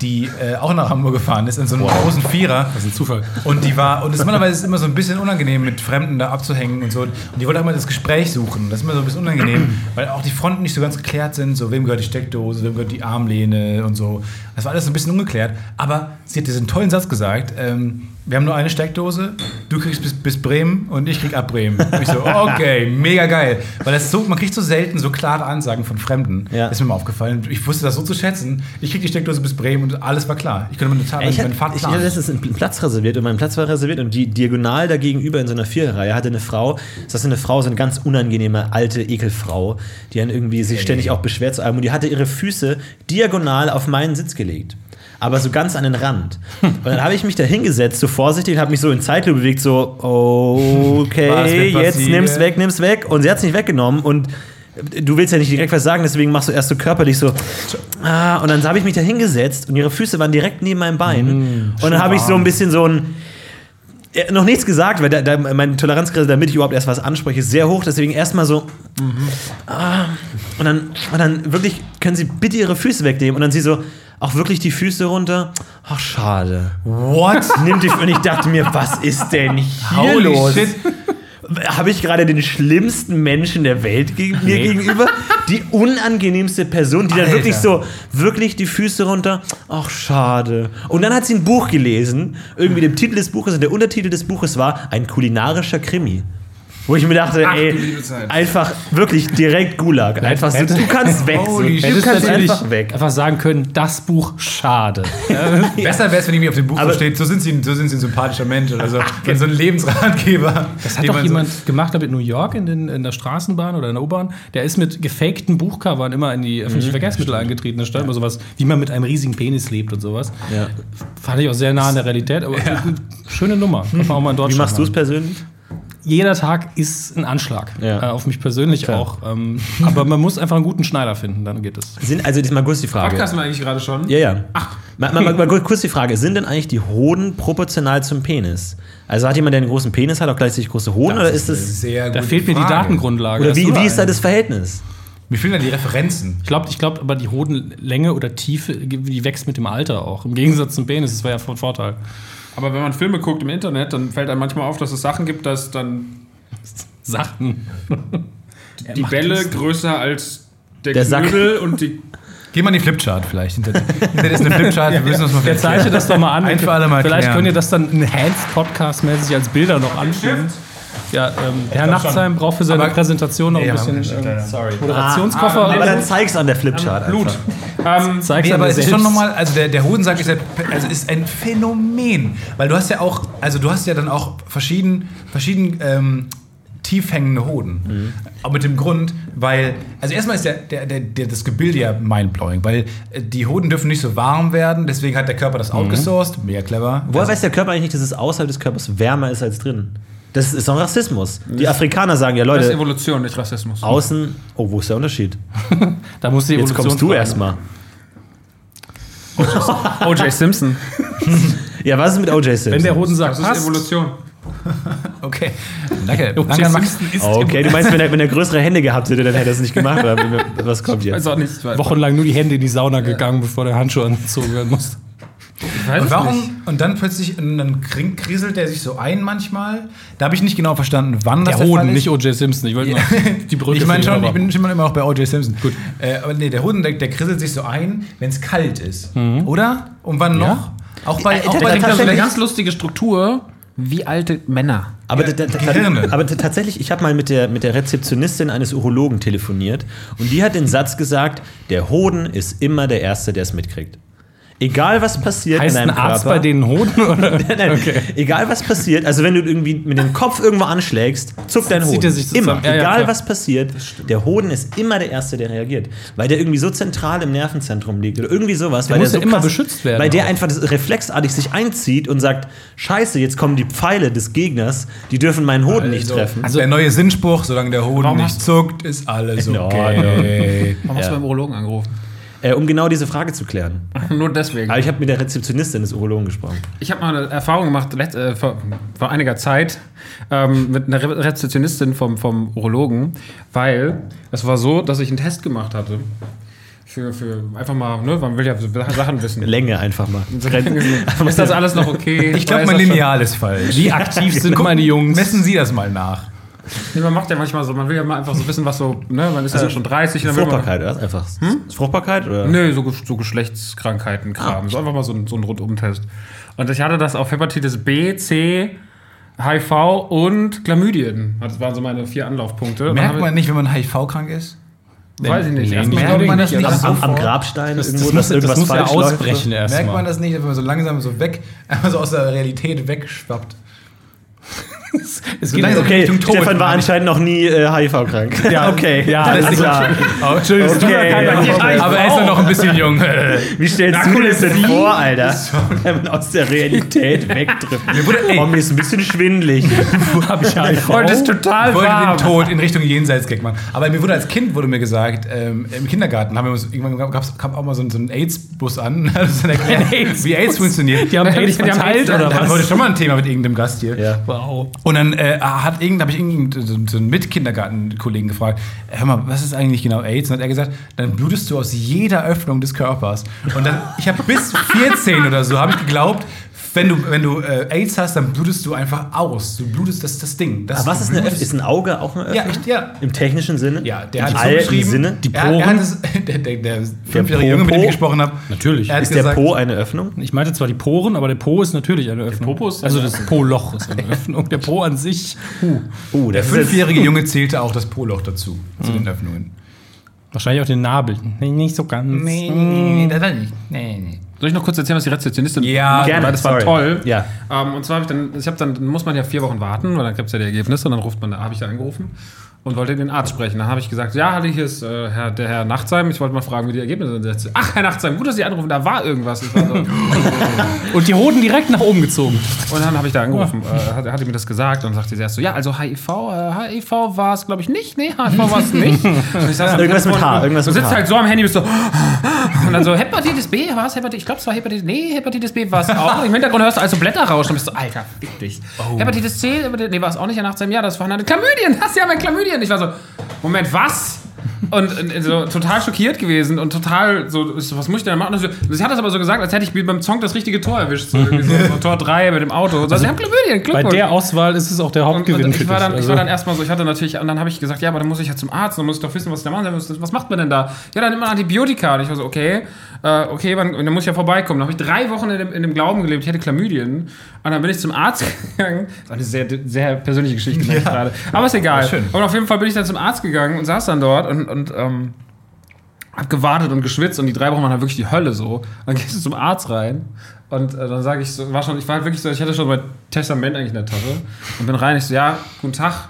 [SPEAKER 2] die äh, auch nach Hamburg gefahren ist in so einem großen Vierer. Das ist ein Zufall. Und die war, und das ist normalerweise ist immer so ein bisschen unangenehm, mit Fremden da abzuhängen und so. Und die wollte auch mal das Gespräch suchen. Das ist immer so ein bisschen unangenehm, weil auch die Fronten nicht so ganz geklärt sind. So, wem gehört die Steckdose, wem gehört die Armlehne und so. Das war alles so ein bisschen ungeklärt. Aber sie hat diesen tollen Satz gesagt. Ähm, wir haben nur eine Steckdose, du kriegst bis, bis Bremen und ich krieg ab Bremen. Und ich so, okay, mega geil. Weil das so, man kriegt so selten so klare Ansagen von Fremden.
[SPEAKER 1] Ja.
[SPEAKER 2] Ist mir mal aufgefallen. Ich wusste das so zu schätzen. Ich krieg die Steckdose bis Bremen und alles war klar. Ich konnte meine, Ta-
[SPEAKER 1] Ja, Ich
[SPEAKER 2] meine
[SPEAKER 1] hatte,
[SPEAKER 2] Fahrt
[SPEAKER 1] ich hatte
[SPEAKER 2] planen.
[SPEAKER 1] letztens einen Platz reserviert und mein Platz war reserviert und die diagonal dagegenüber in so einer Viererreihe hatte eine Frau, das ist eine Frau, so eine ganz unangenehme alte Ekelfrau, die dann irgendwie sich ständig auch beschwert zu allem und die hatte ihre Füße diagonal auf meinen Sitz gelegt. Aber so ganz an den Rand. Und dann habe ich mich da hingesetzt, so vorsichtig, und habe mich so in Zeitlupe bewegt, so,
[SPEAKER 2] Was
[SPEAKER 1] okay,
[SPEAKER 2] wird
[SPEAKER 1] jetzt
[SPEAKER 2] passieren?
[SPEAKER 1] nimm's weg, nimm's weg. Und sie hat es nicht weggenommen und du willst ja nicht direkt was sagen, deswegen machst du erst so körperlich so, ah, und dann habe ich mich da hingesetzt und ihre Füße waren direkt neben meinem
[SPEAKER 2] Hm,
[SPEAKER 1] Bein. und dann habe ich so ein bisschen so ein, äh, noch nichts gesagt, weil da, da, meine Toleranzgrenze, damit ich überhaupt erst was anspreche, ist sehr hoch, deswegen erstmal so,
[SPEAKER 2] Mhm.
[SPEAKER 1] ah, und dann, und dann wirklich, können Sie bitte Ihre Füße wegnehmen? Und dann sie so, auch wirklich die Füße runter? Ach, schade.
[SPEAKER 2] What?
[SPEAKER 1] Nimm die, und ich dachte mir, was ist denn hier
[SPEAKER 2] Holy
[SPEAKER 1] los?
[SPEAKER 2] shit.
[SPEAKER 1] Habe ich gerade den schlimmsten Menschen der Welt geg mir gegenüber? Die unangenehmste Person, die dann
[SPEAKER 2] Alter.
[SPEAKER 1] wirklich so, wirklich die Füße runter. Ach, schade. Und dann hat sie ein Buch gelesen. Irgendwie dem Titel des Buches und der Untertitel des Buches war ein kulinarischer Krimi. Wo ich mir dachte,
[SPEAKER 2] Ach,
[SPEAKER 1] ey,
[SPEAKER 2] du liebe Zeit.
[SPEAKER 1] einfach wirklich direkt Gulag. Einfach so, du kannst weg. So.
[SPEAKER 2] Holy
[SPEAKER 1] Du
[SPEAKER 2] shit.
[SPEAKER 1] kannst
[SPEAKER 2] Natürlich.
[SPEAKER 1] einfach weg.
[SPEAKER 9] Einfach sagen können, das Buch schade.
[SPEAKER 2] Besser wäre es, wenn irgendwie auf dem Buch
[SPEAKER 1] Aber-
[SPEAKER 2] so steht, so sind, sie, ein- so sind sie ein sympathischer Mensch oder so. Wenn so ein Lebensratgeber.
[SPEAKER 9] Ah, Das hat
[SPEAKER 2] den
[SPEAKER 9] doch
[SPEAKER 1] also-
[SPEAKER 2] man
[SPEAKER 9] jemand gemacht, glaube ich, in New York in, den, in der Straßenbahn oder in der U-Bahn. Der ist mit gefakten Buchcovern immer in die
[SPEAKER 1] Mhm.
[SPEAKER 9] öffentlichen Verkehrsmittel eingetreten. Da stand immer sowas, wie man mit einem riesigen Penis lebt und sowas. Fand ich auch sehr nah an der Realität, aber schöne Nummer. Kann man auch mal
[SPEAKER 1] Wie
[SPEAKER 9] in Deutschland
[SPEAKER 1] machst du es
[SPEAKER 9] machen.
[SPEAKER 1] persönlich?
[SPEAKER 9] Jeder Tag ist ein Anschlag.
[SPEAKER 1] Ja.
[SPEAKER 9] Äh, auf mich persönlich auch. Ähm, aber man muss einfach einen guten Schneider finden, dann geht es.
[SPEAKER 1] Sind, also, das ist mal kurz die Frage.
[SPEAKER 9] das eigentlich gerade schon?
[SPEAKER 1] Ja, ja. Mal, mal, mal, mal kurz die Frage: Sind denn eigentlich die Hoden proportional zum Penis? Also hat jemand, der einen großen Penis hat, auch gleichzeitig große Hoden? oder ist das.
[SPEAKER 2] Sehr
[SPEAKER 9] Da
[SPEAKER 2] gute
[SPEAKER 9] fehlt mir die
[SPEAKER 2] Frage.
[SPEAKER 9] Datengrundlage.
[SPEAKER 1] Oder
[SPEAKER 9] Das
[SPEAKER 1] wie,
[SPEAKER 9] nur
[SPEAKER 1] wie ist da
[SPEAKER 9] ein-
[SPEAKER 1] das Verhältnis?
[SPEAKER 2] Mir fehlen da die Referenzen.
[SPEAKER 9] Ich glaube, ich glaub, aber die Hodenlänge oder Tiefe, die wächst mit dem Alter auch. Im Gegensatz zum Penis, das war ja von Vorteil.
[SPEAKER 6] Aber wenn man Filme guckt im Internet, dann fällt einem manchmal auf, dass es Sachen gibt, dass dann
[SPEAKER 9] Sachen.
[SPEAKER 6] die Bälle größer als der,
[SPEAKER 1] Der Sack.
[SPEAKER 6] Knödel und die
[SPEAKER 2] Geh mal in die Flipchart vielleicht. Hinter, hinter ist eine Flipchart, wir müssen uns mal
[SPEAKER 9] Jetzt zeichne das doch mal an.
[SPEAKER 2] Ein für alle Mal
[SPEAKER 9] Vielleicht
[SPEAKER 2] klären.
[SPEAKER 9] könnt ihr das dann enhanced-podcast-mäßig als Bilder noch anfügen. Ja, ähm, Herr Nachtsheim braucht für seine
[SPEAKER 2] Aber-
[SPEAKER 9] Präsentation noch ein
[SPEAKER 2] Ja,
[SPEAKER 9] bisschen
[SPEAKER 2] Mensch,
[SPEAKER 9] ähm,
[SPEAKER 2] Alter.
[SPEAKER 9] Moderationskoffer.
[SPEAKER 1] Aber dann zeig's an der Flipchart.
[SPEAKER 6] Blut.
[SPEAKER 1] einfach.
[SPEAKER 6] Ähm,
[SPEAKER 9] zeig's
[SPEAKER 2] Nee,
[SPEAKER 9] an
[SPEAKER 2] aber
[SPEAKER 9] dir
[SPEAKER 2] es ist schon
[SPEAKER 9] selbst.
[SPEAKER 2] nochmal, also der, der Hodensack ist, ja, also ist ein Phänomen. Weil du hast ja auch, also du hast ja dann auch verschieden, verschieden ähm, tief hängende Hoden. Aber mit dem Grund, weil, also erstmal ist der, der, der, der, das Gebilde ja mindblowing, weil äh, die Hoden dürfen nicht so warm werden, deswegen hat der Körper das outgesourced. Mega clever.
[SPEAKER 1] Woher weiß der Körper eigentlich nicht, dass es außerhalb des Körpers wärmer ist als drin? Das ist doch Rassismus. Die Afrikaner sagen ja,
[SPEAKER 6] das ist
[SPEAKER 1] Leute,
[SPEAKER 6] Evolution, nicht Rassismus.
[SPEAKER 1] außen. Oh, wo ist der Unterschied?
[SPEAKER 9] Da muss die
[SPEAKER 1] Jetzt kommst du
[SPEAKER 9] fragen.
[SPEAKER 1] erstmal.
[SPEAKER 6] O.J. Simpson.
[SPEAKER 1] Ja, was ist mit OJ
[SPEAKER 9] Wenn der
[SPEAKER 1] Simpson?
[SPEAKER 9] Hodensack
[SPEAKER 6] Das ist
[SPEAKER 9] passt,
[SPEAKER 6] Evolution.
[SPEAKER 2] Also, Okay. Danke. Danke an Max.
[SPEAKER 1] Okay, du meinst, wenn er, wenn er größere Hände gehabt hätte, dann hätte er es nicht gemacht. Oder was kommt jetzt?
[SPEAKER 6] Weiß auch nicht. Weiß
[SPEAKER 9] wochenlang nur die Hände in die Sauna gegangen, bevor der Handschuh angezogen werden musste.
[SPEAKER 2] Und
[SPEAKER 6] es nicht.
[SPEAKER 2] warum? Und dann plötzlich, und dann kring- kriselt er sich so ein manchmal. Da habe ich nicht genau verstanden, wann das der
[SPEAKER 9] Der
[SPEAKER 2] Fall
[SPEAKER 9] Hoden,
[SPEAKER 2] ist.
[SPEAKER 9] nicht O.J. Simpson. Ich wollte nur die Brücke
[SPEAKER 2] Ich meine
[SPEAKER 9] für die
[SPEAKER 2] schon, ich
[SPEAKER 9] Hörer.
[SPEAKER 2] bin schon mal immer noch bei O.J. Simpson. Gut. Äh, aber nee, der Hoden, der, der krisselt sich so ein, wenn es kalt ist. Oder? Und wann noch? Auch bei, auch
[SPEAKER 10] der-
[SPEAKER 2] bei
[SPEAKER 10] der-
[SPEAKER 6] Das ist eine
[SPEAKER 2] den
[SPEAKER 6] ganz lustige Struktur, wie alte Männer.
[SPEAKER 1] Aber, ta- ta- ta-
[SPEAKER 2] Gehirne.
[SPEAKER 1] aber ta- tatsächlich, ich habe mal mit der, mit der Rezeptionistin eines Urologen telefoniert und die hat den Satz gesagt: Der Hoden ist immer der Erste, der es mitkriegt. Egal was passiert
[SPEAKER 9] Heißt
[SPEAKER 1] in
[SPEAKER 9] ein
[SPEAKER 1] deinem
[SPEAKER 9] Arzt
[SPEAKER 1] Körper,
[SPEAKER 9] bei denen Hoden oder?
[SPEAKER 1] Nein, Egal was passiert, also wenn du irgendwie mit dem Kopf irgendwo anschlägst, zuckt dein Hoden.
[SPEAKER 9] er sich zusammen.
[SPEAKER 1] immer.
[SPEAKER 9] Ja, ja,
[SPEAKER 1] egal
[SPEAKER 9] klar.
[SPEAKER 1] was passiert, der Hoden ist immer der Erste, der reagiert. Weil der irgendwie so zentral im Nervenzentrum liegt oder irgendwie sowas. weil
[SPEAKER 9] muss
[SPEAKER 1] der
[SPEAKER 9] ja
[SPEAKER 1] so
[SPEAKER 9] immer beschützt werden
[SPEAKER 1] Weil der
[SPEAKER 9] auch.
[SPEAKER 1] einfach das reflexartig sich einzieht und sagt: Scheiße, jetzt kommen die Pfeile des Gegners, die dürfen meinen Hoden nicht treffen.
[SPEAKER 2] also der neue Sinnspruch, solange der Hoden
[SPEAKER 6] Warum
[SPEAKER 2] nicht zuckt, ist alles
[SPEAKER 1] In
[SPEAKER 2] okay.
[SPEAKER 6] Warum hast du beim Urologen angerufen?
[SPEAKER 1] äh, um genau diese Frage zu klären.
[SPEAKER 11] Nur deswegen.
[SPEAKER 1] Aber ich habe mit der Rezeptionistin des Urologen gesprochen.
[SPEAKER 11] Ich habe mal eine Erfahrung gemacht letzt, äh, vor, vor einiger Zeit ähm, mit einer Re Rezeptionistin vom, vom Urologen, weil es war so, dass ich einen Test gemacht hatte. Für, für einfach mal, ne, man will ja so Sachen wissen.
[SPEAKER 1] Länge einfach mal.
[SPEAKER 11] Ist das alles noch okay?
[SPEAKER 2] Ich glaube,
[SPEAKER 11] Weiß
[SPEAKER 2] mein
[SPEAKER 11] das schon?
[SPEAKER 2] Lineal ist falsch.
[SPEAKER 9] Wie aktiv sind meine Jungs?
[SPEAKER 2] Messen Sie das mal nach.
[SPEAKER 11] Nee, man macht ja manchmal so, man will ja mal einfach so wissen, was so, ne, man ist ja schon 30. Dann will man,
[SPEAKER 1] Fruchtbarkeit, halt, oder? Einfach. Fruchtbarkeit? Oder? Ah.
[SPEAKER 11] Nö, so, Gesch- so Geschlechtskrankheiten, Kram. So einfach mal so ein, so ein Rundumtest. Und ich hatte das auf Hepatitis B, C, HIV und Chlamydien. Das waren so meine vier Anlaufpunkte. Und dann
[SPEAKER 2] Merkt
[SPEAKER 11] hab
[SPEAKER 2] man nicht, wenn man HIV-krank ist?
[SPEAKER 11] ich, Weiß ich nicht. Erstmal
[SPEAKER 2] merkt
[SPEAKER 11] glaub ich
[SPEAKER 2] man das nicht?
[SPEAKER 11] Also,
[SPEAKER 1] Am, am Grabstein irgendwo,
[SPEAKER 9] muss-
[SPEAKER 1] dass irgendwas
[SPEAKER 9] muss ja
[SPEAKER 1] falsch läuft.
[SPEAKER 9] ausbrechen
[SPEAKER 2] Merkt man
[SPEAKER 9] erstmal.
[SPEAKER 2] das nicht, wenn man so langsam so weg, einfach so aus der Realität wegschwappt?
[SPEAKER 9] Es
[SPEAKER 2] So
[SPEAKER 9] geht
[SPEAKER 2] langsam
[SPEAKER 1] Okay,
[SPEAKER 2] Richtung Tod.
[SPEAKER 1] Stefan war anscheinend noch nie äh, HIV-krank. Ja, okay. Ja, alles klar.
[SPEAKER 2] Oh, Entschuldigung, es tut mir
[SPEAKER 1] Okay.
[SPEAKER 2] leid, aber er ist ja noch ein bisschen jung. Mir
[SPEAKER 1] Wie stellst du dir das denn vor, Alter? Wenn man aus der Realität wegtrifft. Oh, mir ist ein bisschen schwindelig.
[SPEAKER 11] Heute ist total
[SPEAKER 2] Ich wollte den
[SPEAKER 11] warm.
[SPEAKER 2] Tod in Richtung Jenseits-Gag machen. Aber mir wurde als Kind wurde mir gesagt, ähm, im Kindergarten haben wir uns, irgendwann gab's, kam auch mal so ein, so ein AIDS-Bus an, und hat uns dann erklärt, wie AIDS funktioniert.
[SPEAKER 9] Die haben
[SPEAKER 11] Die-
[SPEAKER 9] AIDS
[SPEAKER 11] die haben
[SPEAKER 9] verteilt
[SPEAKER 11] AIDS,
[SPEAKER 9] oder
[SPEAKER 2] Da hatten wir heute
[SPEAKER 9] was?
[SPEAKER 2] schon mal ein Thema mit irgendeinem Gast hier.
[SPEAKER 9] Wow.
[SPEAKER 2] Und dann äh, hat irgend, habe ich irgendeinen so- so einen Mitkindergartenkollegen gefragt, hör mal, was ist eigentlich genau AIDS? Und hat er gesagt, dann blutest du aus jeder Öffnung des Körpers. Und dann, ich habe bis 14 oder so, habe ich geglaubt, wenn du, wenn du äh, AIDS hast, dann blutest du einfach aus. Du blutest das, das Ding. Das
[SPEAKER 1] Aber was
[SPEAKER 2] du
[SPEAKER 1] ist eine Öffnung?
[SPEAKER 2] blutest-
[SPEAKER 1] Ist ein Auge auch eine Öffnung?
[SPEAKER 2] Ja, ich, ja.
[SPEAKER 1] Im technischen Sinne?
[SPEAKER 2] Ja, der
[SPEAKER 1] Im
[SPEAKER 2] hat
[SPEAKER 1] alten
[SPEAKER 2] so geschrieben.
[SPEAKER 1] Sinne?
[SPEAKER 2] Die Er, er
[SPEAKER 9] Poren?
[SPEAKER 2] hat es, der, der, der fünfjährige
[SPEAKER 1] Po-
[SPEAKER 2] Junge, mit dem
[SPEAKER 1] Po?
[SPEAKER 2] ich gesprochen habe.
[SPEAKER 9] Natürlich.
[SPEAKER 2] Er hat
[SPEAKER 1] Ist der
[SPEAKER 2] gesagt,
[SPEAKER 1] Po eine Öffnung?
[SPEAKER 9] Ich meinte zwar die Poren, aber der Po ist natürlich eine Öffnung.
[SPEAKER 11] Popo ist
[SPEAKER 9] also
[SPEAKER 11] eine
[SPEAKER 9] das Po-Loch ist eine Öffnung. Der Po an sich. Huh.
[SPEAKER 1] Oh, der Hm.
[SPEAKER 2] fünfjährige Junge zählte auch das Po-Loch dazu, zu den Öffnungen.
[SPEAKER 9] Wahrscheinlich auch den Nabel. Nee, nicht so ganz.
[SPEAKER 2] nee, nee, nee, nee, nee.
[SPEAKER 11] Soll ich noch kurz erzählen, was die Rezeptionistin
[SPEAKER 2] Ja,
[SPEAKER 11] gemacht hat?
[SPEAKER 1] gerne,
[SPEAKER 11] Weil das war
[SPEAKER 1] sorry.
[SPEAKER 11] toll.
[SPEAKER 1] Ja.
[SPEAKER 11] Ähm, und zwar habe ich dann, ich habe dann, muss man ja vier Wochen warten, weil dann gibt es ja die Ergebnisse und dann ruft man, habe ich da angerufen und wollte den Arzt sprechen. Dann habe ich gesagt, ja, hallo, hier ist äh, Herr, der Herr Nachtsheim, ich wollte mal fragen, wie die Ergebnisse sind. Sie- Ach, Herr Nachtsheim, gut, dass Sie anrufen, da war irgendwas. Ich war so,
[SPEAKER 9] Und die Hoden direkt nach oben gezogen.
[SPEAKER 11] Und dann habe ich da angerufen, äh, hat, hat die mir das gesagt und sagte sie erst so, ja, also HIV, äh, HIV war es, glaube ich, nicht. Nee, HIV war es nicht. Und ich saß am
[SPEAKER 1] Irgendwas mit
[SPEAKER 11] Telefon
[SPEAKER 1] H,
[SPEAKER 11] und-
[SPEAKER 1] irgendwas
[SPEAKER 11] und
[SPEAKER 1] mit
[SPEAKER 11] sitzt
[SPEAKER 1] H.
[SPEAKER 11] halt so am Handy bist so und dann so, Hepatitis B war es, Hepatitis, ich glaube, es war Hepatitis, nee, Hepatitis B war es auch. Im Hintergrund hörst du also Blätter rauschen und bist so, Alter, fick dich.
[SPEAKER 1] Oh.
[SPEAKER 11] Hepatitis C, Hepatitis, nee, war es auch nicht, nach seinem Jahr, das war eine Chlamydien, das ist ja mein Chlamydien. Ich war so, Moment, was? Und, und so total schockiert gewesen und total so, ich so, was muss ich denn machen? Und so, Sie hat das aber so gesagt, als hätte ich beim Song das richtige Tor erwischt. So, irgendwie so, so Tor 3 mit dem Auto. Und so, Sie haben Chlamydien,
[SPEAKER 9] Bei
[SPEAKER 11] Glückwunsch.
[SPEAKER 9] der Auswahl ist es auch der
[SPEAKER 11] Und,
[SPEAKER 9] Hauptgewinn
[SPEAKER 11] und
[SPEAKER 9] für
[SPEAKER 11] ich, war
[SPEAKER 9] dich.
[SPEAKER 11] dann, ich
[SPEAKER 9] Also-
[SPEAKER 11] war dann erstmal so, ich hatte natürlich, und dann habe ich gesagt, ja, aber dann muss ich ja zum Arzt, dann muss ich doch wissen, was ich da machen muss. Was macht man denn da? Ja, dann nimmt man Antibiotika. Und ich war so, okay, äh, okay, wann, dann muss ich ja vorbeikommen. Dann habe ich drei Wochen in dem, in dem Glauben gelebt, ich hätte Chlamydien. Und dann bin ich zum Arzt gegangen. Das war eine sehr, sehr persönliche Geschichte merke ich gerade. Aber ist egal. Und auf jeden Fall bin ich dann zum Arzt gegangen und saß dann dort und, und ähm, hab gewartet und geschwitzt und die drei Wochen waren halt wirklich die Hölle so. Und dann gehst du zum Arzt rein und äh, dann sage ich so, war schon, ich war halt wirklich so, ich hatte schon mein Testament eigentlich in der Tasche und bin rein, ich so, ja, guten Tag,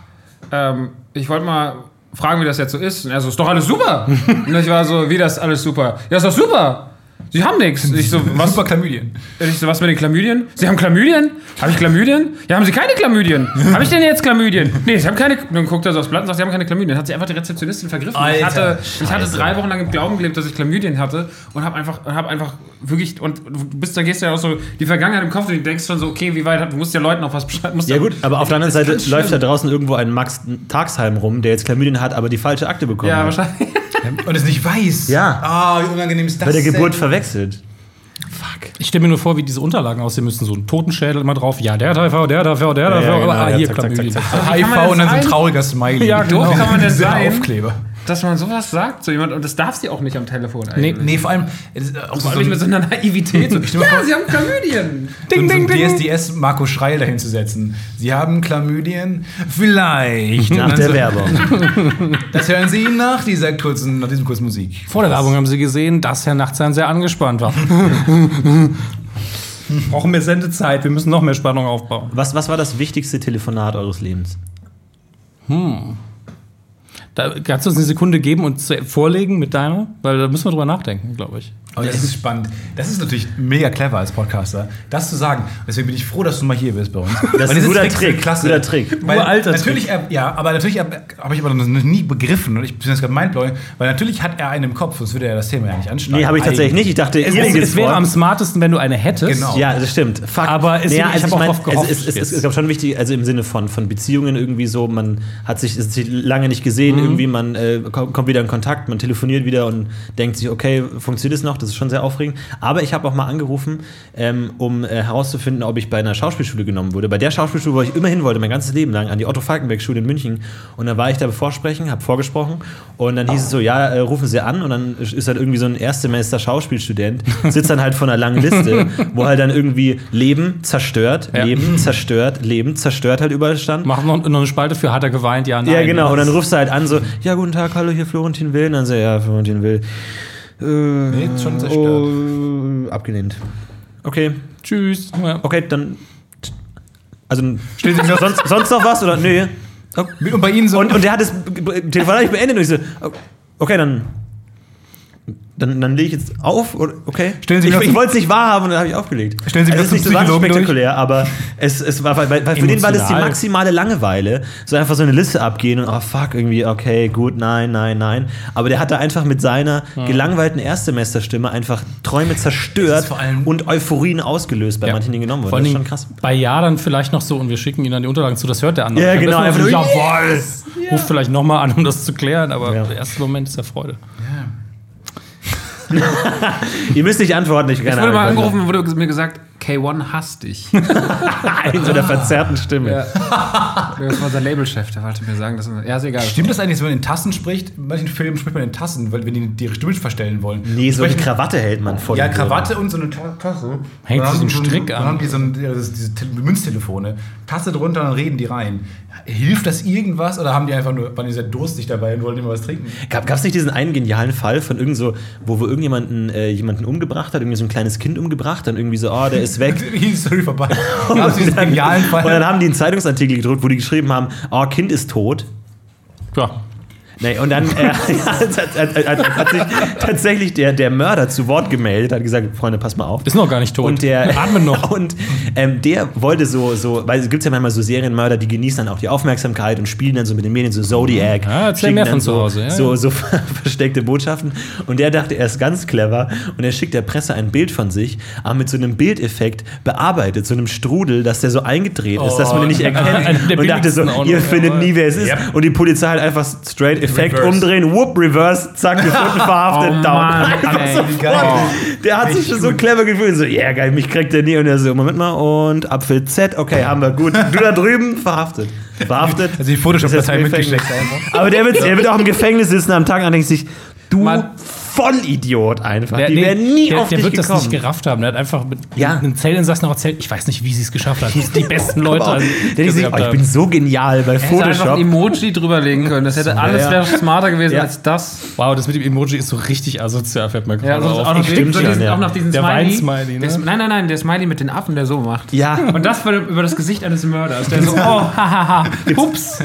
[SPEAKER 11] ähm, ich wollte mal fragen, wie das jetzt so ist. Und er so, ist doch alles super. Und ich war so, wie das alles super? Ja, ist doch super. Sie haben nichts. Ich so, was,
[SPEAKER 2] Super Chlamydien.
[SPEAKER 11] und ich so, was mit den Chlamydien? Sie haben Chlamydien? Habe ich Chlamydien? Ja, haben Sie keine Chlamydien? Habe ich denn jetzt Chlamydien? Nee, Sie haben keine. Dann guckt er so aufs Blatt und sagt, Sie haben keine Chlamydien. Hat sie einfach die Rezeptionistin vergriffen.
[SPEAKER 2] Alter,
[SPEAKER 11] ich, hatte, ich hatte drei Wochen lang im Glauben gelebt, dass ich Chlamydien hatte und habe einfach, und hab einfach wirklich. Und du bist, dann gehst du ja auch so die Vergangenheit im Kopf und du denkst schon so, okay, wie weit hat- du musst ja Leuten noch was Bescheid. musst
[SPEAKER 1] Ja
[SPEAKER 11] ja-
[SPEAKER 1] gut, aber auf der anderen Seite
[SPEAKER 11] ganz schlimm.
[SPEAKER 1] läuft da draußen irgendwo ein Max Tagsheim rum, der jetzt Chlamydien hat, aber die falsche Akte bekommen
[SPEAKER 11] Ja,
[SPEAKER 1] hat.
[SPEAKER 11] wahrscheinlich.
[SPEAKER 2] Und es nicht weiß.
[SPEAKER 1] Ja.
[SPEAKER 2] Ah, wie unangenehm ist das
[SPEAKER 1] Bei der
[SPEAKER 2] denn?
[SPEAKER 1] Geburt verwechselt.
[SPEAKER 9] Ich stelle mir nur vor, wie diese Unterlagen aussehen müssen. So ein Totenschädel immer drauf. Ja, der hat HIV, der hat HIV, der hat HIV.
[SPEAKER 1] ja, genau,
[SPEAKER 9] aber ah,
[SPEAKER 1] ja,
[SPEAKER 9] hier
[SPEAKER 1] zack, zack,
[SPEAKER 9] Chlamydien.
[SPEAKER 1] zack,
[SPEAKER 11] Wie kann man
[SPEAKER 2] HIV und dann
[SPEAKER 11] das
[SPEAKER 2] so ein
[SPEAKER 11] sein?
[SPEAKER 2] trauriger Smiley.
[SPEAKER 9] Ja,
[SPEAKER 11] Wie doof
[SPEAKER 9] genau.
[SPEAKER 11] kann man denn
[SPEAKER 2] Dieser
[SPEAKER 11] sein,
[SPEAKER 2] Aufkleber.
[SPEAKER 11] dass man sowas sagt zu jemandem und das darf sie auch nicht am Telefon eigentlich.
[SPEAKER 2] Nee, vor allem. es ist Auch so,
[SPEAKER 11] Vor allem nicht mit so einer Naivität. So, ja, Sie haben Chlamydien.
[SPEAKER 2] ding, ding, ding. DSDS Marco Schreil dahin zu setzen. Sie haben Chlamydien? Vielleicht. Und
[SPEAKER 1] Nach
[SPEAKER 2] dann
[SPEAKER 1] der
[SPEAKER 2] so,
[SPEAKER 1] Werbung.
[SPEAKER 2] Das hören Sie nach, dieser kurzen, nach diesem kurzen Musik.
[SPEAKER 9] Vor der Werbung haben sie gesehen, dass Herr Nachtsheim sehr angespannt war. Brauchen mehr Sendezeit, wir müssen noch mehr Spannung aufbauen.
[SPEAKER 1] Was, was war das wichtigste Telefonat eures Lebens?
[SPEAKER 9] Da kannst du uns eine Sekunde geben und zu- vorlegen mit deiner? Weil da müssen wir drüber nachdenken, glaube ich.
[SPEAKER 2] Aber das ist spannend. Das ist natürlich mega clever als Podcaster, das zu sagen. Deswegen bin ich froh, dass du mal hier bist bei uns.
[SPEAKER 1] Das ist
[SPEAKER 2] Weil
[SPEAKER 1] ein guter
[SPEAKER 2] wirklich
[SPEAKER 1] Trick,
[SPEAKER 2] Klasse.
[SPEAKER 1] guter Trick.
[SPEAKER 2] Weil
[SPEAKER 9] Uralter
[SPEAKER 2] natürlich, er, ja, aber natürlich habe hab ich aber noch nie begriffen und ich bin jetzt gerade mindblowing, weil natürlich hat er einen im Kopf, sonst würde er das Thema ja nicht anschneiden.
[SPEAKER 1] Nee, habe ich tatsächlich nicht. Ich dachte, ihr
[SPEAKER 9] Es,
[SPEAKER 1] legt
[SPEAKER 9] es,
[SPEAKER 1] jetzt
[SPEAKER 9] es wäre
[SPEAKER 1] vor.
[SPEAKER 9] am smartesten, wenn du eine hättest.
[SPEAKER 2] Genau.
[SPEAKER 1] Ja, das stimmt. Fuck. also
[SPEAKER 9] Aber es- ich hab auch drauf gehofft
[SPEAKER 1] Es, es, es,
[SPEAKER 9] jetzt.
[SPEAKER 1] es gab schon wichtig, also im Sinne von, von Beziehungen irgendwie so, man hat sich, es hat sich lange nicht gesehen, irgendwie man äh, kommt, kommt wieder in Kontakt, man telefoniert wieder und denkt sich, okay, funktioniert es noch? Das ist schon sehr aufregend. Aber ich habe auch mal angerufen, ähm, um äh, herauszufinden, ob ich bei einer Schauspielschule genommen wurde. Bei der Schauspielschule, wo ich immer hin wollte, mein ganzes Leben lang, an die Otto-Falkenberg-Schule in München. Und dann war ich da Vorsprechen, habe vorgesprochen und dann hieß es so, ja, äh, rufen Sie an und dann ist halt irgendwie so ein Erstsemester Schauspielstudent, sitzt dann halt von einer langen Liste, wo halt dann irgendwie Leben zerstört, Leben zerstört, Leben zerstört halt überall stand.
[SPEAKER 9] Machen noch, noch eine Spalte für, hat er geweint, ja, nein.
[SPEAKER 1] ja, genau. Und dann rufst du halt an so, ja, guten Tag, hallo, hier Florentin Will. Und dann so, ja, Florentin Will. Äh, nee,
[SPEAKER 2] ist schon zerstört.
[SPEAKER 1] Oh, abgelehnt. Okay,
[SPEAKER 9] Tschüss. Ja.
[SPEAKER 1] okay, dann. Also, steht sonst, sonst noch was oder? Nee.
[SPEAKER 2] Und bei Ihnen so.
[SPEAKER 1] Und, und der hat das Be- Be- Telefonat nicht beendet und ich so, okay, dann. Dann, dann lege ich jetzt auf, oder- okay?
[SPEAKER 2] Stellen Sie
[SPEAKER 1] ich
[SPEAKER 2] mir das-
[SPEAKER 1] ich wollte es nicht wahrhaben und dann habe ich aufgelegt. Also
[SPEAKER 2] Stellen Sie mir
[SPEAKER 1] es ist
[SPEAKER 2] das
[SPEAKER 1] nicht so
[SPEAKER 2] zum
[SPEAKER 1] wahnsinnig
[SPEAKER 2] Psychologen
[SPEAKER 1] spektakulär, aber es, es war, weil, weil weil für den war das die
[SPEAKER 9] Emotional.
[SPEAKER 1] maximale Langeweile, so einfach so eine Liste abgehen und, oh fuck, irgendwie, okay, gut, nein, nein, nein. Aber der hat da einfach mit seiner gelangweilten Erstsemesterstimme einfach Träume zerstört
[SPEAKER 2] vor allem-
[SPEAKER 1] und Euphorien ausgelöst bei manchen, die genommen
[SPEAKER 9] Vor
[SPEAKER 1] wurden.
[SPEAKER 9] allen
[SPEAKER 1] Das ist
[SPEAKER 9] Dingen
[SPEAKER 1] schon krass.
[SPEAKER 9] bei Ja dann vielleicht noch so und wir schicken ihnen dann die Unterlagen zu, das hört der andere.
[SPEAKER 1] Ja,
[SPEAKER 9] Am
[SPEAKER 1] genau,
[SPEAKER 9] besten
[SPEAKER 1] einfach
[SPEAKER 9] noch so, jawohl! Ruft vielleicht nochmal an, um das zu klären, aber
[SPEAKER 1] Ja.
[SPEAKER 9] der erste Moment ist ja Freude.
[SPEAKER 1] Ihr müsst nicht antworten, ich,
[SPEAKER 11] Ich wurde mal angerufen und wurde mir gesagt, K1 hasst dich.
[SPEAKER 1] In so einer verzerrten Stimme.
[SPEAKER 11] Das war unser Labelchef, der wollte mir sagen, dass ja, ist egal.
[SPEAKER 2] Stimmt das eigentlich, dass man in Tassen spricht? In manchen Filmen spricht man in Tassen, weil wenn die die Stimme verstellen wollen.
[SPEAKER 1] Nee, so eine
[SPEAKER 2] Sprechen-
[SPEAKER 1] Krawatte hält man vor.
[SPEAKER 2] Ja,
[SPEAKER 1] dem Hörer.
[SPEAKER 2] Krawatte und so eine Ta- Tasse.
[SPEAKER 9] Hängt
[SPEAKER 2] Dann
[SPEAKER 9] sie so
[SPEAKER 2] haben
[SPEAKER 9] einen
[SPEAKER 2] die ein-
[SPEAKER 9] Strick an.
[SPEAKER 2] Dann haben die so ein, ja, das ist diese Tele- Münztelefone. Tasse drunter, dann reden die rein. Hilft das irgendwas oder haben die einfach nur, waren die sehr durstig dabei und wollten immer was trinken?
[SPEAKER 1] Gab es nicht diesen einen genialen Fall von irgend so, wo, wo irgendjemanden äh, jemanden umgebracht hat, irgendwie so ein kleines Kind umgebracht, dann irgendwie so, oh, der ist weg.
[SPEAKER 2] Die Story vorbei. Da haben sie diesen genialen
[SPEAKER 1] Und dann
[SPEAKER 2] Fall.
[SPEAKER 1] haben die einen Zeitungsartikel gedruckt, wo die geschrieben haben, oh, Kind ist tot.
[SPEAKER 9] Ja.
[SPEAKER 1] Nee, und dann äh, hat, hat, hat, hat, hat sich tatsächlich der, der Mörder zu Wort gemeldet, hat gesagt, Freunde, pass mal auf.
[SPEAKER 9] Ist noch gar nicht tot.
[SPEAKER 1] Und der
[SPEAKER 9] Atmen noch.
[SPEAKER 1] Und ähm, der wollte so, so weil es gibt ja manchmal so Serienmörder, die genießen dann auch die Aufmerksamkeit und spielen dann so mit den Medien so Zodiac.
[SPEAKER 9] Ah, erzähl
[SPEAKER 1] schicken
[SPEAKER 9] mehr
[SPEAKER 1] dann
[SPEAKER 9] von
[SPEAKER 1] so,
[SPEAKER 9] zu Hause, ja,
[SPEAKER 1] so,
[SPEAKER 9] ja.
[SPEAKER 1] so versteckte Botschaften. Und der dachte, er ist ganz clever und er schickt der Presse ein Bild von sich, aber mit so einem Bildeffekt bearbeitet, so einem Strudel, dass der so eingedreht ist, dass man ihn nicht
[SPEAKER 9] Einer
[SPEAKER 1] erkennt.
[SPEAKER 9] Oh, der
[SPEAKER 1] und dachte so,
[SPEAKER 9] billigsten auch noch,
[SPEAKER 1] ihr findet
[SPEAKER 9] jawohl.
[SPEAKER 1] nie, wer es ist. Und die Polizei halt einfach straight Effekt
[SPEAKER 2] Reverse.
[SPEAKER 1] umdrehen, whoop, reverse, zack, gefunden, verhaftet, down. Einfach so der hat sich schon so clever gefühlt. So, ja, geil, mich kriegt der nie. Und er so, Moment mal, und Apfel Z, okay, haben wir gut. Du da drüben, verhaftet. Verhaftet.
[SPEAKER 2] Also die Photoshop-Datei
[SPEAKER 1] Ist jetzt im Gefängnis.
[SPEAKER 2] mitgeschickt einfach.
[SPEAKER 1] Aber der wird, der wird auch im Gefängnis sitzen am Tag und denkt sich, du
[SPEAKER 9] Mann.
[SPEAKER 1] Vollidiot einfach.
[SPEAKER 9] Der,
[SPEAKER 1] Die
[SPEAKER 9] nee,
[SPEAKER 1] wären nie
[SPEAKER 9] der,
[SPEAKER 1] auf
[SPEAKER 9] der
[SPEAKER 1] dich
[SPEAKER 9] wird
[SPEAKER 1] gekommen.
[SPEAKER 9] das nicht gerafft haben. Der hat einfach mit
[SPEAKER 1] Ja.
[SPEAKER 9] einem Zellinsassen auch erzählt, ich weiß nicht, wie sie es geschafft hat. Das sind die besten Leute.
[SPEAKER 1] Aber auch-
[SPEAKER 9] also,
[SPEAKER 1] der denkt sich, oh, ich bin so genial bei
[SPEAKER 11] Hätte einfach ein
[SPEAKER 1] Photoshop.
[SPEAKER 11] Emoji drüberlegen können. Das hätte alles wäre smarter gewesen
[SPEAKER 1] Ja.
[SPEAKER 11] als das.
[SPEAKER 9] wow, das mit dem Emoji ist so richtig asozial, fällt mir gerade
[SPEAKER 11] sonst
[SPEAKER 9] auf.
[SPEAKER 11] auch, noch
[SPEAKER 1] stimmt
[SPEAKER 11] so
[SPEAKER 1] schon,
[SPEAKER 11] diesen,
[SPEAKER 1] ja.
[SPEAKER 11] auch noch diesen
[SPEAKER 9] Der
[SPEAKER 11] Smiley.
[SPEAKER 9] Wein-Smiley, ne?
[SPEAKER 11] Der ist- nein, nein, nein, der Smiley mit den Affen, der so macht.
[SPEAKER 1] Ja,
[SPEAKER 11] Und das war über das Gesicht eines Mörders. Der so, oh, hahaha, ups.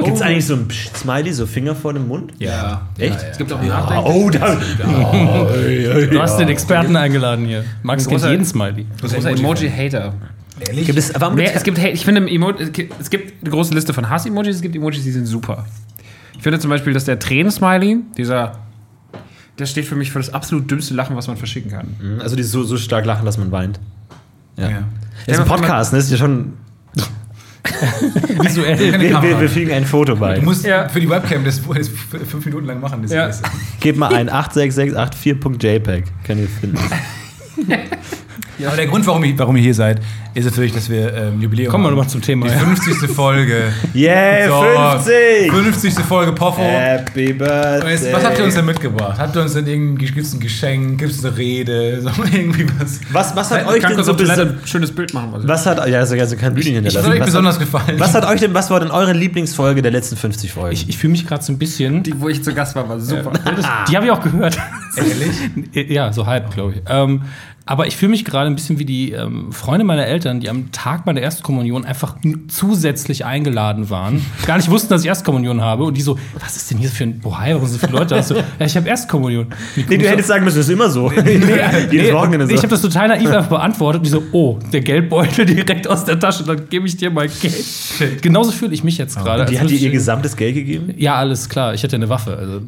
[SPEAKER 9] Oh.
[SPEAKER 1] gibt's eigentlich so ein Psst Smiley, so Finger vor dem Mund?
[SPEAKER 2] Ja.
[SPEAKER 1] Echt?
[SPEAKER 11] Es gibt auch die Nachdenken.
[SPEAKER 1] Oh, da.
[SPEAKER 9] Du hast den Experten eingeladen hier. Max kennt
[SPEAKER 11] Großer-
[SPEAKER 9] jeden Smiley.
[SPEAKER 11] Großer Emoji-Hater.
[SPEAKER 1] Gibt es, warum
[SPEAKER 11] Nee,
[SPEAKER 1] gibt's-
[SPEAKER 11] es gibt, hey, ich finde, Emo es gibt- es gibt eine große Liste von Hass-Emojis, es gibt Emojis, die sind super. Ich finde zum Beispiel, dass der Tränen-Smiley, dieser, der steht für mich für das absolut dümmste Lachen, was man verschicken kann.
[SPEAKER 1] Also die so, so stark lachen, dass man weint. Ja.
[SPEAKER 2] Ja.
[SPEAKER 1] Das ist ein Podcast, ne? Das ist ja schon.
[SPEAKER 9] Visuell.
[SPEAKER 1] Wir, wir, wir fügen ein Foto bei.
[SPEAKER 2] Du musst
[SPEAKER 11] Ja.
[SPEAKER 2] für die Webcam das, das fünf Minuten lang machen. Das
[SPEAKER 11] Ja.
[SPEAKER 2] ist-
[SPEAKER 1] Gebt mal ein 86684.jpg. E Kann ihr finden.
[SPEAKER 2] Aber der Grund, warum ihr, warum ihr hier seid, ist natürlich, dass wir ähm, Jubiläum
[SPEAKER 9] Kommen wir
[SPEAKER 2] haben.
[SPEAKER 9] nochmal zum Thema.
[SPEAKER 2] Die
[SPEAKER 9] ja.
[SPEAKER 2] 50. Folge.
[SPEAKER 1] Yeah,
[SPEAKER 2] So,
[SPEAKER 1] 50!
[SPEAKER 2] 50. Folge Poffo.
[SPEAKER 1] Happy
[SPEAKER 2] Und
[SPEAKER 1] Birthday!
[SPEAKER 2] Jetzt, was habt ihr uns denn mitgebracht? Habt ihr uns denn irgendwie, gibt's ein Geschenk, gibt's eine Rede, so irgendwie was?
[SPEAKER 1] was, was hat
[SPEAKER 11] Ich
[SPEAKER 1] euch
[SPEAKER 11] kann
[SPEAKER 1] denn
[SPEAKER 11] kurz
[SPEAKER 1] so
[SPEAKER 11] auf Toilette
[SPEAKER 1] besonders.
[SPEAKER 11] ein schönes Bild machen. Was
[SPEAKER 1] Was hat. Ja, also also kein Bühnchen
[SPEAKER 2] Was hat
[SPEAKER 1] hinterlassen.
[SPEAKER 2] euch
[SPEAKER 1] Was hat,
[SPEAKER 2] besonders gefallen?
[SPEAKER 1] was hat euch denn. Was war denn eure Lieblingsfolge der letzten 50 Folgen?
[SPEAKER 9] Ich, ich fühle mich gerade so ein bisschen.
[SPEAKER 11] die, wo ich zu Gast war, war super.
[SPEAKER 9] Die habe ich auch gehört. Ehrlich? Ja, so halb, glaube ich. Ähm, Aber ich fühle mich gerade ein bisschen wie die ähm, Freunde meiner Eltern, die am Tag meiner Erstkommunion einfach n- zusätzlich eingeladen waren, gar nicht wussten, dass ich Erstkommunion habe und die so, was ist denn hier für ein Bohai, warum sind so viele Leute da? Ich So, ja, ich habe Erstkommunion. Wie
[SPEAKER 1] Nee,
[SPEAKER 9] kommst
[SPEAKER 1] du hättest sagen müssen, das ist immer so. Jedes Wochenende
[SPEAKER 9] und
[SPEAKER 1] so.
[SPEAKER 9] Ich habe das total naiv einfach beantwortet und die so, oh, der Geldbeutel direkt aus der Tasche, dann gebe ich dir mein Geld. Genauso fühle ich mich jetzt gerade.
[SPEAKER 1] die
[SPEAKER 9] als
[SPEAKER 1] hat dir
[SPEAKER 9] müsste
[SPEAKER 1] ihr
[SPEAKER 9] ich-
[SPEAKER 1] gesamtes Geld gegeben?
[SPEAKER 9] Ja, alles klar, ich hatte eine Waffe. Also,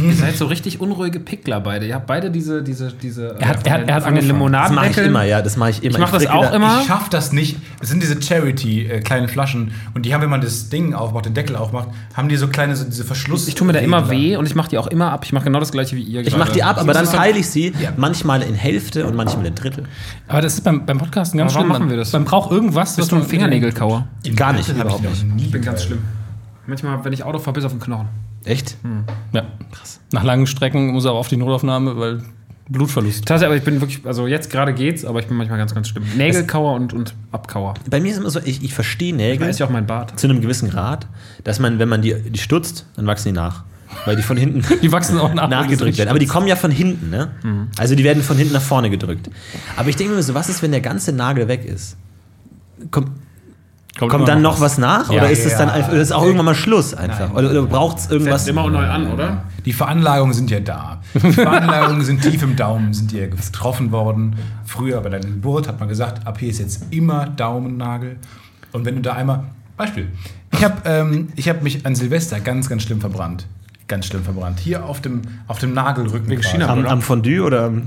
[SPEAKER 11] Ihr seid so richtig unruhige Pickler beide. Ihr habt beide diese, diese, diese.
[SPEAKER 9] Er hat- er hat- er hat
[SPEAKER 11] von den
[SPEAKER 9] angefangen.
[SPEAKER 11] Limonaden.
[SPEAKER 1] Das mache ich immer, ja, das mache ich immer.
[SPEAKER 11] Ich mach das
[SPEAKER 1] frickel
[SPEAKER 11] auch
[SPEAKER 1] da-
[SPEAKER 11] immer.
[SPEAKER 2] Ich schaff das nicht. Es sind diese Charity-kleinen Flaschen. Und die haben, wenn man das Ding aufmacht, den Deckel aufmacht, haben die so kleine, so diese Verschluss.
[SPEAKER 11] Ich tue mir da immer weh und ich mache die auch immer ab. Ich mache genau das gleiche wie ihr.
[SPEAKER 1] Ich
[SPEAKER 11] gerade.
[SPEAKER 1] mache die ab, aber dann teile ich sie
[SPEAKER 2] Ja.
[SPEAKER 1] manchmal in Hälfte und manchmal in Drittel.
[SPEAKER 9] aber das ist beim, beim Podcast ein ganz
[SPEAKER 11] Aber warum
[SPEAKER 9] schlimm. Man-
[SPEAKER 11] machen wir das?
[SPEAKER 9] Man braucht irgendwas,
[SPEAKER 11] Bist du ein Fingernagelkauer?
[SPEAKER 1] Gar nicht,
[SPEAKER 2] Hab
[SPEAKER 1] überhaupt
[SPEAKER 2] ich noch
[SPEAKER 1] nicht.
[SPEAKER 2] nie.
[SPEAKER 11] Ich bin ganz schlimm. Manchmal, wenn ich Auto fahre, bis auf den Knochen.
[SPEAKER 1] Echt?
[SPEAKER 9] Ja. Nach langen Strecken muss er auch auf die Notaufnahme, weil Blutverlust.
[SPEAKER 11] Tatsächlich, aber ich bin wirklich, also jetzt gerade geht's, aber ich bin manchmal ganz, ganz schlimm. Nägelkauer und, und Abkauer.
[SPEAKER 1] Bei mir ist immer so, ich, ich verstehe Nägel
[SPEAKER 11] Da ist ja auch mein Bart.
[SPEAKER 1] zu einem gewissen Grad, dass man, wenn man die, die stutzt, dann wachsen die nach. Weil die von hinten
[SPEAKER 9] Die wachsen auch nach.
[SPEAKER 1] nachgedrückt werden. Aber die kommen ja von hinten, ne? Also die werden von hinten nach vorne gedrückt. Aber ich denke mir so, was ist, wenn der ganze Nagel weg ist? Kommt, kommt, dann noch was nach? oder ist es dann einfach, oder ist auch irgendwann mal Schluss einfach? Oder, oder braucht es irgendwas?
[SPEAKER 11] Setzt immer neu an, oder?
[SPEAKER 2] Die Veranlagungen sind ja da. Die Veranlagungen sind tief im Daumen, sind ja getroffen worden. Früher bei deiner Geburt hat man gesagt, ab hier ist jetzt immer Daumennagel. Und wenn du da einmal. Beispiel. Ich habe ähm, ich hab mich an Silvester ganz, ganz schlimm verbrannt. Ganz schlimm verbrannt. Hier auf dem, auf dem Nagelrücken. Wegen
[SPEAKER 11] China.
[SPEAKER 1] Am, am Fondue oder am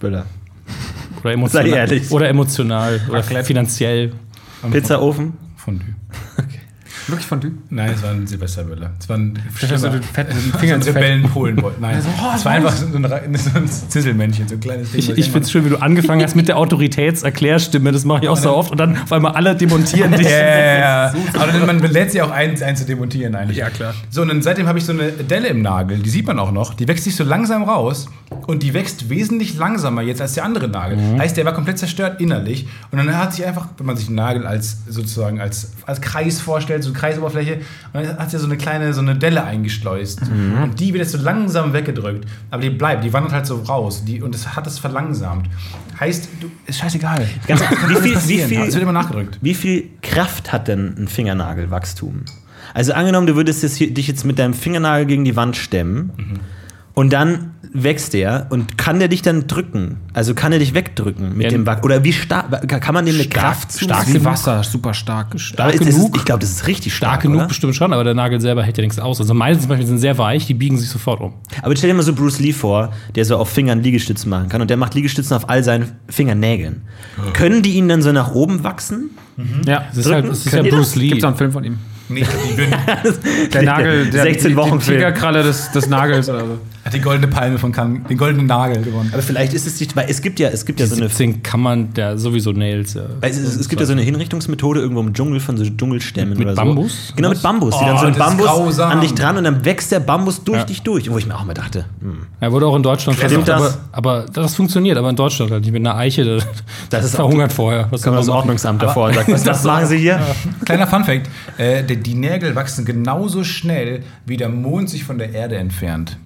[SPEAKER 1] Böller?
[SPEAKER 9] Oder emotional.
[SPEAKER 1] Sei ehrlich.
[SPEAKER 9] Oder emotional. Oder finanziell.
[SPEAKER 1] Pizzaofen?
[SPEAKER 2] Fondue.
[SPEAKER 11] Wirklich Fondue?
[SPEAKER 2] Nein, es war ein Silvesterböller. Es war ein
[SPEAKER 11] Das ist so fett mit den Fingern
[SPEAKER 2] Fingern
[SPEAKER 11] so fett.
[SPEAKER 2] Rebellen Polen wollten. Nein, es war einfach so ein, Ra- so ein Zisselmännchen, so ein kleines Ding.
[SPEAKER 9] Ich, ich finde es schön, wie du angefangen hast mit der Autoritätserklärstimme. Das mache ich auch so oft. Und dann auf einmal alle demontieren dich.
[SPEAKER 2] Yeah. Aber dann, man lädt sie auch ein, ein zu demontieren eigentlich. Ja, klar. So, und dann seitdem habe ich so eine Delle im Nagel, die sieht man auch noch. Die wächst sich so langsam raus und die wächst wesentlich langsamer jetzt als der andere Nagel.
[SPEAKER 1] Mhm.
[SPEAKER 2] Heißt, der war komplett zerstört innerlich. Und dann hat sich einfach, wenn man sich einen Nagel als sozusagen als, als Kreis vorstellt, so eine Kreisoberfläche, und dann hat sie so eine kleine, so eine Delle eingeschleust.
[SPEAKER 1] Mhm.
[SPEAKER 2] Und die wird jetzt so langsam weggedrückt. Aber die bleibt, die wandert halt so raus. Die, und das hat es verlangsamt. Heißt, du, ist scheißegal.
[SPEAKER 1] Ganz, wie,
[SPEAKER 2] Alles
[SPEAKER 1] viel, wie,
[SPEAKER 2] passieren. Also Es wird
[SPEAKER 1] viel,
[SPEAKER 2] immer nachgedrückt.
[SPEAKER 1] wie viel Kraft hat denn ein Fingernagelwachstum? Also angenommen, du würdest jetzt hier, dich jetzt mit deinem Fingernagel gegen die Wand stemmen
[SPEAKER 11] Mhm.
[SPEAKER 1] und dann wächst der und kann der dich dann drücken? Also kann er dich wegdrücken mit
[SPEAKER 9] Ja.
[SPEAKER 1] dem Wachs? Oder wie stark kann man dem eine Kraft
[SPEAKER 11] Stark wie Wasser, super stark.
[SPEAKER 1] Aber
[SPEAKER 9] stark
[SPEAKER 1] ist, ist,
[SPEAKER 9] genug?
[SPEAKER 1] ich glaube, das ist richtig stark,
[SPEAKER 9] Stark genug
[SPEAKER 1] Oder?
[SPEAKER 9] bestimmt schon, aber der Nagel selber hält ja nichts aus. Also meine zum Beispiel sind sehr weich, die biegen sich sofort um.
[SPEAKER 1] Aber stell dir mal so Bruce Lee vor, der so auf Fingern Liegestützen machen kann und der macht Liegestützen auf all seinen Fingernägeln. Können die ihn dann so nach oben wachsen?
[SPEAKER 11] Ja,
[SPEAKER 9] Das ist, halt, das ist ja
[SPEAKER 11] Könnt ihr
[SPEAKER 9] Bruce Lee.
[SPEAKER 11] Gibt's da einen Film von ihm?
[SPEAKER 2] Nee, die würden
[SPEAKER 11] Der Nagel, der
[SPEAKER 1] 16 Wochen
[SPEAKER 11] die, die Tigerkralle des, des Nagels oder so.
[SPEAKER 2] Hat die goldene Palme von Cannes, den goldenen Nagel gewonnen.
[SPEAKER 1] Aber vielleicht ist es nicht, weil es gibt ja, es gibt ja so eine
[SPEAKER 9] Deswegen kann man der sowieso Nails. äh,
[SPEAKER 1] Weil es, es gibt ja so eine Hinrichtungsmethode irgendwo im Dschungel von so Dschungelstämmen
[SPEAKER 9] Mit
[SPEAKER 1] oder
[SPEAKER 9] Bambus?
[SPEAKER 1] so. Genau, mit Bambus. die
[SPEAKER 2] Oh,
[SPEAKER 1] dann so einen
[SPEAKER 2] das ist
[SPEAKER 1] Bambus
[SPEAKER 2] grausam.
[SPEAKER 1] an dich dran und dann wächst der Bambus durch
[SPEAKER 9] Ja.
[SPEAKER 1] dich durch. Wo ich mir auch mal dachte, hm,
[SPEAKER 9] Er wurde auch in Deutschland
[SPEAKER 1] Wer nimmt
[SPEAKER 9] versucht, Aber, aber das funktioniert, aber in Deutschland halt nicht mit einer Eiche. Das, das ist verhungert vorher.
[SPEAKER 1] kommt
[SPEAKER 9] Was soll
[SPEAKER 1] das
[SPEAKER 9] man machen?
[SPEAKER 1] Ordnungsamt davor und sagt, was, was machen Sie hier?
[SPEAKER 2] Kleiner Funfact: äh, die, die Nägel wachsen genauso schnell, wie der Mond sich von der Erde entfernt.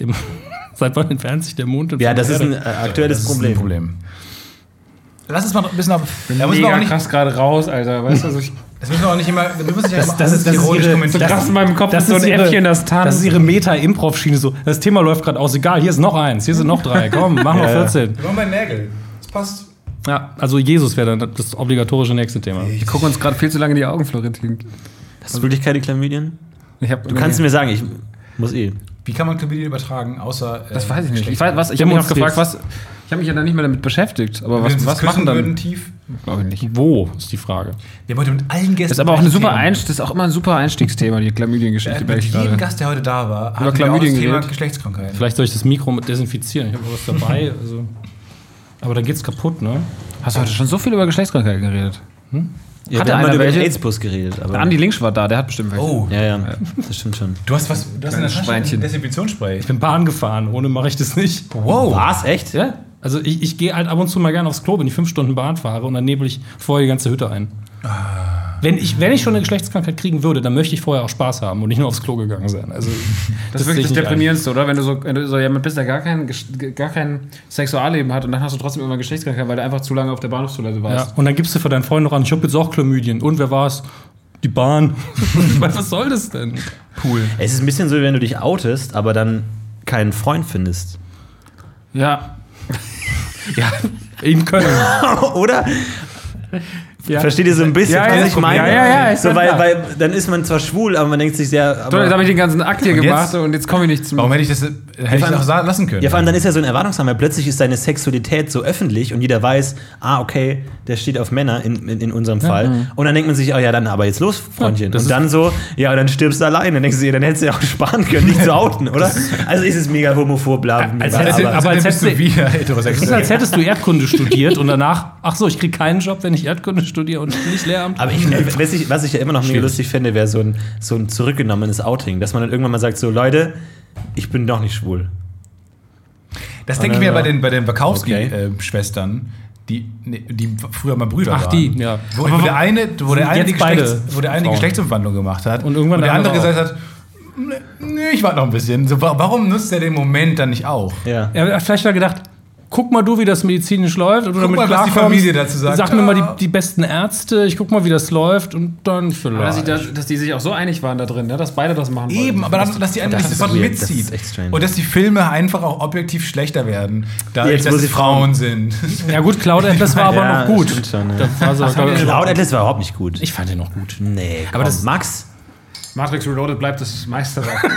[SPEAKER 9] Dem- Seit wann entfernt sich der Mond? und
[SPEAKER 1] Ja,
[SPEAKER 9] von
[SPEAKER 1] das
[SPEAKER 9] der
[SPEAKER 1] ist
[SPEAKER 9] Erde?
[SPEAKER 1] ein äh, aktuelles
[SPEAKER 2] Das ist
[SPEAKER 1] Problem.
[SPEAKER 2] ein Problem. Lass uns mal ein bisschen auf. Da müssen wir auch
[SPEAKER 11] Mega
[SPEAKER 2] nicht,
[SPEAKER 11] krass gerade raus, Alter. Weißt du, also ich,
[SPEAKER 2] das müssen wir auch nicht immer. Du musst nicht immer
[SPEAKER 9] das ist- das ist ihre-
[SPEAKER 11] so
[SPEAKER 2] kommentieren.
[SPEAKER 11] krass in meinem Kopf
[SPEAKER 9] Das
[SPEAKER 11] ist so
[SPEAKER 9] ist
[SPEAKER 11] ein
[SPEAKER 9] ihre-
[SPEAKER 11] Äpfchen, das
[SPEAKER 9] Das ist
[SPEAKER 11] tanzt.
[SPEAKER 9] ihre Meta-Improv-Schiene so. Das Thema läuft gerade aus. Egal, hier ist noch eins, hier sind noch drei. Komm, machen wir 14.
[SPEAKER 2] Wir waren bei Nägel. Das passt.
[SPEAKER 9] Ja, also Jesus wäre dann das obligatorische nächste Thema.
[SPEAKER 11] Ich gucke uns gerade viel zu lange in die Augen, Florentin.
[SPEAKER 1] Hast du wirklich keine Chlamydien?
[SPEAKER 11] Ich hab,
[SPEAKER 1] Du kannst mir sagen, ich muss eh.
[SPEAKER 2] Wie kann man Chlamydien übertragen, außer. äh,
[SPEAKER 11] Das weiß ich nicht. Ich, weiß- was- ich habe mich auch gefragt, was. Ich habe mich ja dann nicht mehr damit beschäftigt. Aber was, was machen
[SPEAKER 2] Würden,
[SPEAKER 11] dann?
[SPEAKER 2] tief.
[SPEAKER 11] Glaube ich nicht.
[SPEAKER 9] Wo ist die Frage?
[SPEAKER 2] Wir haben heute mit allen Gästen.
[SPEAKER 11] Ist aber auch eine super
[SPEAKER 2] Einstellung.
[SPEAKER 11] Einstieg, ist auch immer ein super Einstiegsthema, die
[SPEAKER 2] Äh, Mit
[SPEAKER 11] Chlamydien-Geschichte, merke ich
[SPEAKER 2] jedem
[SPEAKER 11] gerade.
[SPEAKER 2] Gast, der heute da war, hatten wir auch
[SPEAKER 11] Chlamydien
[SPEAKER 2] das Thema
[SPEAKER 11] geredet.
[SPEAKER 2] Geschlechtskrankheiten.
[SPEAKER 9] Vielleicht soll ich das Mikro mit desinfizieren. Ich habe was dabei. Also. Aber dann geht's kaputt, ne?
[SPEAKER 11] Hast du heute schon so viel über Geschlechtskrankheiten geredet?
[SPEAKER 1] Ja,
[SPEAKER 11] Hatte
[SPEAKER 1] wir haben
[SPEAKER 11] einer
[SPEAKER 1] mal über den
[SPEAKER 11] welche?
[SPEAKER 1] AIDS-Bus geredet. Aber
[SPEAKER 11] Andi Links war da, der hat bestimmt welche.
[SPEAKER 2] Oh,
[SPEAKER 1] ja, ja, das stimmt schon.
[SPEAKER 2] du hast was. Du hast in der Tasche
[SPEAKER 11] Schweinchen.
[SPEAKER 2] ein Desinfektionsspray.
[SPEAKER 9] Ich bin Bahn gefahren. Ohne mache ich das nicht.
[SPEAKER 2] Wow.
[SPEAKER 1] War's echt?
[SPEAKER 9] Ja? Also ich, ich gehe halt ab und zu mal gerne aufs Klo, wenn ich fünf Stunden Bahn fahre und dann nebel ich vorher die ganze Hütte ein. wenn ich, wenn ich schon eine Geschlechtskrankheit kriegen würde, dann möchte ich vorher auch Spaß haben und nicht nur aufs Klo gegangen sein. Also,
[SPEAKER 11] Das ist wirklich das Deprimierendste, oder? Wenn du, so, wenn du so jemand bist, der gar kein, Gesch- gar kein Sexualleben hat und dann hast du trotzdem immer Geschlechtskrankheit, weil du einfach zu lange auf der Bahnhofstoilette
[SPEAKER 9] Ja,
[SPEAKER 11] warst.
[SPEAKER 9] und dann gibst du vor deinen Freunden noch an, ich hab jetzt auch Chlamydien. Und wer war's? Die Bahn. Was soll das denn? Cool.
[SPEAKER 1] Es ist ein bisschen so, wie wenn du dich outest, aber dann keinen Freund findest.
[SPEAKER 11] Ja.
[SPEAKER 9] Ja, in Köln.
[SPEAKER 1] Oder? Versteht ihr so ein bisschen,
[SPEAKER 11] Ja,
[SPEAKER 1] was
[SPEAKER 11] ja,
[SPEAKER 1] ich meine?
[SPEAKER 11] ja, ja, ja, ist
[SPEAKER 1] so,
[SPEAKER 11] ja
[SPEAKER 1] weil,
[SPEAKER 11] klar.
[SPEAKER 1] weil dann ist man zwar schwul, aber man denkt sich sehr.
[SPEAKER 11] So,
[SPEAKER 1] Aber,
[SPEAKER 11] jetzt habe ich den ganzen Akt hier
[SPEAKER 2] Und
[SPEAKER 11] gemacht
[SPEAKER 2] jetzt?
[SPEAKER 11] und jetzt komme ich nicht zum.
[SPEAKER 2] Warum hätte ich das, hätte ich das auch sa- lassen können?
[SPEAKER 1] ja, vor allem dann ist er so ein Erwartungsraum, weil plötzlich ist seine Sexualität so öffentlich und jeder weiß, ah, okay, der steht auf Männer in, in, in unserem Fall.
[SPEAKER 11] Mhm.
[SPEAKER 1] Und dann denkt man sich, oh ja, dann aber jetzt los, Freundchen. und dann so, ja, dann stirbst du allein. Dann denkst du dir, dann hättest du ja auch sparen können, dich zu outen, oder? Also ist es mega homophob, bla, bla,
[SPEAKER 11] Also
[SPEAKER 9] Als
[SPEAKER 1] bla,
[SPEAKER 9] hätte-
[SPEAKER 1] aber-
[SPEAKER 9] aber als
[SPEAKER 2] Dann bist du
[SPEAKER 9] hättest du,
[SPEAKER 2] wieder
[SPEAKER 9] das ist, als
[SPEAKER 2] heterosexuell.
[SPEAKER 9] hättest du Erdkunde studiert und danach, ach so, ich krieg keinen Job, wenn ich Erdkunde studiere und nicht Lehramt.
[SPEAKER 1] Aber ich, äh, was, ich, was ich ja immer noch mega lustig fände, wäre so ein, so ein zurückgenommenes Outing, dass man dann irgendwann mal sagt: So, Leute, ich bin doch nicht schwul.
[SPEAKER 2] Das denke ich mir
[SPEAKER 1] Ja.
[SPEAKER 2] bei den, bei den
[SPEAKER 1] Okay.
[SPEAKER 2] Wakowski-Schwestern, die, nee, die früher mal Brüder
[SPEAKER 9] Ach,
[SPEAKER 2] waren.
[SPEAKER 9] die, ja.
[SPEAKER 2] Wo,
[SPEAKER 9] Aber
[SPEAKER 2] wo
[SPEAKER 9] wa-
[SPEAKER 2] der eine, wo der eine,
[SPEAKER 9] jetzt
[SPEAKER 2] die,
[SPEAKER 9] beide
[SPEAKER 2] Geschlechts, wo der eine die
[SPEAKER 9] Frauen.
[SPEAKER 2] Geschlechtsumwandlung gemacht hat.
[SPEAKER 9] Und irgendwann
[SPEAKER 2] und der
[SPEAKER 9] der
[SPEAKER 2] andere
[SPEAKER 9] andere
[SPEAKER 2] gesagt hat, nee, ich warte noch ein bisschen. So, wa- warum nutzt er den Moment dann nicht auch?
[SPEAKER 1] Ja.
[SPEAKER 9] Er hat vielleicht da gedacht, guck mal du, wie das medizinisch läuft. Oder
[SPEAKER 2] Guck mal, was die Familie dazu sagt.
[SPEAKER 9] Sag mir mal
[SPEAKER 2] Ja.
[SPEAKER 9] die, die besten Ärzte, ich guck mal, wie das läuft und dann
[SPEAKER 11] Aber dass,
[SPEAKER 9] vielleicht.
[SPEAKER 11] ich da, dass die sich auch so einig waren da drin, ne? dass beide das machen wollten.
[SPEAKER 2] Eben, aber dann, dass die einen nicht
[SPEAKER 1] ist
[SPEAKER 2] sofort
[SPEAKER 1] weird, das
[SPEAKER 2] mitzieht.
[SPEAKER 1] ist echt strange.
[SPEAKER 2] und dass die Filme einfach auch objektiv schlechter werden, da
[SPEAKER 1] Jetzt, wo
[SPEAKER 2] dass
[SPEAKER 1] sie
[SPEAKER 2] es Frauen sind.
[SPEAKER 9] ja gut, Cloud Atlas war aber
[SPEAKER 1] Ja,
[SPEAKER 9] noch gut. Also,
[SPEAKER 1] stimmt schon, ja.
[SPEAKER 9] Das war so,
[SPEAKER 1] Cloud Atlas war überhaupt nicht gut.
[SPEAKER 9] ich fand den noch gut.
[SPEAKER 1] nee, aber das Max.
[SPEAKER 11] Matrix Reloaded bleibt das Meisterwerk.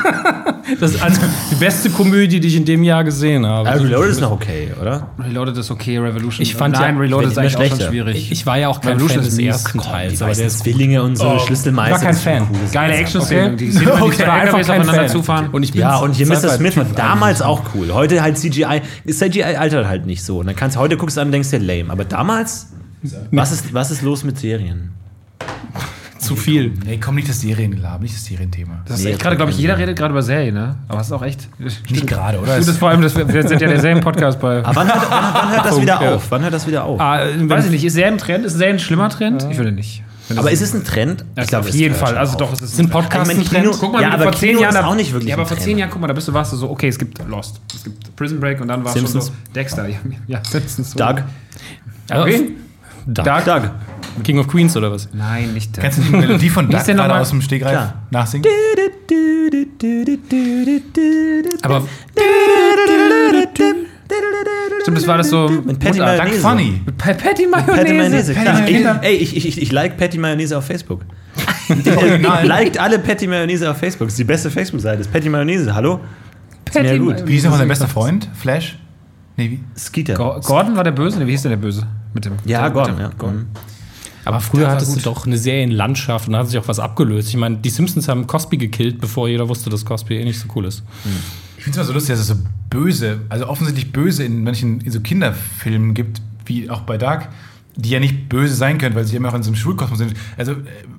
[SPEAKER 9] Das ist also die beste Komödie, die ich in dem Jahr gesehen habe.
[SPEAKER 1] Also, Reloaded ist noch okay, oder?
[SPEAKER 11] Reloaded ist okay, Revolution.
[SPEAKER 9] Ich fand
[SPEAKER 11] Nein,
[SPEAKER 9] ja-
[SPEAKER 11] Reloaded ist
[SPEAKER 1] wird
[SPEAKER 11] eigentlich
[SPEAKER 1] immer
[SPEAKER 11] auch schon
[SPEAKER 1] schlechter.
[SPEAKER 11] schwierig.
[SPEAKER 9] ich war ja auch kein
[SPEAKER 11] Revolution
[SPEAKER 9] Fan
[SPEAKER 11] ist
[SPEAKER 9] des
[SPEAKER 11] mies.
[SPEAKER 9] ersten Teils, aber der ist
[SPEAKER 1] Zwillinge und
[SPEAKER 11] Oh,
[SPEAKER 1] so,
[SPEAKER 9] Ich war
[SPEAKER 1] Schlüsselmeister.
[SPEAKER 9] kein Fan.
[SPEAKER 11] Geile Action-Szene.
[SPEAKER 9] Okay.
[SPEAKER 11] Die sieht man,
[SPEAKER 9] Okay,
[SPEAKER 11] die zwei
[SPEAKER 9] einfach
[SPEAKER 11] LKWs
[SPEAKER 9] kein
[SPEAKER 11] aufeinander
[SPEAKER 9] Fan.
[SPEAKER 11] zufahren.
[SPEAKER 9] Und ich bin
[SPEAKER 1] Ja, und hier
[SPEAKER 9] seit
[SPEAKER 1] Mr.
[SPEAKER 11] halt,
[SPEAKER 1] Smith war
[SPEAKER 9] 2005
[SPEAKER 1] damals auch cool. Heute halt CGI. CGI altert halt nicht so. Und dann kannst heute guckst du an und denkst dir lame. Aber damals, was ist, was ist los mit Serien?
[SPEAKER 9] zu viel.
[SPEAKER 2] Nee, komm, nicht das Serienlaben, nicht das Serienthema.
[SPEAKER 11] Das ist
[SPEAKER 1] Nee,
[SPEAKER 11] echt gerade, glaube ich,
[SPEAKER 1] das
[SPEAKER 11] jeder redet gerade über Serien, ne? Aber es ist auch echt. Nicht
[SPEAKER 2] Nicht gerade, oder?
[SPEAKER 11] Gut ist vor allem, dass wir, wir sind ja der Serien-Podcast bei.
[SPEAKER 1] Aber Ah, wann hört, wann, wann hört das wieder
[SPEAKER 11] ja.
[SPEAKER 1] auf? Wann hört das wieder auf?
[SPEAKER 9] Ah, wenn-
[SPEAKER 11] Weiß ich nicht, ist Serien ein Trend? Ist Serien ein schlimmer Trend? Ich würde nicht.
[SPEAKER 1] aber ist es ein Trend?
[SPEAKER 11] Ich
[SPEAKER 1] glaub,
[SPEAKER 11] auf
[SPEAKER 1] es
[SPEAKER 11] jeden
[SPEAKER 1] hört
[SPEAKER 11] Fall.
[SPEAKER 1] schon
[SPEAKER 11] Also
[SPEAKER 1] auf.
[SPEAKER 11] doch, es ist
[SPEAKER 9] Sind
[SPEAKER 1] Ich
[SPEAKER 9] Podcasts
[SPEAKER 1] meine,
[SPEAKER 9] ein
[SPEAKER 1] Kino,
[SPEAKER 9] Trend?
[SPEAKER 11] Guck mal,
[SPEAKER 1] ja,
[SPEAKER 11] wie
[SPEAKER 1] aber
[SPEAKER 11] vor zehn
[SPEAKER 1] Kino
[SPEAKER 11] Jahren
[SPEAKER 1] ist
[SPEAKER 11] da-
[SPEAKER 1] auch nicht wirklich
[SPEAKER 11] Ja, aber
[SPEAKER 1] ein
[SPEAKER 11] vor
[SPEAKER 1] Trend.
[SPEAKER 11] zehn Jahren, guck mal, da bist du, warst du so, okay, es gibt Lost, es gibt Prison Break und dann warst du so
[SPEAKER 1] Simpsons.
[SPEAKER 11] Dexter. Ja, ja Simpsons.
[SPEAKER 1] Doug.
[SPEAKER 11] Okay.
[SPEAKER 9] Dark. King of Queens oder was?
[SPEAKER 11] Nein, nicht Doug.
[SPEAKER 2] Kannst du die Melodie von Duck
[SPEAKER 11] Hieß der
[SPEAKER 2] gerade
[SPEAKER 11] nochmal?
[SPEAKER 2] aus dem Stegreif
[SPEAKER 1] Klar.
[SPEAKER 2] nachsingen?
[SPEAKER 9] Aber
[SPEAKER 11] Stimmt, das war das so.
[SPEAKER 1] Mit Patty
[SPEAKER 11] Mundart-
[SPEAKER 1] Mayonnaise.
[SPEAKER 2] Funny.
[SPEAKER 11] Pa- Patty Mayonnaise.
[SPEAKER 1] Patty Mayonnaise.
[SPEAKER 2] Patty
[SPEAKER 1] klar. Ich,
[SPEAKER 2] Mayonnaise.
[SPEAKER 1] ey, ich, ich, ich, ich like Patty Mayonnaise auf Facebook.
[SPEAKER 2] Original.
[SPEAKER 1] Liked alle Patty Mayonnaise auf Facebook. Das ist die beste Facebook-Seite. Ist Patty Mayonnaise, hallo?
[SPEAKER 11] Patty
[SPEAKER 1] Ja, gut.
[SPEAKER 11] Mayonnaise.
[SPEAKER 2] Wie hieß nochmal sein bester Freund? Flash? Nee, wie?
[SPEAKER 1] Skeeter.
[SPEAKER 11] Go- Gordon war der Böse? Ne, wie hieß denn der Böse? Mit dem.
[SPEAKER 1] Ja,
[SPEAKER 11] mit
[SPEAKER 1] Gordon.
[SPEAKER 11] dem-
[SPEAKER 1] Ja, Mhm. Gordon.
[SPEAKER 9] Aber früher hattest du doch eine Serienlandschaft und da hat sich auch was abgelöst. Ich meine, die Simpsons haben Cosby gekillt, bevor jeder wusste, dass Cosby eh nicht so cool ist.
[SPEAKER 2] Ich finde es immer so lustig, dass es so böse, also offensichtlich böse in manchen in so Kinderfilmen gibt, wie auch bei Dark, die ja nicht böse sein können, weil sie immer noch in so einem Schulkosmos sind. Also, äh,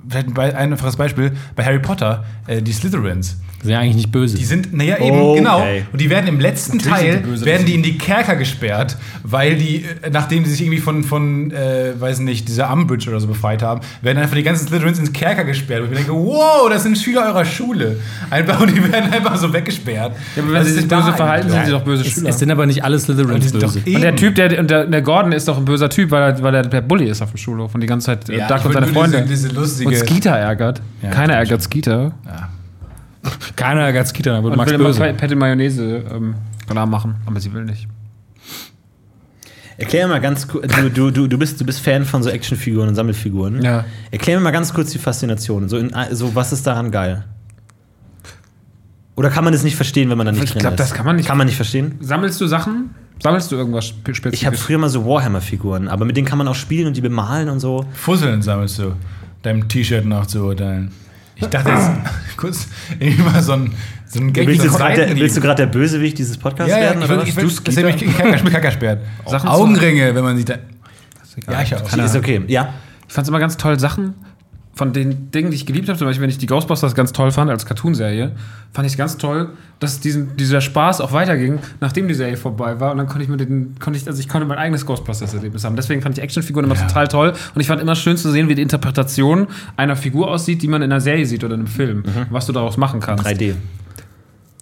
[SPEAKER 2] vielleicht ein, Be- ein einfaches Beispiel: bei Harry Potter, äh, die Slytherins.
[SPEAKER 9] Die Sind ja eigentlich nicht böse.
[SPEAKER 2] Die sind, naja, eben,
[SPEAKER 1] Okay.
[SPEAKER 2] genau. Und die werden im letzten Teil,
[SPEAKER 11] sind die böse,
[SPEAKER 2] werden
[SPEAKER 11] das
[SPEAKER 2] die in die Kerker gesperrt, weil die, äh, nachdem die sich irgendwie von, von äh, weiß nicht, dieser Umbridge oder so befreit haben, werden einfach die ganzen Slytherins ins Kerker gesperrt. Und ich denke, wow, das sind Schüler eurer Schule. Einfach, und die werden einfach so weggesperrt.
[SPEAKER 11] Ja, aber wenn sie Also sich böse verhalten, sind sie doch böse
[SPEAKER 9] es,
[SPEAKER 11] Schüler.
[SPEAKER 9] es sind aber nicht alle
[SPEAKER 2] Und die
[SPEAKER 9] Slytherins
[SPEAKER 2] sind
[SPEAKER 9] böse.
[SPEAKER 2] doch eh
[SPEAKER 11] und der Typ, der, und der, der Gordon ist doch ein böser Typ, weil er, weil er der Bully ist auf dem Schulhof und die ganze Zeit äh,
[SPEAKER 2] Ja,
[SPEAKER 11] Doug
[SPEAKER 2] ich
[SPEAKER 11] und seine
[SPEAKER 2] wollte nur
[SPEAKER 11] Freunde.
[SPEAKER 2] Diese, diese
[SPEAKER 11] und
[SPEAKER 2] lustige.
[SPEAKER 11] Skeeter ärgert. Keiner ärgert Skeeter.
[SPEAKER 9] Keiner ganz Kita, aber du
[SPEAKER 11] Und
[SPEAKER 9] magst
[SPEAKER 11] will immer
[SPEAKER 9] böse.
[SPEAKER 11] Pat- Patty Mayonnaise ähm, Alarm machen, aber sie will nicht.
[SPEAKER 1] Erklär mir mal ganz kurz, du, du, du, du, bist, du bist Fan von so Actionfiguren und Sammelfiguren.
[SPEAKER 11] Ja.
[SPEAKER 1] Erklär mir mal ganz kurz die Faszination. So, in, so was ist daran geil? Oder kann man das nicht verstehen, wenn man da nicht
[SPEAKER 11] Ich
[SPEAKER 1] drin
[SPEAKER 11] glaub,
[SPEAKER 1] ist?
[SPEAKER 11] das kann man nicht-
[SPEAKER 1] Kann man nicht verstehen?
[SPEAKER 11] Sammelst du Sachen? Sammelst du irgendwas spe-
[SPEAKER 1] Ich habe
[SPEAKER 11] spezifisch?
[SPEAKER 1] früher mal so Warhammer-Figuren, aber mit denen kann man auch spielen und die bemalen und so.
[SPEAKER 2] Fusseln sammelst du, deinem T-Shirt nachzuurteilen. Ich dachte jetzt kurz irgendwie mal so ein, so ein Gag.
[SPEAKER 1] Willst du
[SPEAKER 2] so
[SPEAKER 1] gerade der,
[SPEAKER 2] Seitenhieb.
[SPEAKER 1] willst du grad der Bösewicht dieses Podcasts
[SPEAKER 2] ja, ja,
[SPEAKER 1] werden?
[SPEAKER 2] ich
[SPEAKER 1] oder
[SPEAKER 2] will,
[SPEAKER 1] was?
[SPEAKER 2] ich will, dass er mich Kacker, Kacker sperrt.
[SPEAKER 11] Sachen zu-
[SPEAKER 2] Augenringe, wenn man sich da. Ja, ich auch.
[SPEAKER 1] Die ist okay, ja.
[SPEAKER 11] Ich fand's immer ganz toll, Sachen von den Dingen, die ich geliebt habe, zum Beispiel, wenn ich die Ghostbusters ganz toll fand als Cartoonserie, fand ich es ganz toll, dass diesen, dieser Spaß auch weiterging, nachdem die Serie vorbei war. Und dann konnte ich mir den, konnte ich, also ich konnte mein eigenes Ghostbusters-Erlebnis haben. Deswegen fand ich Actionfiguren immer total toll. Und ich fand immer schön zu sehen, wie die Interpretation einer Figur aussieht, die man in einer Serie sieht oder in einem Film. Was du daraus machen kannst.
[SPEAKER 1] 3D.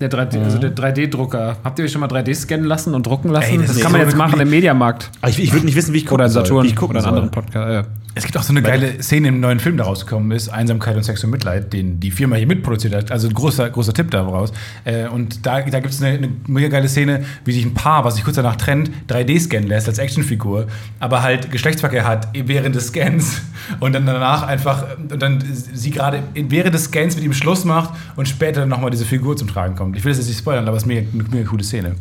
[SPEAKER 11] Der 3D, also der 3D-Drucker. Habt ihr euch schon mal 3D scannen lassen und drucken lassen?
[SPEAKER 2] Ey, das
[SPEAKER 11] das
[SPEAKER 2] ist
[SPEAKER 11] kann
[SPEAKER 2] so
[SPEAKER 11] man jetzt
[SPEAKER 2] wirklich-
[SPEAKER 11] machen im Mediamarkt.
[SPEAKER 1] Aber ich, ich würde nicht wissen, wie ich gucken
[SPEAKER 11] Oder in
[SPEAKER 1] soll,
[SPEAKER 11] Saturn
[SPEAKER 1] wie ich gucken
[SPEAKER 11] oder in
[SPEAKER 1] soll.
[SPEAKER 11] anderen Podcast. Äh.
[SPEAKER 2] Es gibt auch so eine geile Szene im neuen Film, der rausgekommen ist: Einsamkeit und Sex und Mitleid, den die Firma hier mitproduziert hat. Also ein großer, großer Tipp daraus. Äh, und da, da gibt es eine, eine mega geile Szene, wie sich ein Paar, was sich kurz danach trennt, 3D scannen lässt als Actionfigur, aber halt Geschlechtsverkehr hat während des Scans und dann danach einfach, und dann sie gerade während des Scans mit ihm Schluss macht und später nochmal diese Figur zum Tragen kommt. Ich will das jetzt nicht spoilern, aber es ist mega, eine mega coole Szene.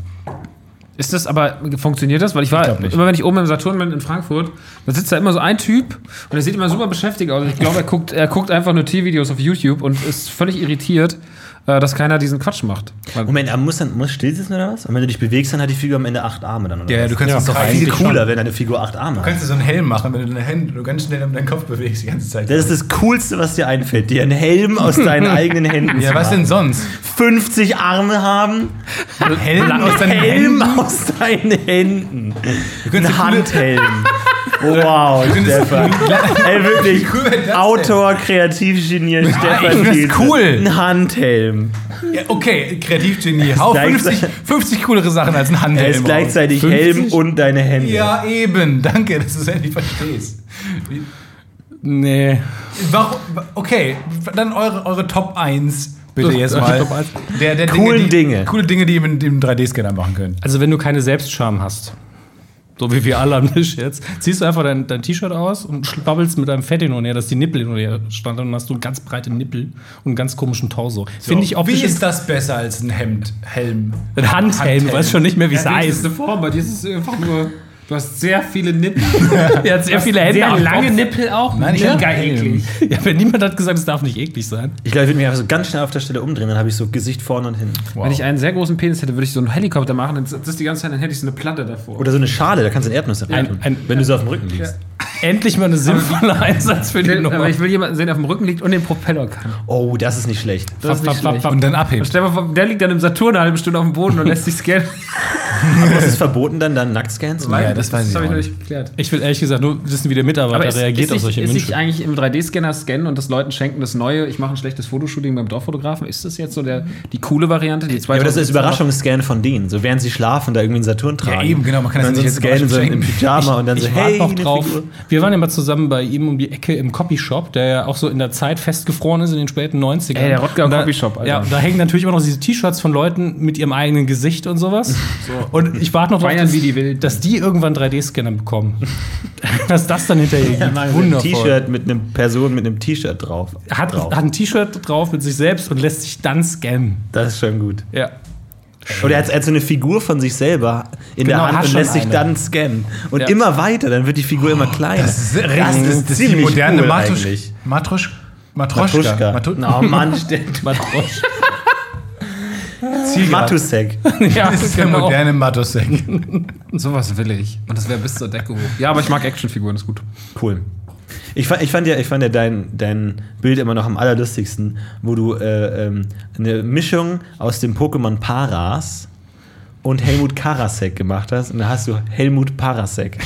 [SPEAKER 11] Ist das aber, funktioniert das? Weil ich war,
[SPEAKER 2] glaub nicht.
[SPEAKER 11] immer wenn ich oben im Saturn bin in Frankfurt, da sitzt da immer so ein Typ und der sieht immer super beschäftigt aus. Ich glaube, er guckt, er guckt einfach nur Tiervideos auf YouTube und ist völlig irritiert, äh, dass keiner diesen Quatsch macht. Weil-
[SPEAKER 1] Moment, aber muss dann muss still sitzen oder was? Und wenn du dich bewegst, dann hat die Figur am Ende acht Arme dann oder
[SPEAKER 2] Ja,
[SPEAKER 1] was?
[SPEAKER 2] du kannst
[SPEAKER 1] das ist
[SPEAKER 2] es
[SPEAKER 1] doch
[SPEAKER 2] doch
[SPEAKER 1] viel
[SPEAKER 2] eigentlich
[SPEAKER 1] cooler,
[SPEAKER 2] schon.
[SPEAKER 1] wenn eine Figur acht Arme
[SPEAKER 2] Du
[SPEAKER 1] hat.
[SPEAKER 2] kannst dir so einen Helm machen, wenn du deine Hände du ganz schnell mit deinen Kopf bewegst die ganze Zeit.
[SPEAKER 1] Das ist das Coolste, was dir einfällt, dir einen Helm aus deinen eigenen Händen
[SPEAKER 2] ja,
[SPEAKER 1] zu
[SPEAKER 2] was
[SPEAKER 1] machen.
[SPEAKER 2] denn sonst?
[SPEAKER 1] 50 Arme haben,
[SPEAKER 2] Helm aus deinen
[SPEAKER 1] Helm aus deinen Händen. Ein
[SPEAKER 2] könntest eine coole-
[SPEAKER 1] Handhelm. Wow, Stefan. Ey, wirklich.
[SPEAKER 2] cool wäre das denn?
[SPEAKER 1] Autor, Kreativgenier Stefan
[SPEAKER 2] ich find's
[SPEAKER 1] Tietze.
[SPEAKER 2] cool.
[SPEAKER 1] Ein Handhelm.
[SPEAKER 2] Ja, okay, Kreativgenie. Hau
[SPEAKER 1] gleich-
[SPEAKER 2] 50, 50 coolere Sachen als ein
[SPEAKER 1] Er
[SPEAKER 2] Handhelm.
[SPEAKER 1] ist gleichzeitig Helm und deine Hände.
[SPEAKER 2] Ja, eben. Danke, dass du es endlich verstehst.
[SPEAKER 9] Nee.
[SPEAKER 2] Warum, okay, dann eure, eure Top 1. Bitte jetzt mal.
[SPEAKER 9] Top 1.
[SPEAKER 2] Der, der
[SPEAKER 1] Coolen
[SPEAKER 2] die,
[SPEAKER 1] Dinge.
[SPEAKER 2] Coole Dinge, die ihr mit dem 3D-Scanner machen könnt.
[SPEAKER 9] Also wenn du keine Selbstscham hast, so wie wir alle am Tisch jetzt, ziehst du einfach dein, dein T-Shirt aus und schnabbelst mit deinem Fett hin und her, dass die Nippel hin und her standen und dann hast du ganz breite Nippel und einen ganz komischen Torso. Finde ich
[SPEAKER 2] Wie
[SPEAKER 9] optisch
[SPEAKER 2] ist das besser als ein Hemd, Helm?
[SPEAKER 9] ein Handhelm,
[SPEAKER 2] Handhelm.
[SPEAKER 9] du weißt schon nicht mehr, wie es
[SPEAKER 11] Ja, wenigstens
[SPEAKER 9] heißt.
[SPEAKER 11] eine Form, bei dir ist es einfach nur. Du hast sehr viele Nippel.
[SPEAKER 9] Er hat sehr viele Hände
[SPEAKER 11] sehr
[SPEAKER 9] am
[SPEAKER 11] lange
[SPEAKER 9] Kopf.
[SPEAKER 11] Nippel auch.
[SPEAKER 2] Nein, ich hab
[SPEAKER 11] Mega
[SPEAKER 2] einen Helm.
[SPEAKER 11] eklig.
[SPEAKER 9] Ja, wenn niemand hat gesagt, es darf nicht eklig sein.
[SPEAKER 1] Ich glaube, ich würde mich einfach so ganz schnell auf der Stelle umdrehen, dann habe ich so Gesicht vorne und hinten.
[SPEAKER 11] Wenn ich einen sehr großen Penis hätte, würde ich so einen Helikopter machen. Dann sitzt das die ganze Zeit, dann hätte ich so eine Platte davor.
[SPEAKER 1] Oder so eine Schale, da kannst du eine Erdnuss reintun,
[SPEAKER 9] ein-
[SPEAKER 1] wenn du so auf dem Rücken liegst.
[SPEAKER 9] Endlich mal eine sinnvolle Einsatz für
[SPEAKER 11] ich
[SPEAKER 9] die
[SPEAKER 11] will, aber
[SPEAKER 9] Nummer.
[SPEAKER 11] ich will jemanden sehen, der auf dem Rücken liegt und den Propeller kann.
[SPEAKER 1] Oh, das ist nicht schlecht.
[SPEAKER 11] Das ist nicht schlecht.
[SPEAKER 2] Und dann
[SPEAKER 11] Und
[SPEAKER 2] abhebst.
[SPEAKER 11] stell dir mal vor, der liegt dann im Saturn eine halbe Stunde auf dem Boden und lässt sich scannen.
[SPEAKER 1] Aber ist es verboten, dann dann Nacktscans zu machen?
[SPEAKER 2] Ja, das weiß ich
[SPEAKER 11] hab
[SPEAKER 2] auch
[SPEAKER 11] noch
[SPEAKER 2] nicht.
[SPEAKER 11] nicht geklärt.
[SPEAKER 9] Ich will ehrlich gesagt nur wissen, wie der Mitarbeiter
[SPEAKER 11] ist,
[SPEAKER 9] reagiert
[SPEAKER 11] ist
[SPEAKER 9] auf
[SPEAKER 11] sich-
[SPEAKER 9] solche
[SPEAKER 11] ist sich
[SPEAKER 9] Wünsche.
[SPEAKER 11] eigentlich im 3D-Scanner scannen und das Leuten schenken das neue, ich mache ein schlechtes Fotoshooting beim Dorffotografen, ist das jetzt so der, die coole Variante? Die
[SPEAKER 1] Ja, aber das ist Überraschungsscan von denen. So während sie schlafen, da irgendwie einen Saturn tragen.
[SPEAKER 2] eben, genau, man kann das
[SPEAKER 1] Und dann
[SPEAKER 2] nicht
[SPEAKER 1] so
[SPEAKER 2] jetzt
[SPEAKER 1] scannen, so
[SPEAKER 2] überraschend
[SPEAKER 1] im Pyjama und dann so,
[SPEAKER 9] Ich
[SPEAKER 1] hey,
[SPEAKER 9] hey, noch
[SPEAKER 1] eine
[SPEAKER 9] drauf.
[SPEAKER 1] Figur.
[SPEAKER 9] Wir waren ja mal zusammen bei ihm um die Ecke im Copyshop, der ja auch so in der Zeit festgefroren ist in den späten 90ern.
[SPEAKER 11] Ey, der Rottgau
[SPEAKER 9] Und da-
[SPEAKER 11] Copyshop, Alter.
[SPEAKER 9] Ja, und da hängen natürlich immer noch diese T-Shirts von Leuten mit ihrem eigenen Gesicht und sowas. Und ich warte noch drauf,
[SPEAKER 11] Feiern
[SPEAKER 9] dass,
[SPEAKER 11] wie die Wilden.
[SPEAKER 9] dass die irgendwann 3D-Scanner bekommen. dass das dann hinterher gibt.
[SPEAKER 1] Ein
[SPEAKER 9] Wundervoll.
[SPEAKER 1] T-Shirt mit einem Person mit einem T-Shirt drauf.
[SPEAKER 9] Hat,
[SPEAKER 1] drauf.
[SPEAKER 9] hat ein T-Shirt drauf mit sich selbst und lässt sich dann scannen.
[SPEAKER 1] Das ist schon gut.
[SPEAKER 9] Ja.
[SPEAKER 1] Oder er hat, er hat so eine Figur von sich selber in
[SPEAKER 9] Genau,
[SPEAKER 1] der
[SPEAKER 9] hat
[SPEAKER 1] Hand und
[SPEAKER 9] schon
[SPEAKER 1] lässt sich
[SPEAKER 9] eine.
[SPEAKER 1] dann scannen. Und
[SPEAKER 9] Ja.
[SPEAKER 1] immer weiter, dann wird die Figur immer kleiner. Mhm,
[SPEAKER 2] Das ist das ist die moderne
[SPEAKER 1] cool
[SPEAKER 2] Matusch,
[SPEAKER 1] eigentlich.
[SPEAKER 2] Matusch, Matroschka.
[SPEAKER 1] Matuschka.
[SPEAKER 2] Matu-
[SPEAKER 1] oh Mann, stimmt.
[SPEAKER 9] Matrosch.
[SPEAKER 1] Matusek.
[SPEAKER 9] ja,
[SPEAKER 2] Das ist der
[SPEAKER 9] genau.
[SPEAKER 2] moderne Matusek.
[SPEAKER 11] Sowas will ich. Und das wäre bis zur Decke hoch. Ja, aber ich mag Actionfiguren, ist gut.
[SPEAKER 1] Cool. Ich fand, ich fand ja, ich fand ja dein, dein Bild immer noch am allerlustigsten, wo du äh, ähm, eine Mischung aus dem Pokémon Paras und Helmut Karasek gemacht hast. Und da hast du Helmut Parasek.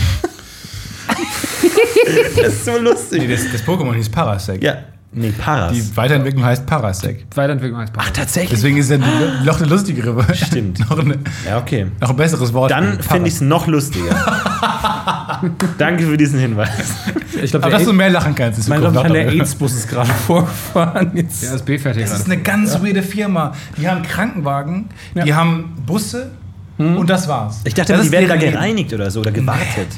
[SPEAKER 1] das ist so lustig.
[SPEAKER 2] Das, das Pokémon hieß Parasek.
[SPEAKER 1] Ja, nee, Paras.
[SPEAKER 2] Die Weiterentwicklung heißt Parasek.
[SPEAKER 11] Weiterentwicklung heißt Ach,
[SPEAKER 1] Tatsächlich.
[SPEAKER 2] Deswegen ist ja die- noch eine lustigere Version.
[SPEAKER 1] Stimmt.
[SPEAKER 2] noch, eine,
[SPEAKER 1] Ja, okay.
[SPEAKER 2] noch ein besseres Wort.
[SPEAKER 1] Dann finde ich es noch lustiger. Danke für diesen Hinweis.
[SPEAKER 9] Ich glaube,
[SPEAKER 2] Aber
[SPEAKER 9] der,
[SPEAKER 2] dass du
[SPEAKER 9] AIDS,
[SPEAKER 2] mehr lachen kannst, ist
[SPEAKER 9] mein,
[SPEAKER 2] gut.
[SPEAKER 9] glaub, ich,
[SPEAKER 2] Noch
[SPEAKER 9] der
[SPEAKER 2] doppelt.
[SPEAKER 9] AIDS-Bus ist gerade vorgefahren. Jetzt.
[SPEAKER 11] Der ist B fertig
[SPEAKER 2] Das ist
[SPEAKER 11] gerade.
[SPEAKER 2] eine ganz weirde Firma. Die haben Krankenwagen, die haben Busse und das war's.
[SPEAKER 1] Hm? Ich dachte,
[SPEAKER 2] das
[SPEAKER 1] die werden da
[SPEAKER 2] deren Leben.
[SPEAKER 1] gereinigt oder so oder gewartet.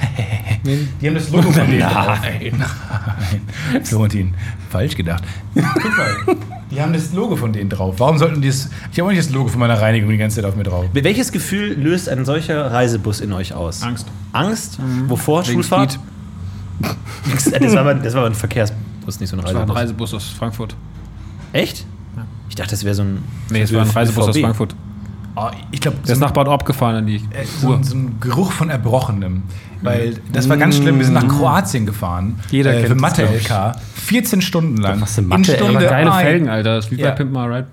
[SPEAKER 2] Die haben das Logo von denen drauf. Nein, nein. Florentin, falsch gedacht. Guck mal, die haben das Logo von denen drauf. Warum sollten die das? Ich habe auch nicht das Logo von meiner Reinigung die ganze Zeit auf mir drauf.
[SPEAKER 1] Welches Gefühl löst ein solcher Reisebus in euch aus?
[SPEAKER 11] Angst.
[SPEAKER 1] Angst?
[SPEAKER 11] Mhm.
[SPEAKER 1] Wovor? Schulfahrt? Das war, aber, das war aber ein Verkehrsbus, nicht so ein
[SPEAKER 11] Das war ein
[SPEAKER 1] Reisebus.
[SPEAKER 11] Reisebus aus Frankfurt.
[SPEAKER 1] Echt? Ich dachte, das wäre so ein.
[SPEAKER 11] Nee, es
[SPEAKER 1] so
[SPEAKER 11] war ein
[SPEAKER 1] für
[SPEAKER 11] Reisebus aus
[SPEAKER 1] VW.
[SPEAKER 11] Frankfurt.
[SPEAKER 2] oh, ich glaube,
[SPEAKER 9] Der ist nach Bad Orb gefahren an die
[SPEAKER 2] äh, so,
[SPEAKER 9] Uhr.
[SPEAKER 2] ein- so ein Geruch von Erbrochenem. Weil das war ganz schlimm. Wir sind nach Kroatien gefahren.
[SPEAKER 9] Mhm. Jeder
[SPEAKER 2] äh,
[SPEAKER 9] kennt
[SPEAKER 2] für
[SPEAKER 9] das, glaub ich.
[SPEAKER 2] Mathe-LK. 14 Stunden lang.
[SPEAKER 1] was für
[SPEAKER 2] In
[SPEAKER 1] Mathe, ey,
[SPEAKER 2] Stunde
[SPEAKER 9] Aber geile
[SPEAKER 2] ein.
[SPEAKER 9] Felgen, Alter. Das ist wie
[SPEAKER 2] Ja.
[SPEAKER 9] bei Pimp My Ride.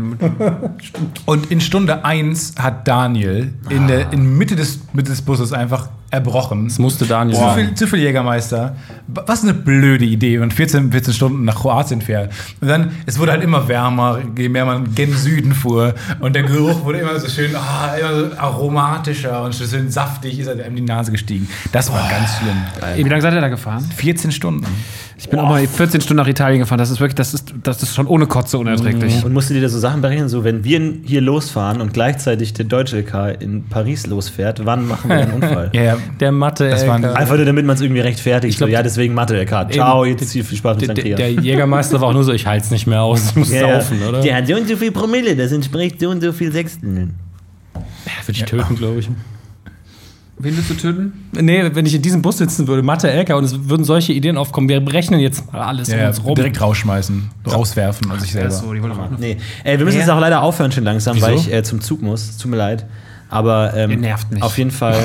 [SPEAKER 2] Und in Stunde 1 hat Daniel in der in Mitte, des, Mitte des Busses einfach erbrochen. Es
[SPEAKER 9] musste Daniel
[SPEAKER 2] Zu
[SPEAKER 9] sein.
[SPEAKER 2] viel, zu viel Jägermeister. B- Was eine blöde Idee, wenn man 14, 14 Stunden nach Kroatien fährt. Und dann, es wurde halt immer wärmer, je mehr man gen Süden fuhr. Und der Geruch wurde immer so schön, ah, immer so aromatischer und schön saftig, ist halt einem die Nase gestiegen. Das war ganz schlimm.
[SPEAKER 9] Wie lange seid ihr da gefahren?
[SPEAKER 2] 14 Stunden.
[SPEAKER 9] Ich bin auch mal 14 Stunden nach Italien gefahren. Das ist wirklich, das ist, das ist schon ohne Kotze unerträglich.
[SPEAKER 1] Und musst du dir da so Sachen berechnen, so wenn wir hier losfahren und gleichzeitig der deutsche LK in Paris losfährt, wann machen wir einen Unfall?
[SPEAKER 2] Ja, ja.
[SPEAKER 9] Der Mathe.
[SPEAKER 2] Das waren-
[SPEAKER 1] Einfach nur, damit man es irgendwie rechtfertigt.
[SPEAKER 9] glaub,
[SPEAKER 1] so, ja, deswegen Mathe-LK. Ciao, jetzt hier viel Spaß mit
[SPEAKER 9] der, der,
[SPEAKER 1] Sangria.
[SPEAKER 9] der Jägermeister war auch nur so, ich halte es nicht mehr aus, ich muss
[SPEAKER 1] Ja, ja.
[SPEAKER 9] saufen, oder?
[SPEAKER 1] Der hat so und so viel Promille, das entspricht so und so viel Sechsteln.
[SPEAKER 9] Würde ich töten, glaube ich.
[SPEAKER 11] Wen willst du töten?
[SPEAKER 9] Nee, wenn ich in diesem Bus sitzen würde, Mathe, LK, und es würden solche Ideen aufkommen, wir berechnen jetzt mal alles um
[SPEAKER 2] Ja,
[SPEAKER 9] uns rum.
[SPEAKER 2] direkt rausschmeißen, rauswerfen an sich selber.
[SPEAKER 11] die wollte auch noch.
[SPEAKER 1] Nee. Äh, wir müssen jetzt auch leider aufhören schon langsam, weil ich äh, zum Zug muss. Es Tut mir leid. Aber ähm,
[SPEAKER 9] nervt mich.
[SPEAKER 1] auf jeden Fall,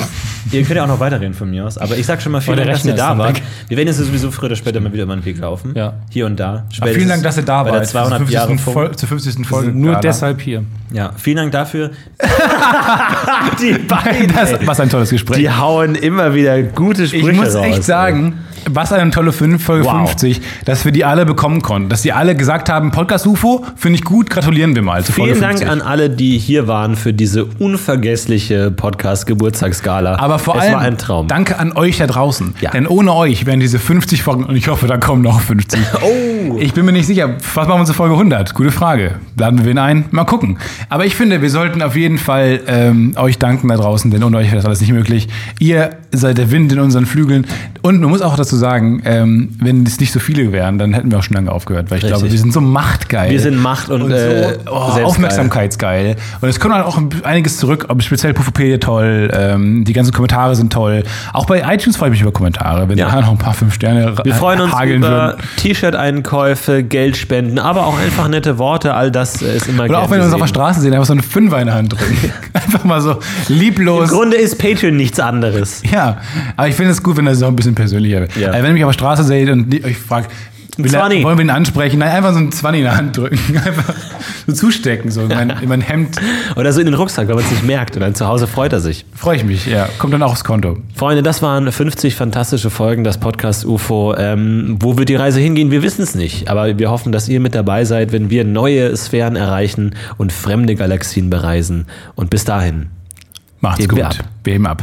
[SPEAKER 1] ihr könnt ja auch noch weiterreden von mir aus. Aber ich sag schon mal vielen
[SPEAKER 9] Oh, der
[SPEAKER 1] Dank, dass ihr
[SPEAKER 9] Rechner
[SPEAKER 1] da
[SPEAKER 9] ist dann
[SPEAKER 1] wart.
[SPEAKER 9] weg.
[SPEAKER 1] Wir werden jetzt sowieso früher oder später mal wieder über den Weg laufen.
[SPEAKER 9] Ja.
[SPEAKER 1] Hier und da.
[SPEAKER 2] Aber
[SPEAKER 1] Spätestens
[SPEAKER 2] vielen Dank, dass ihr da
[SPEAKER 1] bei
[SPEAKER 2] wart.
[SPEAKER 1] Der 200
[SPEAKER 2] zur
[SPEAKER 1] Jahre
[SPEAKER 2] 50.
[SPEAKER 1] Funk.
[SPEAKER 2] Fol- zur 50. Folge.
[SPEAKER 9] Nur
[SPEAKER 2] Gala.
[SPEAKER 9] deshalb hier.
[SPEAKER 1] Ja, vielen Dank dafür. die beiden, ey.
[SPEAKER 2] Das, was ein tolles Gespräch.
[SPEAKER 1] die hauen immer wieder gute Sprüche
[SPEAKER 2] Ich muss
[SPEAKER 1] raus, ey.
[SPEAKER 2] echt sagen, was eine tolle Fün- Folge
[SPEAKER 1] Wow.
[SPEAKER 2] 50, dass wir die alle bekommen konnten. Dass die alle gesagt haben, Podcast UFO, finde ich gut, gratulieren wir mal zu
[SPEAKER 1] Vielen
[SPEAKER 2] Folge
[SPEAKER 1] Dank
[SPEAKER 2] 50.
[SPEAKER 1] an alle, die hier waren für diese unvergessliche Podcast-Geburtstagsgala.
[SPEAKER 2] aber vor
[SPEAKER 1] es
[SPEAKER 2] allem
[SPEAKER 1] war ein Traum.
[SPEAKER 2] danke an euch da draußen.
[SPEAKER 1] Ja.
[SPEAKER 2] Denn ohne euch wären diese 50 Folgen, und ich hoffe, da kommen noch 50. Oh. Ich bin mir nicht sicher, was machen wir zur Folge 100? Gute Frage. Laden wir wen ein? Mal gucken. Aber ich finde, wir sollten auf jeden Fall ähm, euch danken da draußen, denn ohne euch wäre das alles nicht möglich. Ihr seid der Wind in unseren Flügeln. Und man muss auch dazu sagen, ähm, wenn es nicht so viele wären, dann hätten wir auch schon lange aufgehört, weil ich
[SPEAKER 1] Richtig.
[SPEAKER 2] glaube, wir sind so machtgeil.
[SPEAKER 1] Wir sind macht- und, äh,
[SPEAKER 2] so, oh,
[SPEAKER 1] selbstgeil.
[SPEAKER 2] aufmerksamkeitsgeil. Und es kommt halt auch einiges zurück, ob speziell Puffopedia toll, ähm, die ganzen Kommentare sind toll. Auch bei iTunes freue ich mich über Kommentare, wenn
[SPEAKER 1] Ja.
[SPEAKER 2] da noch ein paar fünf Sterne
[SPEAKER 1] Wir freuen uns
[SPEAKER 2] hageln
[SPEAKER 1] über
[SPEAKER 2] würden.
[SPEAKER 1] T-Shirt-Einkäufe, Geldspenden, aber auch einfach nette Worte. All das äh, ist immer
[SPEAKER 2] Oder auch wenn wir uns auf der
[SPEAKER 1] gesehen.
[SPEAKER 2] Straße sehen, einfach so eine Fünfer in der Hand drin. einfach mal so
[SPEAKER 1] Im
[SPEAKER 2] lieblos.
[SPEAKER 1] Grunde ist Patreon nichts anderes.
[SPEAKER 2] Ja, aber ich finde es gut, wenn das auch ein bisschen persönlicher wird.
[SPEAKER 1] Ja.
[SPEAKER 2] Also wenn ihr mich auf der Straße seht und die- euch fragt, will er-
[SPEAKER 1] Zwanni.
[SPEAKER 2] wollen wir ihn ansprechen? Nein, einfach so einen Zwanni in der Hand drücken. Einfach so zustecken, so in mein, in mein Hemd.
[SPEAKER 1] Oder so in den Rucksack, wenn man es nicht merkt. Und dann zu Hause freut er sich.
[SPEAKER 2] Freue ich mich, ja. Kommt dann auch aufs Konto.
[SPEAKER 1] Freunde, das waren 50 fantastische Folgen des Podcast UFO. Ähm, wo wird die Reise hingehen? Wir wissen es nicht. Aber wir hoffen, dass ihr mit dabei seid, wenn wir neue Sphären erreichen und fremde Galaxien bereisen. Und bis dahin.
[SPEAKER 2] Macht's
[SPEAKER 1] Heben
[SPEAKER 2] gut.
[SPEAKER 1] wir ab.
[SPEAKER 2] Wir heben ab.